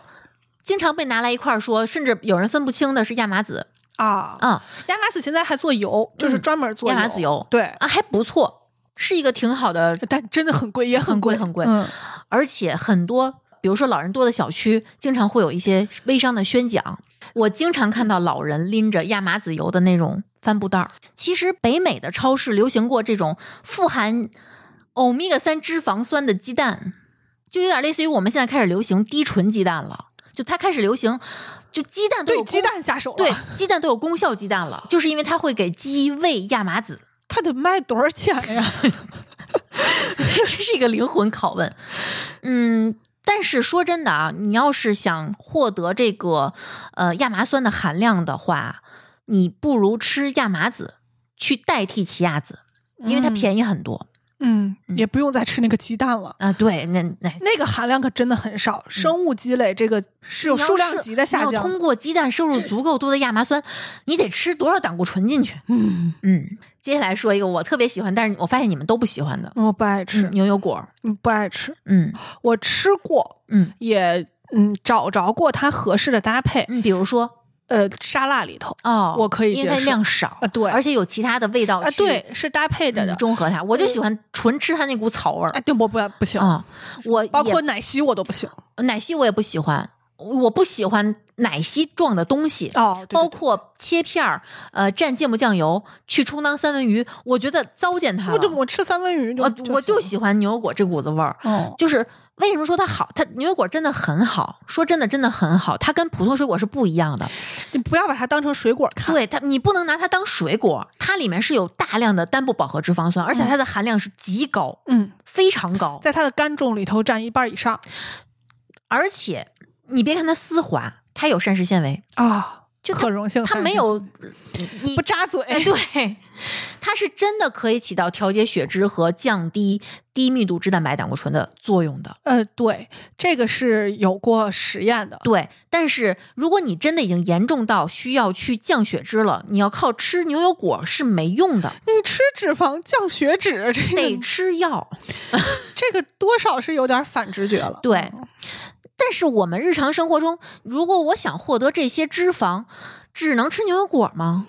Speaker 1: 经常被拿来一块儿说，甚至有人分不清的是亚麻籽，
Speaker 3: 啊。
Speaker 1: 嗯
Speaker 3: 亚麻籽现在还做油，就是
Speaker 1: 嗯
Speaker 3: 专门做
Speaker 1: 亚麻籽油
Speaker 3: 对，
Speaker 1: 啊，还不错，是一个挺好的，
Speaker 3: 但真的很贵，也
Speaker 1: 很
Speaker 3: 贵，
Speaker 1: 贵很贵，
Speaker 3: 嗯，
Speaker 1: 而且很多。比如说，老人多的小区经常会有一些微商的宣讲，我经常看到老人拎着亚麻籽油的那种帆布袋儿。其实，北美的超市流行过这种富含欧米伽三脂肪酸的鸡蛋，就有点类似于我们现在开始流行低纯鸡蛋了，就它开始流行，就鸡蛋都有
Speaker 3: 对
Speaker 1: 功
Speaker 3: 鸡蛋下手了，啊
Speaker 1: 对，鸡蛋都有功效鸡蛋了，就是因为它会给鸡喂亚麻籽，
Speaker 3: 它得卖多少钱呀？
Speaker 1: *laughs* 这是一个灵魂拷问。嗯，但是说真的啊，你要是想获得这个呃亚麻酸的含量的话，你不如吃亚麻籽去代替奇亚籽，因为它便宜很多、
Speaker 3: 嗯，
Speaker 1: 嗯
Speaker 3: 也不用再吃那个鸡蛋了。
Speaker 1: 啊。对，那那
Speaker 3: 那个含量可真的很少，生物积累这个是有数量级的下
Speaker 1: 嗯你要
Speaker 3: 降。
Speaker 1: 通过鸡蛋摄入足够多的亚麻酸，你得吃多少胆固醇进去？
Speaker 3: 嗯，
Speaker 1: 嗯，接下来说一个我特别喜欢，但是我发现你们都不喜欢的、
Speaker 3: 我不爱吃
Speaker 1: 嗯、，牛油果。
Speaker 3: 嗯，不爱吃。
Speaker 1: 嗯
Speaker 3: 我吃过，
Speaker 1: 嗯
Speaker 3: 也嗯找着过它合适的搭配。
Speaker 1: 嗯，比如说
Speaker 3: 呃，沙拉里头
Speaker 1: 哦，
Speaker 3: 我可以
Speaker 1: 因为它
Speaker 3: 接受
Speaker 1: 量少
Speaker 3: 啊对
Speaker 1: 而且有其他的味道
Speaker 3: 啊，
Speaker 1: 哦去
Speaker 3: 对，是搭配着
Speaker 1: 嗯
Speaker 3: 的。
Speaker 1: 中和它。我就喜欢纯吃它那股草味儿
Speaker 3: 哎，对，我不不行，
Speaker 1: 啊、我
Speaker 3: 包括
Speaker 1: 也哦
Speaker 3: 奶昔我都不行。
Speaker 1: 奶昔我也不喜欢，我不喜欢奶昔状的东西。
Speaker 3: 哦，对
Speaker 1: 包括切片儿，呃，蘸芥末酱油去充当三文鱼，我觉得糟践它
Speaker 3: 我就
Speaker 1: 了
Speaker 3: 我吃三文鱼就
Speaker 1: 我哦我
Speaker 3: 就
Speaker 1: 就
Speaker 3: 行
Speaker 1: 喜欢牛油果这股子味儿。
Speaker 3: 哦，
Speaker 1: 就是为什么说它好？它牛油果真的很好，说真的真的很好，它跟普通水果是不一样的。
Speaker 3: 你不要把它当成水果看。
Speaker 1: 对它，你不能拿它当水果，它里面是有大量的单不饱和脂肪酸，而且它的含量是极高，
Speaker 3: 嗯，
Speaker 1: 非常高。
Speaker 3: 在它的干种里头占一半以上
Speaker 1: 而且你别看它丝滑，它有膳食纤维，
Speaker 3: 啊，
Speaker 1: 哦就
Speaker 3: 可溶性
Speaker 1: 它
Speaker 3: 膳食
Speaker 1: 没
Speaker 3: 纤
Speaker 1: 有
Speaker 3: 维
Speaker 1: 你
Speaker 3: 不扎嘴。
Speaker 1: 哎，对，它是真的可以起到调节血脂和降低低密度脂蛋白胆固醇的作用的。
Speaker 3: 呃，对，这个是有过实验的。
Speaker 1: 对，但是如果你真的已经严重到需要去降血脂了，你要靠吃牛油果是没用的，
Speaker 3: 你吃脂肪降血脂，这
Speaker 1: 得
Speaker 3: 个
Speaker 1: 吃药。
Speaker 3: 这个多少是有点反直觉了。
Speaker 1: 对，但是我们日常生活中，如果我想获得这些脂肪，只能吃牛油果吗？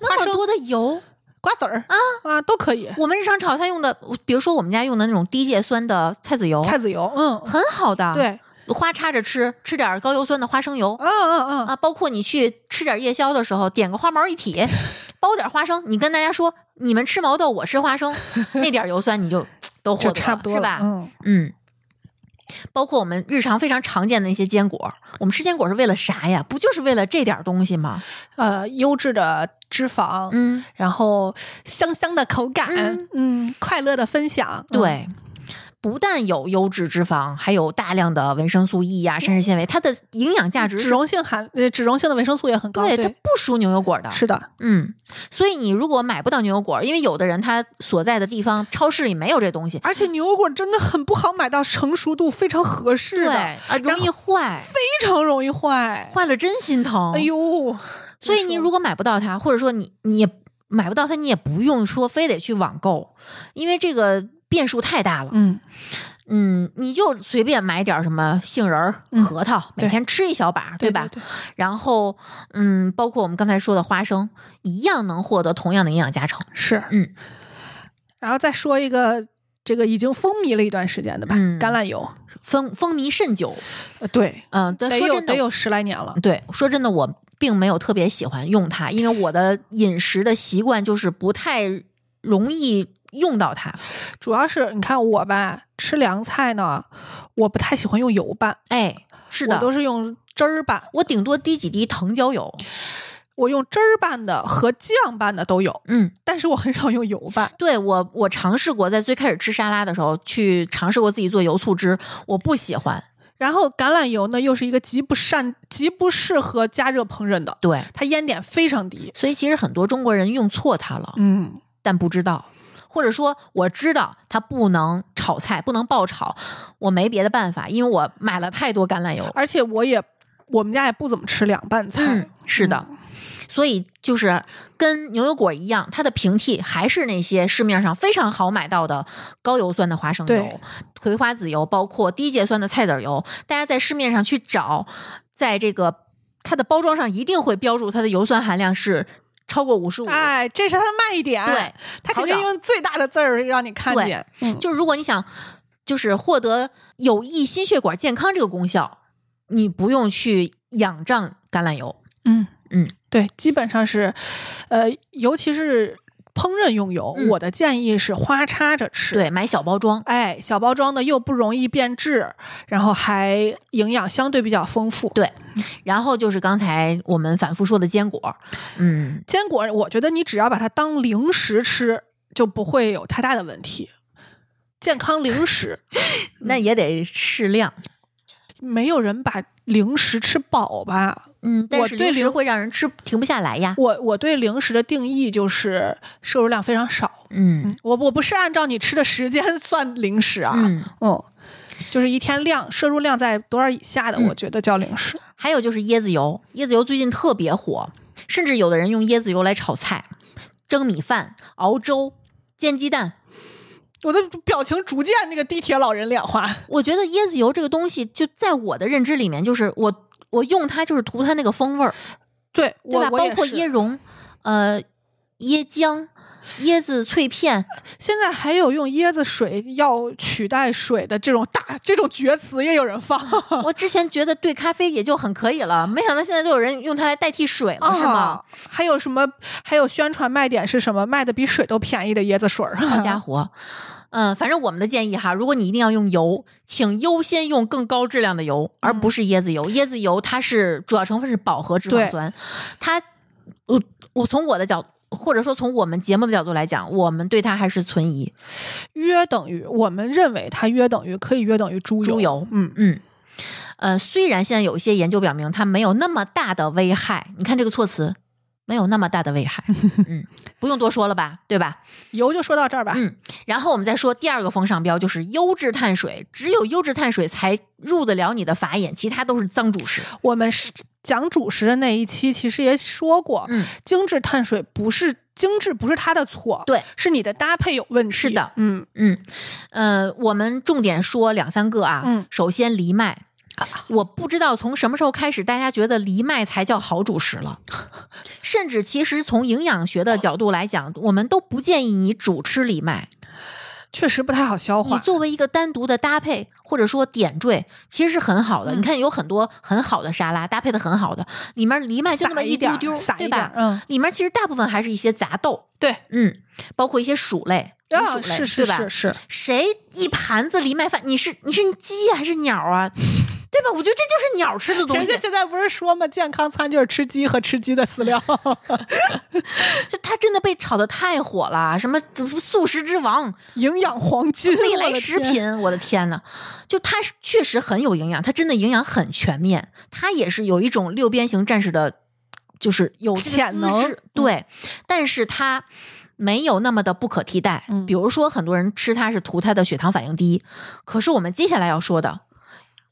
Speaker 1: 那
Speaker 3: 花
Speaker 1: 么
Speaker 3: 生
Speaker 1: 多的油，
Speaker 3: 瓜子儿啊啊都可以，
Speaker 1: 我们日常炒菜用的，比如说我们家用的那种低芥酸的菜籽油，
Speaker 3: 菜籽油，嗯，
Speaker 1: 很好的，，
Speaker 3: 对，
Speaker 1: 花插着吃，吃点高油酸的花生油。
Speaker 3: 嗯嗯嗯，
Speaker 1: 啊，包括你去吃点夜宵的时候，点个花毛一体，包点花生，你跟大家说，你们吃毛豆，我吃花生，
Speaker 3: *laughs*
Speaker 1: 那点油酸你就都获得
Speaker 3: 就
Speaker 1: 了
Speaker 3: 差不多
Speaker 1: 是
Speaker 3: 了
Speaker 1: 吧？
Speaker 3: 嗯，
Speaker 1: 嗯，包括我们日常非常常见的一些坚果，我们吃坚果是为了啥呀？不就是为了这点东西吗？
Speaker 3: 呃，优质的脂肪，
Speaker 1: 嗯，
Speaker 3: 然后香香的口感，
Speaker 1: 嗯
Speaker 3: 嗯快乐的分享，嗯，
Speaker 1: 对。不但有优质脂肪，还有大量的维生素 E 呀、膳食纤维，它的营养价值
Speaker 3: 脂
Speaker 1: 是
Speaker 3: 溶性含呃脂溶性的维生素也很高，
Speaker 1: 对它不输牛油果的。
Speaker 3: 是的，
Speaker 1: 嗯，所以你如果买不到牛油果，因为有的人他所在的地方超市里没有这东西，
Speaker 3: 而且牛油果真的很不好买到成熟度非常合适
Speaker 1: 对
Speaker 3: 的，
Speaker 1: 啊，容易坏，
Speaker 3: 非常容易坏。
Speaker 1: 坏了真心疼。
Speaker 3: 哎，呦，
Speaker 1: 所以你
Speaker 3: 说
Speaker 1: 如果买不到它，或者说你你也买不到它，你也不用说非得去网购，因为这个变数太大了。
Speaker 3: 嗯，
Speaker 1: 嗯，你就随便买点儿什么杏仁儿、
Speaker 3: 嗯
Speaker 1: 核桃，每
Speaker 3: 对
Speaker 1: 天吃一小把儿，
Speaker 3: 对
Speaker 1: 吧？
Speaker 3: 对对
Speaker 1: 然后，嗯，包括我们刚才说的花生，一样能获得同样的营养加成。
Speaker 3: 是，
Speaker 1: 嗯。
Speaker 3: 然后再说一个这个已经风靡了一段时间的吧，
Speaker 1: 嗯
Speaker 3: 橄榄油，
Speaker 1: 风风靡甚久，
Speaker 3: 呃，对，
Speaker 1: 嗯、但
Speaker 3: 得
Speaker 1: 说
Speaker 3: 有
Speaker 1: 真的
Speaker 3: 得，有十来年了。
Speaker 1: 对，说真的，我并没有特别喜欢用它，因为我的饮食的习惯就是不太容易用到它。
Speaker 3: 主要是你看我吧，吃凉菜呢，我不太喜欢用油拌，
Speaker 1: 哎，是
Speaker 3: 我
Speaker 1: 的，
Speaker 3: 都
Speaker 1: 我
Speaker 3: 是用汁儿拌。
Speaker 1: 顶多滴几滴藤椒油。
Speaker 3: 我用汁儿拌的和酱拌的都有，
Speaker 1: 嗯，
Speaker 3: 但是我很少用油拌。
Speaker 1: 对我我尝试过，在最开始吃沙拉的时候去尝试过自己做油醋汁，我不喜欢。
Speaker 3: 然后橄榄油呢，又是一个极不善、极不适合加热烹饪的，
Speaker 1: 对，
Speaker 3: 它烟点非常低。
Speaker 1: 所以其实很多中国人用错它了，
Speaker 3: 嗯，
Speaker 1: 但不知道。或者说我知道它不能炒菜，不能爆炒，我没别的办法，因为我买了太多橄榄油。
Speaker 3: 而且我也，我们家也不怎么吃凉拌菜。
Speaker 1: 嗯，是的，所以就是跟牛油果一样，它的平替还是那些市面上非常好买到的高油酸的花生油
Speaker 3: 对、
Speaker 1: 葵花籽油，包括低芥酸的菜籽油。大家在市面上去找，在这个它的包装上一定会标注它的油酸含量是超过五十五。
Speaker 3: 哎，这是它的卖点。
Speaker 1: 对，
Speaker 3: 它
Speaker 1: 好
Speaker 3: 肯定
Speaker 1: 找
Speaker 3: 用最大的字儿让你看
Speaker 1: 对
Speaker 3: 见。嗯，
Speaker 1: 就如果你想就是获得有益心血管健康这个功效，你不用去仰仗橄榄油。
Speaker 3: 嗯
Speaker 1: 嗯
Speaker 3: 对，基本上是，呃，尤其是烹饪用油，
Speaker 1: 嗯
Speaker 3: 我的建议是花插着吃。
Speaker 1: 对，买小包装，
Speaker 3: 哎，小包装的又不容易变质，然后还营养相对比较丰富。
Speaker 1: 对然后就是刚才我们反复说的坚果，嗯，
Speaker 3: 坚果，我觉得你只要把它当零食吃，就不会有太大的问题。健康零食，
Speaker 1: 那也得适量，
Speaker 3: 没有人把零食吃饱吧？
Speaker 1: 嗯，但
Speaker 3: 我
Speaker 1: 是
Speaker 3: 对
Speaker 1: 零食
Speaker 3: 零
Speaker 1: 会让人吃停不下来呀，
Speaker 3: 我我对零食的定义就是摄入量非常少。
Speaker 1: 嗯
Speaker 3: 嗯，我我不是按照你吃的时间算零食啊，
Speaker 1: 嗯。
Speaker 3: 嗯就是一天量摄入量在多少以下的，
Speaker 1: 嗯
Speaker 3: 我觉得叫零食。
Speaker 1: 还有就是椰子油，椰子油最近特别火，甚至有的人用椰子油来炒菜、蒸米饭、熬粥、煎鸡蛋。
Speaker 3: 我的表情逐渐那个地铁老人脸化。
Speaker 1: 我觉得椰子油这个东西，就在我的认知里面，就是我我用它就是图它那个风味儿，
Speaker 3: 对，
Speaker 1: 对
Speaker 3: 我
Speaker 1: 吧？
Speaker 3: 我
Speaker 1: 包
Speaker 3: 也
Speaker 1: 括
Speaker 3: 是
Speaker 1: 椰蓉、呃椰浆、椰子脆片，
Speaker 3: 现在还有用椰子水要取代水的这种大 *laughs* 这种绝词也有
Speaker 1: *laughs*
Speaker 3: 人放，
Speaker 1: 我之前觉得兑咖啡也就很可以了，没想到现在都有人用它来代替水了，是吗？
Speaker 3: 啊？还有什么？还有宣传卖点是什么？卖的比水都便宜的椰子水儿。
Speaker 1: 好家伙！嗯，反正我们的建议哈，如果你一定要用油，请优先用更高质量的油，而不是椰子油。椰子油它是主要成分是饱和脂肪
Speaker 3: 对
Speaker 1: 酸，它呃我我从我的角或者说从我们节目的角度来讲，我们对它还是存疑。
Speaker 3: 约等于我们认为它约等于可以约等于猪油。
Speaker 1: 猪油
Speaker 3: 嗯，
Speaker 1: 嗯，呃，虽然现在有一些研究表明它没有那么大的危害，你看这个措辞。没有那么大的危
Speaker 3: *laughs*
Speaker 1: 害，嗯，不用多说了吧，对吧？
Speaker 3: 油就说到这儿吧。
Speaker 1: 嗯然后我们再说第二个风尚标，就是优质碳水，只有优质碳水才入得了你的法眼，其他都是脏主食。
Speaker 3: 我们是讲主食的那一期，其实也说过，
Speaker 1: 嗯，
Speaker 3: 精致碳水不是精致，不是它的错，
Speaker 1: 对，
Speaker 3: 是你的搭配有问题。
Speaker 1: 是的，
Speaker 3: 嗯，
Speaker 1: 嗯，呃，我们重点说两三个啊。
Speaker 3: 嗯啊
Speaker 1: 首先藜麦，我不知道从什么时候开始，大家觉得藜麦才叫好主食
Speaker 3: *laughs*
Speaker 1: 了。甚至其实从营养学的角度来讲，我们都不建议你主吃藜麦。
Speaker 3: 确实不太好消
Speaker 1: 你
Speaker 3: 化。
Speaker 1: 作为一个单独的搭配，或者说点缀，其实是很好的。
Speaker 3: 嗯
Speaker 1: 你看有很多很好的沙拉搭配的很好的，里面藜麦就那么
Speaker 3: 撒一点
Speaker 1: 丢
Speaker 3: 儿
Speaker 1: 丢，
Speaker 3: 撒
Speaker 1: 对
Speaker 3: 一点儿
Speaker 1: 吧？，
Speaker 3: 嗯，
Speaker 1: 里面其实大部分还是一些杂豆，
Speaker 3: 对，
Speaker 1: 嗯，包括一些薯类。竹
Speaker 3: 啊，
Speaker 1: 薯类
Speaker 3: 是是
Speaker 1: 对吧
Speaker 3: 是是，
Speaker 1: 谁一盘子藜麦饭？你是你是鸡还是鸟啊？ *laughs* 对吧？我觉得这就是鸟吃的东
Speaker 3: *laughs* 人
Speaker 1: 西
Speaker 3: 家，现在不是说嘛，健康餐就是吃鸡和吃鸡的
Speaker 1: *laughs*
Speaker 3: 饲料。
Speaker 1: 就它真的被炒得太火了，什么什么素食之王、
Speaker 3: 营养黄金，
Speaker 1: 未
Speaker 3: *laughs* 我
Speaker 1: 来
Speaker 3: 的
Speaker 1: 食
Speaker 3: 天。
Speaker 1: 品，我的天呐，就它是确实很有营养，它真的营养很全面，它也是有一种六边形战士的，就是有这个
Speaker 3: 潜
Speaker 1: 资
Speaker 3: 能嗯
Speaker 1: 质对，但是它。没有那么的不可替代，
Speaker 3: 嗯
Speaker 1: 比如说很多人吃它是图它的血糖反应低，可是我们接下来要说的，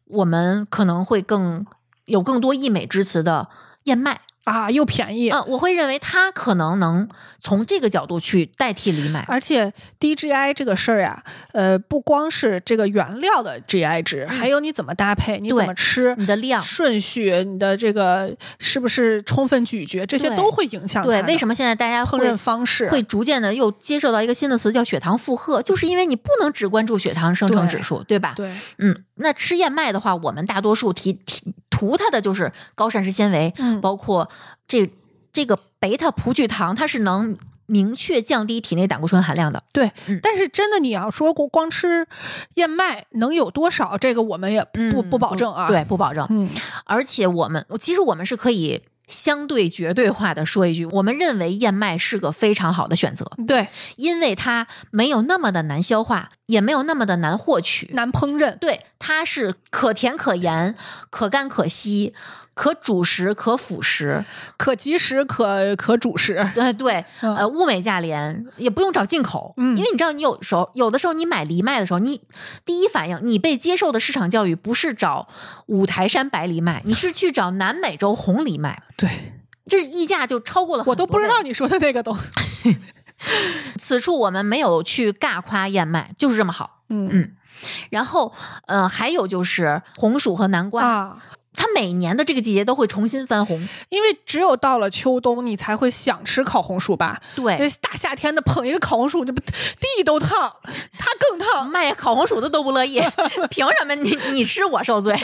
Speaker 1: 我们可能会更有更多溢美之词的燕麦，
Speaker 3: 啊，又便宜，
Speaker 1: 嗯、我会认为它可能能从这个角度去代替藜麦，
Speaker 3: 而且 DGI 这个事儿呀，呃，不光是这个原料的 GI 值，还有你怎么搭配，
Speaker 1: 嗯
Speaker 3: 你
Speaker 1: 对
Speaker 3: 怎么吃
Speaker 1: 你。的量
Speaker 3: 顺序，你的这个是不是充分咀嚼，这些
Speaker 1: 对
Speaker 3: 都会影响
Speaker 1: 对，
Speaker 3: 它的
Speaker 1: 为什么现在大家
Speaker 3: 烹
Speaker 1: 会
Speaker 3: 饪方式
Speaker 1: 会逐渐的又接受到一个新的词叫血糖负荷，就是因为你不能只关注血糖生成指数，对吧？
Speaker 3: 对
Speaker 1: 嗯，那吃燕麦的话，我们大多数提提图它的就是高膳食纤维，
Speaker 3: 嗯
Speaker 1: 包括这这个贝塔葡聚糖，它是能明确降低体内胆固醇含量的。
Speaker 3: 对
Speaker 1: 嗯？
Speaker 3: 但是真的，你要说光光吃燕麦能有多少，这个我们也不
Speaker 1: 嗯
Speaker 3: 不保证啊。
Speaker 1: 对，，不保证。
Speaker 3: 嗯，
Speaker 1: 而且我们其实我们是可以相对绝对化的说一句，我们认为燕麦是个非常好的选择，
Speaker 3: 对，
Speaker 1: 因为它没有那么的难消化，也没有那么的难获取。
Speaker 3: 难烹饪，
Speaker 1: 对，它是可甜可盐，可干可稀，可主食可辅
Speaker 3: 嗯
Speaker 1: 食。
Speaker 3: 可及时可可主食。
Speaker 1: 对对，
Speaker 3: 嗯
Speaker 1: 呃，物美价廉，也不用找进口。
Speaker 3: 嗯
Speaker 1: 因为你知道，你有时候有的时候你买藜麦的时候，你第一反应你被接受的市场教育不是找五台山白藜麦，你是去找南美洲红藜麦。
Speaker 3: 对，
Speaker 1: 这溢价就超过了，
Speaker 3: 我都不知道。你说的那个都，
Speaker 1: 此处我们没有去尬夸燕麦，就是这么好。
Speaker 3: 嗯
Speaker 1: 然后，呃，还有就是红薯和南瓜，
Speaker 3: 啊，
Speaker 1: 它每年的这个季节都会重新翻红。
Speaker 3: 因为只有到了秋冬，你才会想吃烤红薯吧？
Speaker 1: 对，
Speaker 3: 那大夏天的捧一个烤红薯，这不地都烫，它更烫。 *laughs*
Speaker 1: 卖烤红薯的都不乐意，凭什么你你吃我受罪？ *laughs*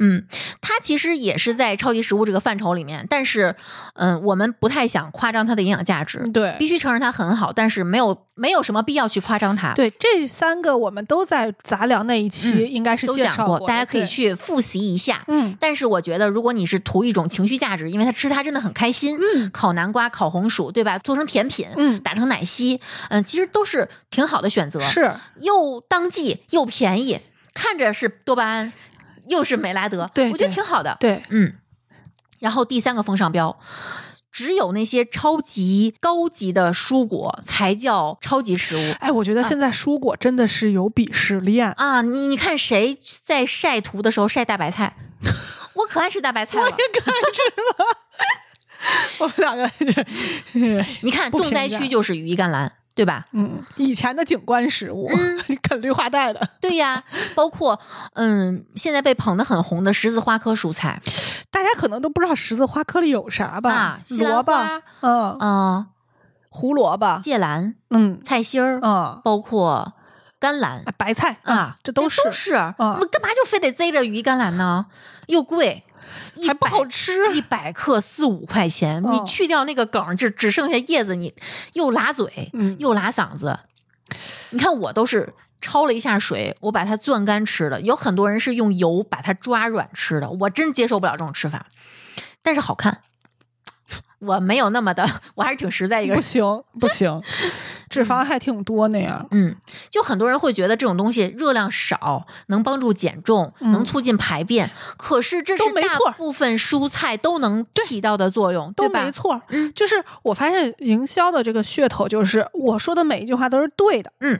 Speaker 1: 嗯，它其实也是在超级食物这个范畴里面，但是，嗯，我们不太想夸张它的营养价值，
Speaker 3: 对
Speaker 1: 嗯必须承认它很好，但是没有没有什么必要去夸张它。
Speaker 3: 对，这三个我们都在杂粮那一期
Speaker 1: 嗯
Speaker 3: 应该是
Speaker 1: 都
Speaker 3: 介
Speaker 1: 讲
Speaker 3: 绍
Speaker 1: 过，
Speaker 3: 的
Speaker 1: 大家可以
Speaker 3: 对
Speaker 1: 去复习一下。
Speaker 3: 嗯
Speaker 1: 但是我觉得，如果你是图一种情绪价值，因为他吃它真的很开心，
Speaker 3: 嗯
Speaker 1: 烤南瓜、烤红薯，对吧？做成甜品，
Speaker 3: 嗯
Speaker 1: 打成奶昔，嗯，其实都是挺好的选择，
Speaker 3: 是
Speaker 1: 又当季又便宜，看着是多巴胺，又是美拉德，
Speaker 3: 对
Speaker 1: 我觉得
Speaker 3: 对
Speaker 1: 挺好的。
Speaker 3: 对
Speaker 1: 嗯，然后第三个风尚标，只有那些超级高级的蔬果才叫超级食物。
Speaker 3: 哎，我觉得现在蔬果真的是有鄙
Speaker 1: *laughs*
Speaker 3: 视链。
Speaker 1: 啊，你你看谁在晒图的时候晒大白菜？ *laughs* 我可爱吃大白菜了。
Speaker 3: 我们两个是，
Speaker 1: 你看
Speaker 3: 不
Speaker 1: 重灾
Speaker 3: 评价
Speaker 1: 区就是羽衣甘蓝，对吧？
Speaker 3: 嗯，以前的景观食物，
Speaker 1: 嗯
Speaker 3: 啃绿化带的，
Speaker 1: 对呀， *laughs* 包括嗯，现在被捧得很红的十字花科蔬菜
Speaker 3: 大家可能都不知道十字花科里有啥吧？
Speaker 1: 啊，西兰
Speaker 3: 萝卜，
Speaker 1: 花，
Speaker 3: 嗯，
Speaker 1: 嗯，
Speaker 3: 胡萝卜，
Speaker 1: 芥蓝、
Speaker 3: 嗯
Speaker 1: 菜心儿，
Speaker 3: 嗯，
Speaker 1: 包括甘蓝
Speaker 3: 啊白菜
Speaker 1: 啊，
Speaker 3: 这
Speaker 1: 都
Speaker 3: 都是
Speaker 1: 是。我
Speaker 3: 嗯
Speaker 1: 们干嘛就非得贼着羽衣甘蓝呢？又贵，一
Speaker 3: 还不
Speaker 1: 百
Speaker 3: 好吃
Speaker 1: 一百克四五块钱，
Speaker 3: 嗯
Speaker 1: 你去掉那个梗，就只剩下叶子，你又拉嘴，
Speaker 3: 嗯
Speaker 1: 又拉嗓子。你看我都是焯了一下水，我把它攥干吃的。有很多人是用油把它抓软吃的，我真接受不了这种吃法。但是好看，我没有那么的，我还是挺实在一个
Speaker 3: 不
Speaker 1: 人。
Speaker 3: 行不 *laughs* 行，脂肪还挺多那样。
Speaker 1: 嗯，就很多人会觉得这种东西热量少，能帮助减重，能
Speaker 3: 嗯
Speaker 1: 促进排便。可是这是
Speaker 3: 都没错
Speaker 1: 大部分蔬菜都能起到的作用，
Speaker 3: 都
Speaker 1: 对吧
Speaker 3: 没错，
Speaker 1: 嗯，
Speaker 3: 就是我发现营销的这个噱头，就是我说的每一句话都是对的，
Speaker 1: 嗯，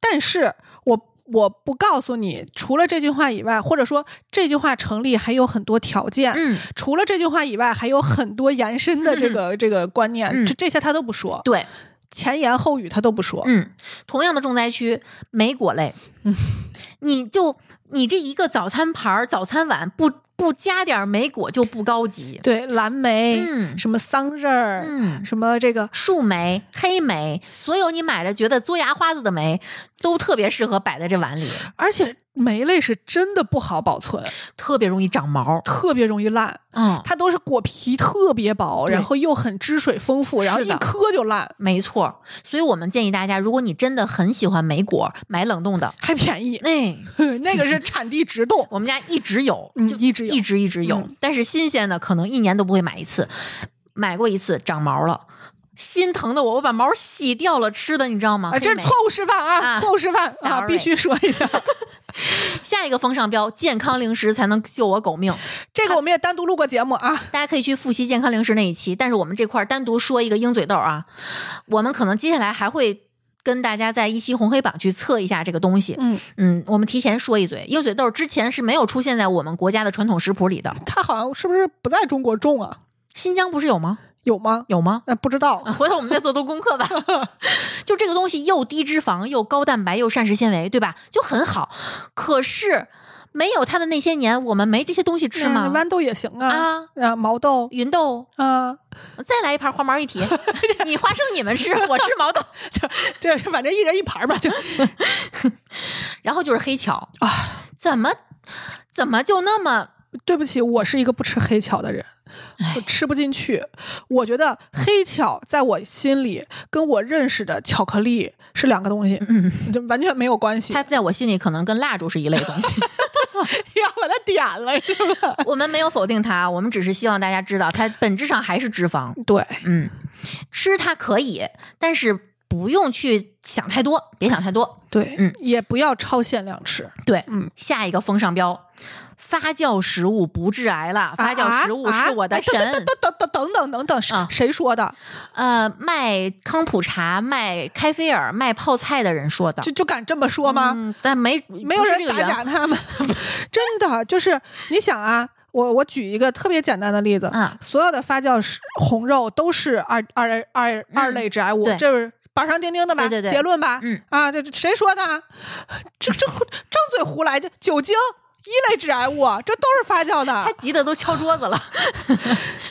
Speaker 3: 但是我我不告诉你，除了这句话以外，或者说这句话成立还有很多条件，
Speaker 1: 嗯，
Speaker 3: 除了这句话以外，还有很多延伸的这个、这个观念，
Speaker 1: 嗯
Speaker 3: 这这些他都不说，
Speaker 1: 对，
Speaker 3: 前言后语他都不说，
Speaker 1: 嗯，同样的重灾区，莓果类，
Speaker 3: 嗯，
Speaker 1: 你就你这一个早餐盘儿、早餐碗不不加点儿莓果就不高级，
Speaker 3: 对，蓝莓，
Speaker 1: 嗯
Speaker 3: 什么桑葚儿，
Speaker 1: 嗯
Speaker 3: 什么这个
Speaker 1: 树莓、黑莓，所有你买了觉得嘬牙花子的莓，都特别适合摆在这碗里，
Speaker 3: 而且莓类是真的不好保存，
Speaker 1: 特别容易长毛，
Speaker 3: 特别容易烂。
Speaker 1: 嗯，
Speaker 3: 它都是果皮特别薄，
Speaker 1: 对
Speaker 3: 然后又很汁水丰富，然后
Speaker 1: 是
Speaker 3: 一
Speaker 1: 的
Speaker 3: 颗就烂，
Speaker 1: 没错，所以我们建议大家，如果你真的很喜欢莓果，买冷冻的。
Speaker 3: 还便宜。
Speaker 1: 哎，
Speaker 3: 那个是产地
Speaker 1: *laughs*
Speaker 3: 直冻，
Speaker 1: 我们家一直有，
Speaker 3: 嗯
Speaker 1: 就
Speaker 3: 一直有
Speaker 1: 一直一直有，
Speaker 3: 嗯
Speaker 1: 但是新鲜的可能一年都不会买一次，买过一次长毛了，心疼的我，我把毛洗掉了，吃的你知道吗？
Speaker 3: 啊，这
Speaker 1: 黑
Speaker 3: 是
Speaker 1: 莓
Speaker 3: 错误示范啊，
Speaker 1: 啊
Speaker 3: 错误示范啊，
Speaker 1: sorry
Speaker 3: 必须说
Speaker 1: *laughs*
Speaker 3: 一下。
Speaker 1: 下一个风尚标，健康零食才能救我狗命。
Speaker 3: 这个我们也单独录过节目啊，
Speaker 1: 大家可以去复习健康零食那一期，但是我们这块儿单独说一个鹰嘴豆啊，我们可能接下来还会跟大家在一期红黑榜去测一下这个东西。
Speaker 3: 嗯，
Speaker 1: 嗯，我们提前说一嘴，鹰嘴豆之前是没有出现在我们国家的传统食谱里的。
Speaker 3: 它好像是不是不在中国种啊？
Speaker 1: 新疆不是有吗？
Speaker 3: 有吗？
Speaker 1: 有吗？ *laughs*
Speaker 3: 呃，不知道。
Speaker 1: 回头我们再做多功课吧。 *laughs* 就这个东西又低脂肪，又高蛋白，又膳食纤维，对吧？就很好。可是没有它的那些年，我们没这些东西吃
Speaker 3: 嗯
Speaker 1: 吗？
Speaker 3: 豌豆也行啊，
Speaker 1: 啊，
Speaker 3: 啊，毛豆
Speaker 1: 芸豆，
Speaker 3: 啊，
Speaker 1: 再来一盘花毛一体。 *laughs* 你花生你们吃，我吃毛豆。 *laughs*
Speaker 3: 对，反正一人一盘儿吧，就
Speaker 1: 然后就是黑巧
Speaker 3: 啊，
Speaker 1: 怎么怎么就那么
Speaker 3: 对不起，我是一个不吃黑巧的人，
Speaker 1: 哎
Speaker 3: 我吃不进去。我觉得黑巧在我心里跟我认识的巧克力是两个东西，
Speaker 1: 嗯，
Speaker 3: 就完全没有关系。
Speaker 1: 它在我心里可能跟蜡烛是一类东西。
Speaker 3: *laughs* 要把它点了是吧？ *laughs*
Speaker 1: 我们没有否定它，我们只是希望大家知道，它本质上还是脂肪。
Speaker 3: 对，
Speaker 1: 嗯，吃它可以，但是不用去想太多，别想太多。
Speaker 3: 对，
Speaker 1: 嗯
Speaker 3: 也不要超限量吃。
Speaker 1: 对，
Speaker 3: 嗯，
Speaker 1: 下一个风尚标，发酵食物不致癌了，发酵食物是我
Speaker 3: 啊
Speaker 1: 的
Speaker 3: 哎
Speaker 1: 神。
Speaker 3: *laughs* 等等等等等等等等，谁
Speaker 1: 啊
Speaker 3: 谁说的？
Speaker 1: 呃，卖康普茶、卖开菲尔、卖泡菜的人说的，
Speaker 3: 就就敢这么说吗？
Speaker 1: 嗯但没
Speaker 3: 没有
Speaker 1: 不是
Speaker 3: 人
Speaker 1: 这个
Speaker 3: 打
Speaker 1: 原
Speaker 3: 假他们， *laughs* 真的就是你想啊，我我举一个特别简单的例子，
Speaker 1: 啊
Speaker 3: 所有的发酵食红肉都是二二二二类致癌物，
Speaker 1: 嗯对
Speaker 3: 这是板上钉钉的吧？
Speaker 1: 对对对
Speaker 3: 结论吧？
Speaker 1: 嗯
Speaker 3: *laughs* 啊，这这谁说的啊？这这张嘴胡来，这酒精一类致癌物啊，这都是发酵
Speaker 1: 他
Speaker 3: 的，
Speaker 1: 急得都敲桌子了。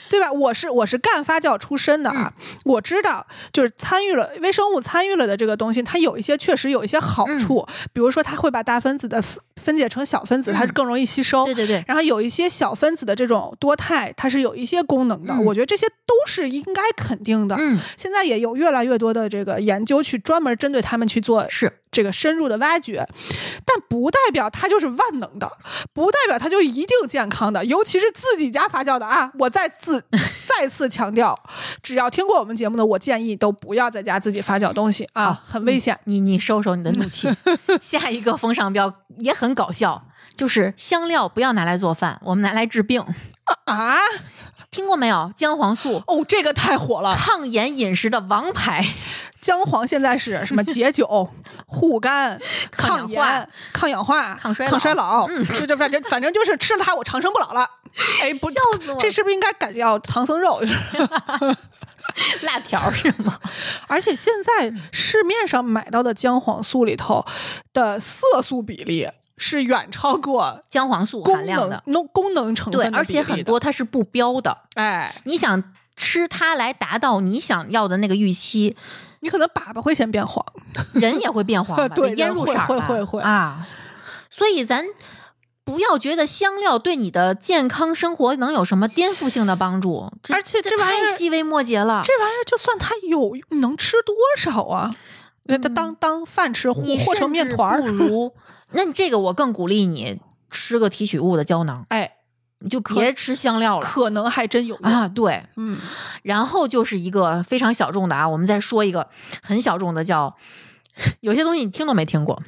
Speaker 3: 对吧？我是我是干发酵出身的啊，
Speaker 1: 嗯
Speaker 3: 我知道就是参与了微生物参与了的这个东西，它有一些确实有一些好
Speaker 1: 嗯
Speaker 3: 处，比如说它会把大分子的分分解成小分子，它是更容易吸
Speaker 1: *laughs* 嗯
Speaker 3: 收。
Speaker 1: 对
Speaker 3: *laughs*
Speaker 1: 对对，
Speaker 3: 然后有一些小分子的这种多肽，它是有一些功能的，
Speaker 1: 嗯
Speaker 3: 我觉得这些都是应该肯定的。
Speaker 1: 嗯，
Speaker 3: 现在也有越来越多的这个研究去专门针对他们去做
Speaker 1: 是
Speaker 3: 这个深入的挖掘，但不代表它就是万能的，不代表它就一定健康的，尤其是自己家发酵的啊！我再次再次强调，只要听过我们节目的，我建议都不要在家自己发酵东西啊，很危险。
Speaker 1: 你你收收你的怒气。
Speaker 3: 嗯
Speaker 1: *laughs* 下一个风尚标也很搞笑，就是香料不要拿来做饭，我们拿来治病。
Speaker 3: 啊，
Speaker 1: 听过没有？姜黄素。
Speaker 3: 哦，这个太火了！
Speaker 1: 抗炎饮食的王
Speaker 3: *laughs*
Speaker 1: 牌，
Speaker 3: 姜黄现在是什么解酒、 *laughs* 护肝、
Speaker 1: 抗氧
Speaker 3: 抗炎、抗氧化、
Speaker 1: 抗衰老嗯
Speaker 3: 抗衰老，就这反正反正就是吃了它我长生不老了。哎，不，
Speaker 1: 笑死我了！
Speaker 3: 这是不是应该改叫唐僧肉？
Speaker 1: 辣条是吗？
Speaker 3: 而且现在市面上买到的姜黄素里头的色素比例是远超过
Speaker 1: 姜黄素含
Speaker 3: 功
Speaker 1: 量
Speaker 3: 能
Speaker 1: 的，
Speaker 3: 能功能成
Speaker 1: 对，
Speaker 3: 分的比例的，
Speaker 1: 而且很多它是不标的，
Speaker 3: 哎，
Speaker 1: 你想吃它来达到你想要的那个预期，
Speaker 3: 你可能粑粑会先变黄，
Speaker 1: 人也会变黄
Speaker 3: *laughs*
Speaker 1: 吧，
Speaker 3: 对
Speaker 1: 得腌
Speaker 3: 人
Speaker 1: 入
Speaker 3: 会
Speaker 1: 色儿
Speaker 3: 会
Speaker 1: 吧
Speaker 3: 会会
Speaker 1: 啊，所以咱。不要觉得香料对你的健康生活能有什么颠覆性的帮助，这
Speaker 3: 而且
Speaker 1: 这
Speaker 3: 这玩意
Speaker 1: 太
Speaker 3: 儿
Speaker 1: 细微末节了。
Speaker 3: 这玩意儿就算它有能吃多少啊？那它当当饭吃，和
Speaker 1: 你
Speaker 3: 和成
Speaker 1: 甚
Speaker 3: 面
Speaker 1: 至
Speaker 3: 团
Speaker 1: 不
Speaker 3: 儿， *laughs*
Speaker 1: 如，那你这个我更鼓励你吃个提取物的胶囊，
Speaker 3: 哎，
Speaker 1: 你就别吃香料了
Speaker 3: 可能还真有用。
Speaker 1: 啊。对，
Speaker 3: 嗯，
Speaker 1: 然后就是一个非常小众的啊，我们再说一个很小众的叫， *laughs* 有些东西你听都没听过，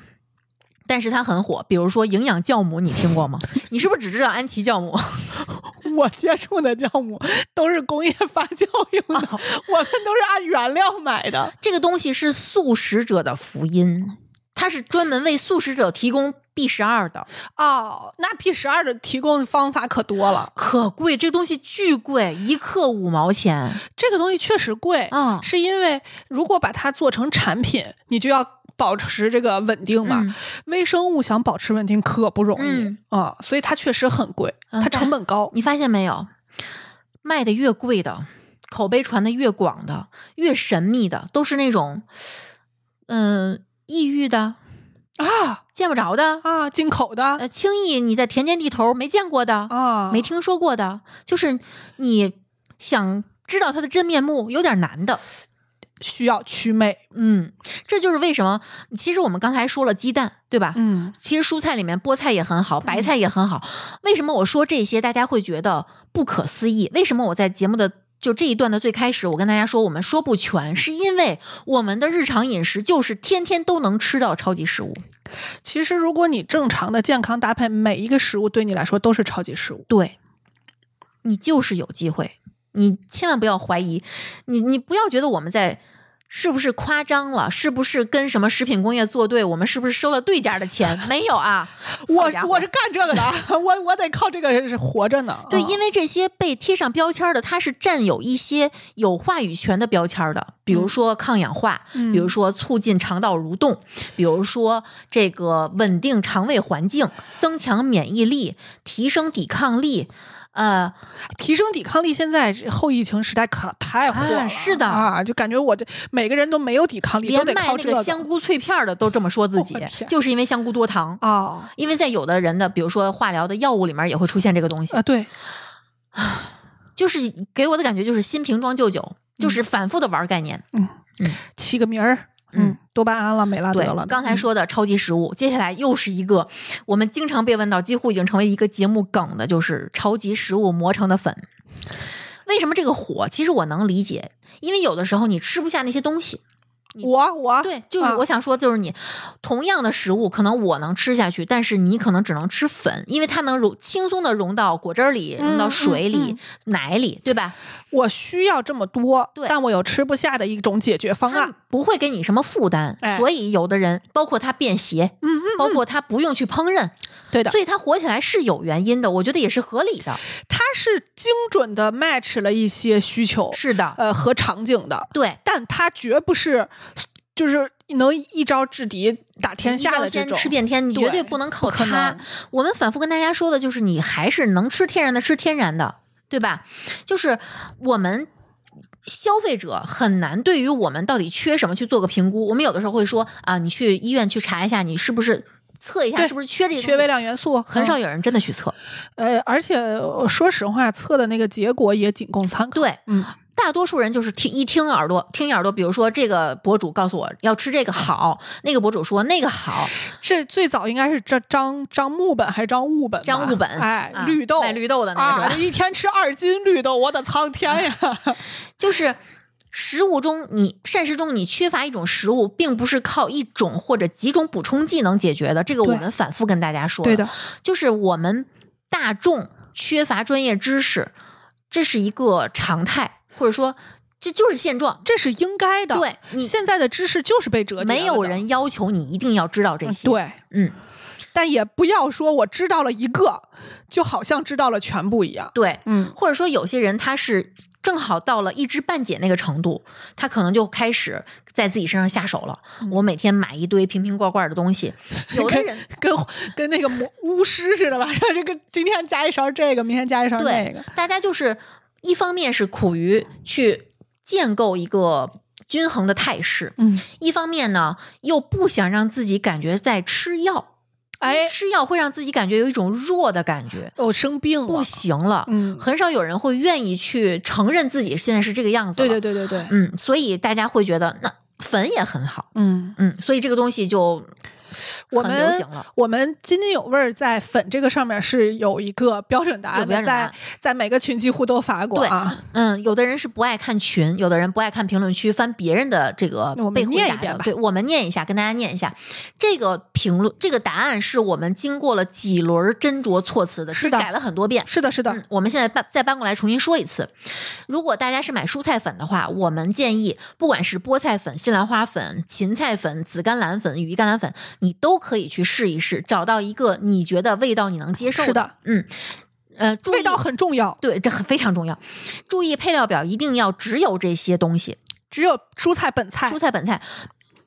Speaker 1: 但是它很火，比如说营养酵母，你听过吗？ *laughs* 你是不是只知道安琪酵母？ *laughs*
Speaker 3: 我接触的酵母都是工业发酵用的，我们都是按原料买的。
Speaker 1: 这个东西是素食者的福音，它是专门为素食者提供 B 十二的，
Speaker 3: 哦，那 P 十二的提供方法可多了，
Speaker 1: 可贵，这个东西巨贵，一克五毛钱
Speaker 3: 这个东西确实贵，
Speaker 1: 啊！
Speaker 3: 是因为如果把它做成产品，你就要保持这个稳定嘛。
Speaker 1: 嗯
Speaker 3: 微生物想保持稳定可不容易
Speaker 1: 嗯
Speaker 3: 啊、所以它确实很贵，
Speaker 1: 嗯
Speaker 3: 它成本高。
Speaker 1: 你发现没有，卖的越贵的，口碑传的越广的，越神秘的，都是那种，嗯、抑郁的、
Speaker 3: 啊
Speaker 1: 见不着的，
Speaker 3: 啊，进口的
Speaker 1: 呃，轻易你在田间地头没见过的，
Speaker 3: 啊，
Speaker 1: 没听说过的，就是你想知道它的真面目有点难的。
Speaker 3: 需要祛魅。
Speaker 1: 嗯，这就是为什么，其实我们刚才说了鸡蛋，对吧？
Speaker 3: 嗯，
Speaker 1: 其实蔬菜里面菠菜也很好，白菜也很好。为什么我说这些大家会觉得不可思议？为什么我在节目的就这一段的最开始，我跟大家说我们说不全，是因为我们的日常饮食就是天天都能吃到超级食物。
Speaker 3: 其实如果你正常的健康搭配，每一个食物对你来说都是超级食物。
Speaker 1: 对，你就是有机会，你千万不要怀疑，你你不要觉得我们在。是不是夸张了？是不是跟什么食品工业作对？我们是不是收了对家的钱？没有啊，
Speaker 3: 我
Speaker 1: 好家伙
Speaker 3: 我是干这个的 *laughs* 啊，我我得靠这个是活着呢。
Speaker 1: 对，
Speaker 3: 啊
Speaker 1: 因为这些被贴上标签儿的，它是占有一些有话语权的标签儿的，比如说抗氧化，
Speaker 3: 嗯
Speaker 1: 比如说促进肠道蠕动，比如说这个稳定肠胃环境，增强免疫力，提升抵抗力。呃，
Speaker 3: 提升抵抗力，现在这后疫情时代可太火了、
Speaker 1: 啊是的
Speaker 3: 啊，就感觉我这每个人都没有抵抗力，
Speaker 1: 连
Speaker 3: 都得
Speaker 1: 卖
Speaker 3: 靠
Speaker 1: 那
Speaker 3: 这个
Speaker 1: 个香菇脆片儿的都这么说自己
Speaker 3: 我天，
Speaker 1: 就是因为香菇多糖。
Speaker 3: 哦
Speaker 1: 因为在有的人的，比如说化疗的药物里面也会出现这个东西，
Speaker 3: 啊，对，
Speaker 1: 就是给我的感觉就是新瓶装旧酒，
Speaker 3: 嗯
Speaker 1: 就是反复的玩概念。
Speaker 3: 起个名儿，
Speaker 1: 嗯
Speaker 3: 嗯，多巴胺了，美拉德
Speaker 1: 对
Speaker 3: 了，嗯
Speaker 1: 刚才说的超级食物，接下来又是一个我们经常被问到，几乎已经成为一个节目梗的，就是超级食物磨成的粉。为什么这个火？其实我能理解，因为有的时候你吃不下那些东西。
Speaker 3: 我我
Speaker 1: 对，就是
Speaker 3: 啊
Speaker 1: 我想说，就是你同样的食物，可能我能吃下去，但是你可能只能吃粉，因为它能融轻松的融到果汁儿里，
Speaker 3: 嗯
Speaker 1: 融到水里、
Speaker 3: 嗯
Speaker 1: 奶里，对吧？
Speaker 3: 我需要这么多，
Speaker 1: 对
Speaker 3: 但我有吃不下的一种解决方
Speaker 1: 它
Speaker 3: 案，
Speaker 1: 不会给你什么负担，
Speaker 3: 啊哎
Speaker 1: 所以有的人，包括他便携，
Speaker 3: 嗯嗯，
Speaker 1: 包括他不用去烹饪，
Speaker 3: 对的，呃
Speaker 1: 所以它火起来是有原因的，我觉得也是合理的。
Speaker 3: 它是精准的 match 了一些需求，
Speaker 1: 是的，
Speaker 3: 呃和场景的，
Speaker 1: 对
Speaker 3: 但它绝不是就是能一招制敌打天
Speaker 1: 一
Speaker 3: 下
Speaker 1: 招
Speaker 3: 的这
Speaker 1: 鲜
Speaker 3: 种，
Speaker 1: 吃遍天，你绝
Speaker 3: 对
Speaker 1: 对不能靠
Speaker 3: 不可
Speaker 1: 它
Speaker 3: 能。
Speaker 1: 我们反复跟大家说的就是，你还是能吃天然的，吃天然的，对吧？就是我们。消费者很难对于我们到底缺什么去做个评估。我们有的时候会说啊，你去医院去查一下，你是不是测一下
Speaker 3: 对
Speaker 1: 是不是缺这些东西
Speaker 3: 缺微量元素嗯
Speaker 1: 很少
Speaker 3: 有。
Speaker 1: 有人真的去测。
Speaker 3: 呃，而且呃说实话，测的那个结果也仅供参考。
Speaker 1: 对，
Speaker 3: 嗯，
Speaker 1: 大多数人就是听一听耳朵，听一耳朵。比如说，这个博主告诉我要吃这个好，那个博主说那个好，
Speaker 3: 这最早应该是张张张木本还是张悟本吧？
Speaker 1: 张悟本
Speaker 3: 哎，
Speaker 1: 啊
Speaker 3: 绿豆，
Speaker 1: 卖绿豆的那个
Speaker 3: 啊
Speaker 1: 是，吧？啊
Speaker 3: 一天吃二斤绿豆，我的苍天呀！ *laughs*
Speaker 1: 就是食物中你膳食中你缺乏一种食物，并不是靠一种或者几种补充剂能解决的。这个我
Speaker 3: 对
Speaker 1: 们反复跟大家说，
Speaker 3: 对的，，
Speaker 1: 就是我们大众缺乏专业知识，这是一个常态，或者说这就是现状。
Speaker 3: 这是应该的。
Speaker 1: 对你
Speaker 3: 现在的知识就是被折叠了的，
Speaker 1: 没有人要求你一定要知道这些，，
Speaker 3: 对，
Speaker 1: 嗯，
Speaker 3: 但也不要说我知道了一个，就好像知道了全部一样。
Speaker 1: 对，
Speaker 3: 嗯，
Speaker 1: 或者说有些人他是正好到了一知半解那个程度，他可能就开始在自己身上下手了。我每天买一堆瓶瓶罐罐的东
Speaker 3: *laughs*
Speaker 1: 西，有的人
Speaker 3: 嗯跟跟那个魔巫师似的吧， *laughs* 这个今天加一勺这个，明天加一勺那
Speaker 1: 对
Speaker 3: 个，
Speaker 1: 大家就是一方面是苦于去建构一个均衡的态势，
Speaker 3: 嗯，
Speaker 1: 一方面呢又不想让自己感觉在吃药，因为
Speaker 3: 哎，
Speaker 1: 吃药会让自己感觉有一种弱的感觉，
Speaker 3: 我生病了，
Speaker 1: 不行哦了。
Speaker 3: 嗯，
Speaker 1: 很少有人会愿意去承认自己现在是这个样子了。
Speaker 3: 对对对对对，
Speaker 1: 嗯，所以大家会觉得那粉也很好，
Speaker 3: 嗯。
Speaker 1: 嗯，所以这个东西就
Speaker 3: 我
Speaker 1: 很流
Speaker 3: 们
Speaker 1: 行了。
Speaker 3: 我们津津有味儿在粉这个上面是有一个标准答
Speaker 1: 有
Speaker 3: 案
Speaker 1: 标
Speaker 3: 的，
Speaker 1: 准答
Speaker 3: 在
Speaker 1: 案
Speaker 3: 在每个群几乎都发过
Speaker 1: *laughs*
Speaker 3: 啊。
Speaker 1: 嗯，有的人是不爱看群，有的人不爱看评论区，翻别人的这个
Speaker 3: 那我们
Speaker 1: 被回
Speaker 3: 念一
Speaker 1: 答
Speaker 3: 遍
Speaker 1: 的。
Speaker 3: 吧
Speaker 1: 对，我们念一下，跟大家念一下这个评论，这个答案是我们经过了几轮斟酌措辞的，
Speaker 3: 是
Speaker 1: 其实
Speaker 3: 的
Speaker 1: 改了很多遍。
Speaker 3: 是的，是的，
Speaker 1: 嗯，我们现在搬再搬过来重新说一次。如果大家是买蔬菜粉的话，我们建议不管是菠菜粉、西兰花粉、芹菜粉、紫甘蓝粉、羽衣甘蓝粉，你都可以去试一试，找到一个你觉得味道你能接受
Speaker 3: 是的，
Speaker 1: 嗯，呃，注意
Speaker 3: 味道很重要。
Speaker 1: 对，这很非常重要。注意配料表一定要只有这些东西，
Speaker 3: 只有蔬菜本菜
Speaker 1: 蔬，菜本菜。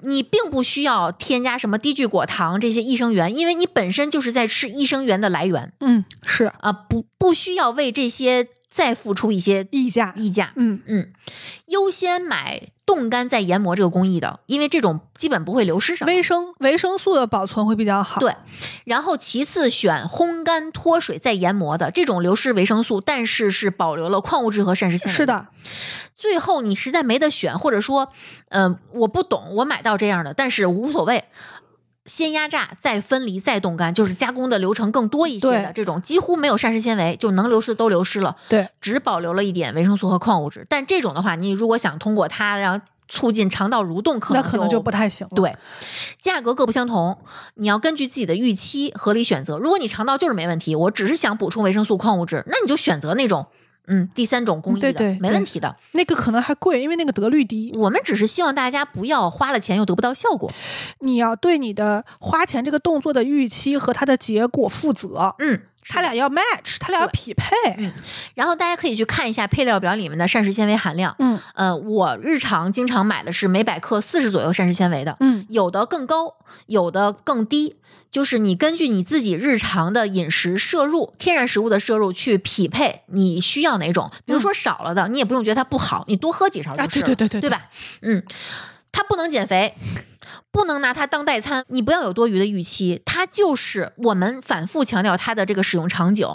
Speaker 1: 你并不需要添加什么低聚果糖这些益生元，因为你本身就是在吃益生元的来源。
Speaker 3: 嗯，是
Speaker 1: 啊，不不需要为这些再付出一些
Speaker 3: 溢价，
Speaker 1: 溢价，
Speaker 3: 嗯，
Speaker 1: 优先买冻干再研磨这个工艺的，因为这种基本不会流失什么。
Speaker 3: 维生维生素的保存会比较好。
Speaker 1: 对然后其次选烘干脱水再研磨的，这种流失维生素，但是是保留了矿物质和膳食纤维。
Speaker 3: 是的，
Speaker 1: 最后你实在没得选，或者说，嗯、我不懂，我买到这样的，但是无所谓。先压榨，再分离，再冻干，就是加工的流程更多一些的
Speaker 3: 对
Speaker 1: 这种，几乎没有膳食纤维，就能流失的都流失了，
Speaker 3: 对，
Speaker 1: 只保留了一点维生素和矿物质。但这种的话，你如果想通过它然后促进肠道蠕动，可
Speaker 3: 那
Speaker 1: 能
Speaker 3: 可能就不太行了。
Speaker 1: 对，价格各不相同，你要根据自己的预期合理选择。如果你肠道就是没问题，我只是想补充维生素、矿物质，那你就选择那种嗯第三种工艺的，
Speaker 3: 对对
Speaker 1: 没问题的。
Speaker 3: 那个可能还贵，因为那个得率低。
Speaker 1: 我们只是希望大家不要花了钱又得不到效果。
Speaker 3: 你要对你的花钱这个动作的预期和它的结果负责，
Speaker 1: 嗯，
Speaker 3: 它俩要 match，它俩要
Speaker 1: 对嗯
Speaker 3: 匹配。
Speaker 1: 然后大家可以去看一下配料表里面的膳食纤维含量。
Speaker 3: 嗯
Speaker 1: 呃，我日常经常买的是每百克四十左右膳食纤维的，
Speaker 3: 嗯，
Speaker 1: 有的更高，有的更低。就是你根据你自己日常的饮食摄入、天然食物的摄入去匹配你需要哪种。比如说少了的，你也不用觉得它不好，你多喝几勺
Speaker 3: 嗯啊，
Speaker 1: 就
Speaker 3: 对
Speaker 1: 是了，
Speaker 3: 对对对
Speaker 1: 对？吧？嗯，它不能减肥，不能拿它当代餐，你不要有多余的预期。它就是我们反复强调它的这个使用场景，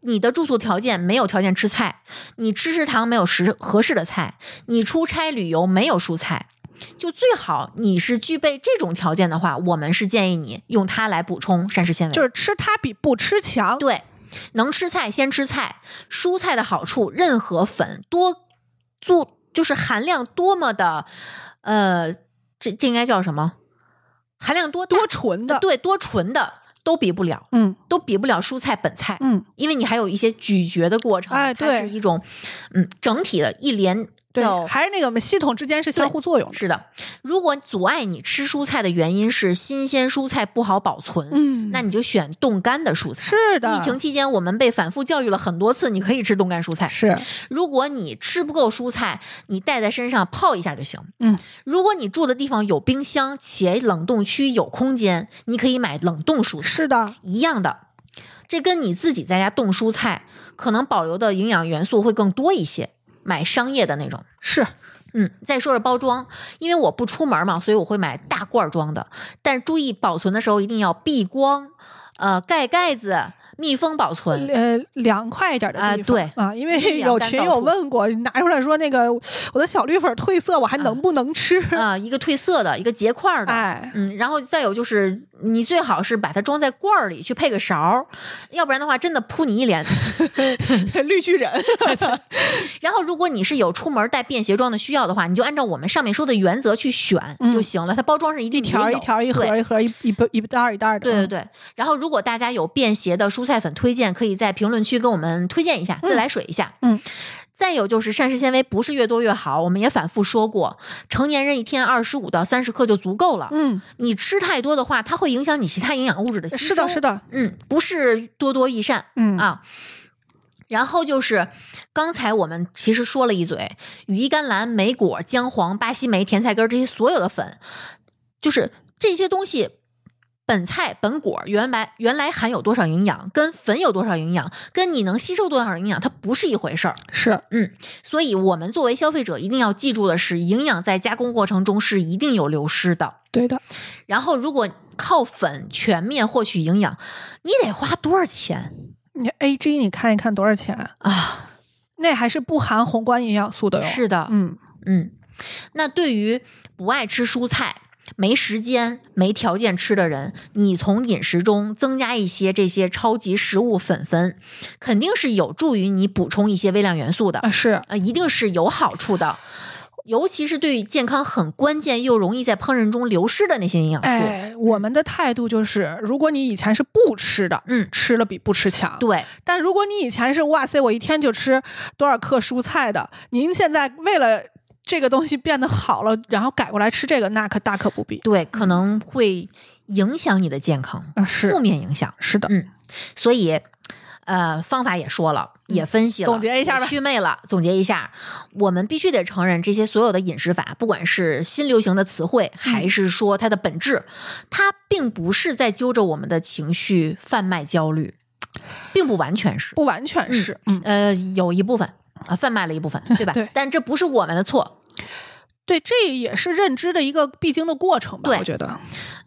Speaker 1: 你的住宿条件没有条件吃菜，你吃食堂没有食合适的菜，你出差旅游没有蔬菜。就最好你是具备这种条件的话，我们是建议你用它来补充膳食纤维。
Speaker 3: 就是吃它比不吃强。
Speaker 1: 对，能吃菜先吃菜，蔬菜的好处，任何粉多做就是含量多么的，呃，这这应该叫什么？含量多大呃
Speaker 3: 多纯的，
Speaker 1: 对多纯的都比不了，
Speaker 3: 嗯
Speaker 1: 都比不了蔬菜本菜，
Speaker 3: 嗯，
Speaker 1: 因为你还有一些咀嚼的过程，
Speaker 3: 哎
Speaker 1: 它
Speaker 3: 对
Speaker 1: 是一种嗯整体的一连
Speaker 3: 对
Speaker 1: 叫，
Speaker 3: 还是那个我们系统之间是相互作用的。
Speaker 1: 是的，如果阻碍你吃蔬菜的原因是新鲜蔬菜不好保存，
Speaker 3: 嗯
Speaker 1: 那你就选冻干的蔬菜。
Speaker 3: 是的，
Speaker 1: 疫情期间，我们被反复教育了很多次，你可以吃冻干蔬菜。
Speaker 3: 是
Speaker 1: 如果你吃不够蔬菜，你带在身上泡一下就行。
Speaker 3: 嗯，
Speaker 1: 如果你住的地方有冰箱且冷冻区有空间，你可以买冷冻蔬菜。
Speaker 3: 是的，
Speaker 1: 一样的，这跟你自己在家冻蔬菜，可能保留的营养元素会更多一些。买商业的那种，
Speaker 3: 是
Speaker 1: 嗯，再说说包装，因为我不出门嘛，所以我会买大罐儿装的，但是注意保存的时候一定要避光，呃，盖盖子，密封保存。
Speaker 3: 呃凉快一点的
Speaker 1: 嗯啊
Speaker 3: 地方。
Speaker 1: 对
Speaker 3: 啊，因为
Speaker 1: 一定要
Speaker 3: 有
Speaker 1: 干
Speaker 3: 群
Speaker 1: 燥
Speaker 3: 友
Speaker 1: 处
Speaker 3: 问过，拿出来说那个我的小绿粉褪色，我还能不能吃？
Speaker 1: 啊、一个褪色的，一个结块儿嗯的，
Speaker 3: 哎，
Speaker 1: 嗯，然后再有就是，你最好是把它装在罐儿里去配个勺儿，要不然的话真的扑你一脸。
Speaker 3: 绿巨人
Speaker 1: 嗯然后，如果你是有出门带便携装的需要的话，你就按照我们上面说的原则去选
Speaker 3: 嗯
Speaker 1: 就行了。它包装是一定
Speaker 3: 一条
Speaker 1: 也
Speaker 3: 一
Speaker 1: 有
Speaker 3: 条一盒
Speaker 1: 对
Speaker 3: 一盒一一包一袋儿一袋儿的。
Speaker 1: 对对
Speaker 3: 嗯，
Speaker 1: 对，然后如果大家有便携的蔬菜粉推荐，可以在评论区跟我们推荐一下，自来水一下。
Speaker 3: 嗯
Speaker 1: 再有就是膳食纤维不是越多越好，我们也反复说过，成年人一天二十五到三十克就足够了。
Speaker 3: 嗯，呃
Speaker 1: 你吃太多的话，它会影响你其他营养物质的吸收。
Speaker 3: 是的，是
Speaker 1: 的，
Speaker 3: 的，
Speaker 1: 嗯，不是多多益善。
Speaker 3: 嗯
Speaker 1: 啊。然后就是刚才我们其实说了一嘴，羽衣甘蓝、莓果、姜黄、巴西莓、甜菜根儿这些所有的粉，就是这些东西。本菜本果原来原来含有多少营养，跟粉有多少营养，跟你能吸收多少营养，它不是一回事儿。
Speaker 3: 是
Speaker 1: 所以，我们作为消费者一定要记住的是，营养在加工过程中是一定有流失的。
Speaker 3: 对的，
Speaker 1: 然后，如果靠粉全面获取营养，你得花多少钱
Speaker 3: 你 A G 你看一看多少钱啊？
Speaker 1: 啊？
Speaker 3: 那还是不含宏观营养素的哟。
Speaker 1: 是的，
Speaker 3: 嗯，
Speaker 1: 嗯，那对于不爱吃蔬菜、没时间、没条件吃的人，你从饮食中增加一些这些超级食物粉粉，肯定是有助于你补充一些微量元素的
Speaker 3: 啊，，是
Speaker 1: 呃，一定是有好处的。尤其是对于健康很关键又容易在烹饪中流失的那些营养素，
Speaker 3: 哎，我们的态度就是，如果你以前是不吃的，
Speaker 1: 嗯
Speaker 3: 吃了比不吃强。
Speaker 1: 对，
Speaker 3: 但如果你以前是哇塞，我一天就吃多少克蔬菜的，您现在为了这个东西变得好了，然后改过来吃这个，那可大可不必。
Speaker 1: 对，可能会影响你的健康，
Speaker 3: 啊，嗯是
Speaker 1: 负面影响。
Speaker 3: 是的
Speaker 1: 嗯，所以，呃，方法也说了，也分析了，
Speaker 3: 嗯总结一下
Speaker 1: 也
Speaker 3: 吧
Speaker 1: 祛魅了，总结一下，我们必须得承认，这些所有的饮食法，不管是新流行的词汇，
Speaker 3: 嗯
Speaker 1: 还是说它的本质，它并不是在揪着我们的情绪贩卖焦虑，并不完全是，
Speaker 3: 不完全是，嗯，
Speaker 1: 呃，有一部分啊，贩卖了一部分，对吧？
Speaker 3: *laughs* 对
Speaker 1: 但这不是我们的错，
Speaker 3: 对，这也是认知的一个必经的过程吧？
Speaker 1: 对
Speaker 3: 我觉得，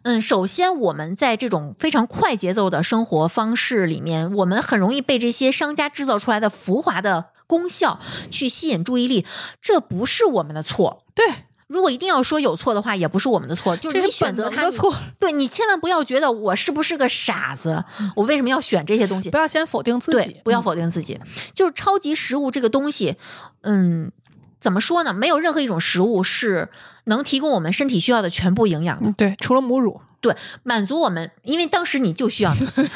Speaker 1: 嗯，首先我们在这种非常快节奏的生活方式里面，我们很容易被这些商家制造出来的浮华的功效去吸引注意力，这不是我们的错。
Speaker 3: 对，
Speaker 1: 如果一定要说有错的话，也不是我们的错，就是
Speaker 3: 这
Speaker 1: 你
Speaker 3: 是本
Speaker 1: 选择
Speaker 3: 能
Speaker 1: 它
Speaker 3: 的
Speaker 1: 你
Speaker 3: 错，
Speaker 1: 对你千万不要觉得我是不是个傻子，我为什么要选这些东西
Speaker 3: 嗯不？要先否定自己
Speaker 1: 对，，不要
Speaker 3: 嗯
Speaker 1: 否定自己。就是超级食物这个东西，嗯，怎么说呢？没有任何一种食物是能提供我们身体需要的全部营养的。
Speaker 3: 嗯对，除了母乳，
Speaker 1: 对，满足我们，因为当时你就需要那些。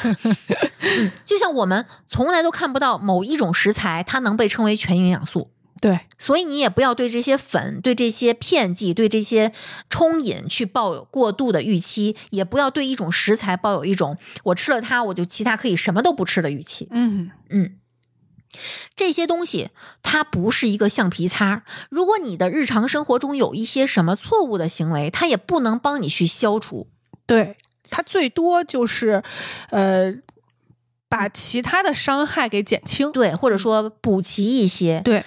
Speaker 1: 嗯，就像我们从来都看不到某一种食材它能被称为全营养素，
Speaker 3: 对，
Speaker 1: 所以你也不要对这些粉、对这些片剂、对这些冲饮去抱有过度的预期，也不要对一种食材抱有一种我吃了它我就其他可以什么都不吃的预期。
Speaker 3: 嗯，
Speaker 1: 嗯，这些东西它不是一个橡皮擦。如果你的日常生活中有一些什么错误的行为，它也不能帮你去消除。
Speaker 3: 对，它最多就是，呃，把其他的伤害给减轻。
Speaker 1: 对，或者说补齐一些，
Speaker 3: 对，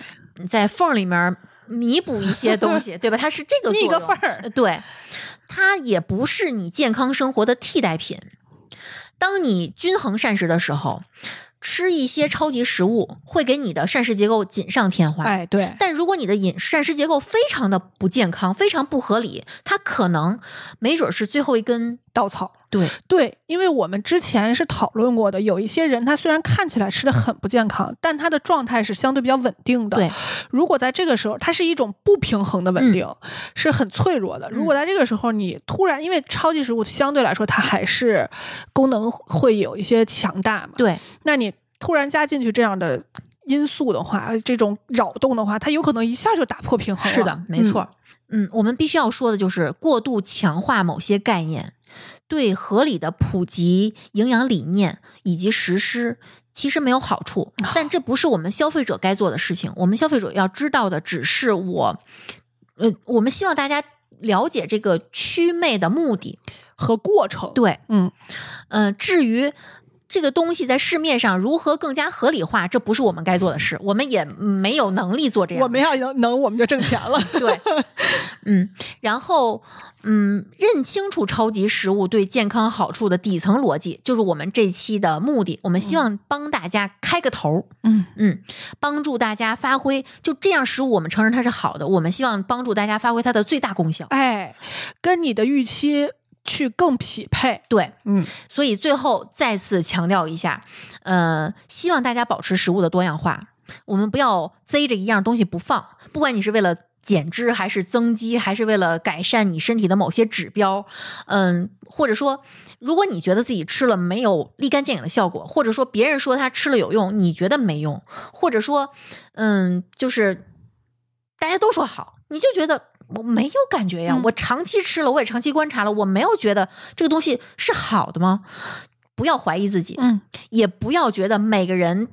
Speaker 1: 在缝儿里面弥补一些东
Speaker 3: *laughs*
Speaker 1: 西，对吧？它是这个
Speaker 3: 逆个
Speaker 1: 作用
Speaker 3: 缝儿
Speaker 1: 呃对，它也不是你健康生活的替代品。当你均衡膳食的时候，吃一些超级食物会给你的膳食结构锦上添花。
Speaker 3: 哎，对，
Speaker 1: 但如果你的饮膳食结构非常的不健康，非常不合理，它可能没准是最后一根
Speaker 3: 稻草。
Speaker 1: 对
Speaker 3: 对，因为我们之前是讨论过的，有一些人他虽然看起来吃的很不健康，但他的状态是相对比较稳定的。
Speaker 1: 对，嗯
Speaker 3: 如果在这个时候，它是一种不平衡的稳定，是很脆弱的。如果在这个时候你突然，因为超级食物相对来说它还是功能会有一些强大嘛，
Speaker 1: 对
Speaker 3: *laughs* 那你突然加进去这样的因素的话，这种扰动的话，它有可能一下就打破平衡了。
Speaker 1: 是的，没错。嗯，我们必须要说的就是过度强化某些概念，对合理的普及营养理念以及实施。其实没有好处，
Speaker 3: 啊
Speaker 1: 但这不是我们消费者该做的事情。我们消费者要知道的只是我，呃，我们希望大家了解这个祛魅的目的。
Speaker 3: 和过程。
Speaker 1: 对，
Speaker 3: 嗯，
Speaker 1: 呃，至于这个东西在市面上如何更加合理化，这不是我们该做的事，我们也没有能力做这样的事。
Speaker 3: 我们要能能，我们就挣钱了。
Speaker 1: *laughs* 对，嗯，然后嗯，认清楚超级食物对健康好处的底层逻辑，就是我们这期的目的。我们希望帮大家开个头，
Speaker 3: 嗯
Speaker 1: 嗯，帮助大家发挥。就这样食物，我们承认它是好的，我们希望帮助大家发挥它的最大功效。
Speaker 3: 哎，跟你的预期去更匹配。
Speaker 1: 对，
Speaker 3: 嗯，
Speaker 1: 所以最后再次强调一下，呃，希望大家保持食物的多样化，我们不要贼着一样东西不放，不管你是为了。减脂还是增肌，还是为了改善你身体的某些指标，嗯，或者说，如果你觉得自己吃了没有立竿见影的效果，或者说别人说他吃了有用，你觉得没用，或者说，嗯，就是大家都说好，你就觉得我没有感觉呀，
Speaker 3: 嗯
Speaker 1: 我长期吃了，我也长期观察了，我没有觉得这个东西是好的吗？不要怀疑自己，
Speaker 3: 嗯，
Speaker 1: 也不要觉得每个人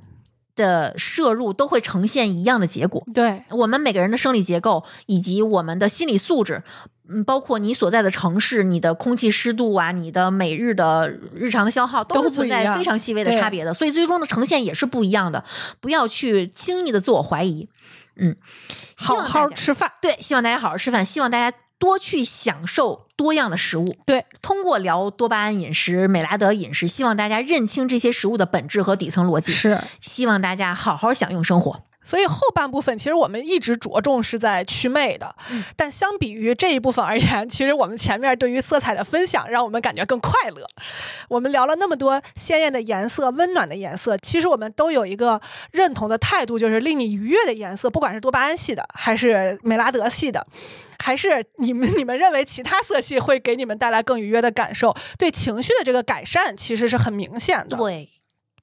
Speaker 1: 的摄入都会呈现一样的结果。
Speaker 3: 对，
Speaker 1: 我们每个人的生理结构以及我们的心理素质，嗯，包括你所在的城市、你的空气湿度啊、你的每日的日常的消耗，
Speaker 3: 都
Speaker 1: 都是
Speaker 3: 不
Speaker 1: 存
Speaker 3: 一
Speaker 1: 在
Speaker 3: 样
Speaker 1: 非常细微的
Speaker 3: 对
Speaker 1: 差别的，所以最终的呈现也是不一样的。不要去轻易的自我怀疑，嗯，希
Speaker 3: 好
Speaker 1: 望大
Speaker 3: 好
Speaker 1: 家
Speaker 3: 吃饭。
Speaker 1: 对，希望大家好好吃饭，希望大家多去享受多样的食物。
Speaker 3: 对，
Speaker 1: 通过聊多巴胺饮食、美拉德饮食，希望大家认清这些食物的本质和底层逻辑，
Speaker 3: 是，
Speaker 1: 希望大家好好享用生活。
Speaker 3: 所以后半部分其实我们一直着重是在祛魅的，但相比于这一部分而言，其实我们前面对于色彩的分享，让我们感觉更快乐。我们聊了那么多鲜艳的颜色、温暖的颜色，其实我们都有一个认同的态度，就是令你愉悦的颜色，不管是多巴胺系的，还是美拉德系的。还是你们你们认为其他色系会给你们带来更愉悦的感受，对情绪的这个改善其实是很明显的。
Speaker 1: 对，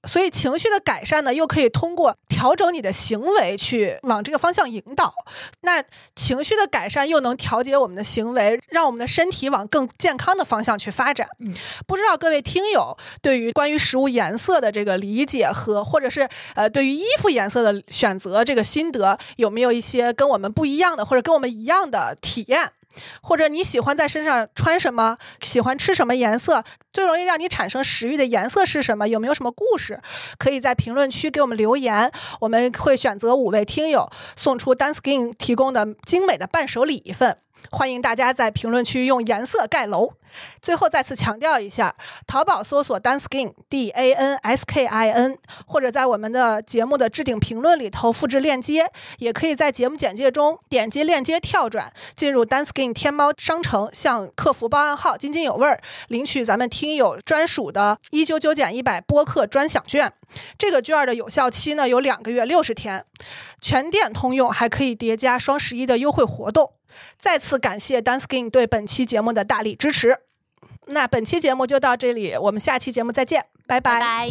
Speaker 3: 所以情绪的改善呢，又可以通过调整你的行为去往这个方向引导。那情绪的改善又能调节我们的行为，让我们的身体往更健康的方向去发展。
Speaker 1: 嗯，
Speaker 3: 不知道各位听友对于关于食物颜色的这个理解和，或者是呃对于衣服颜色的选择这个心得，有没有一些跟我们不一样的，或者跟我们一样的体验？或者你喜欢在身上穿什么，喜欢吃什么颜色，最容易让你产生食欲的颜色是什么？有没有什么故事？可以在评论区给我们留言，我们会选择五位听友送出 DanSkin 提供的精美的伴手礼一份。欢迎大家在评论区用颜色盖楼。最后再次强调一下，淘宝搜索 DanSkin D A N S K I N，或者在我们的节目的置顶评论里头复制链接，也可以在节目简介中点击链接跳转，进入 DanSkin 天猫商城，向客服报暗号“津津有味儿”领取咱们听友专属的“一九九减一百”播客专享券。这个券的有效期呢有两个月六十天，全店通用，还可以叠加双十一的优惠活动。再次感谢 DanSkin 对本期节目的大力支持。那本期节目就到这里，我们下期节目再见，拜
Speaker 1: 拜拜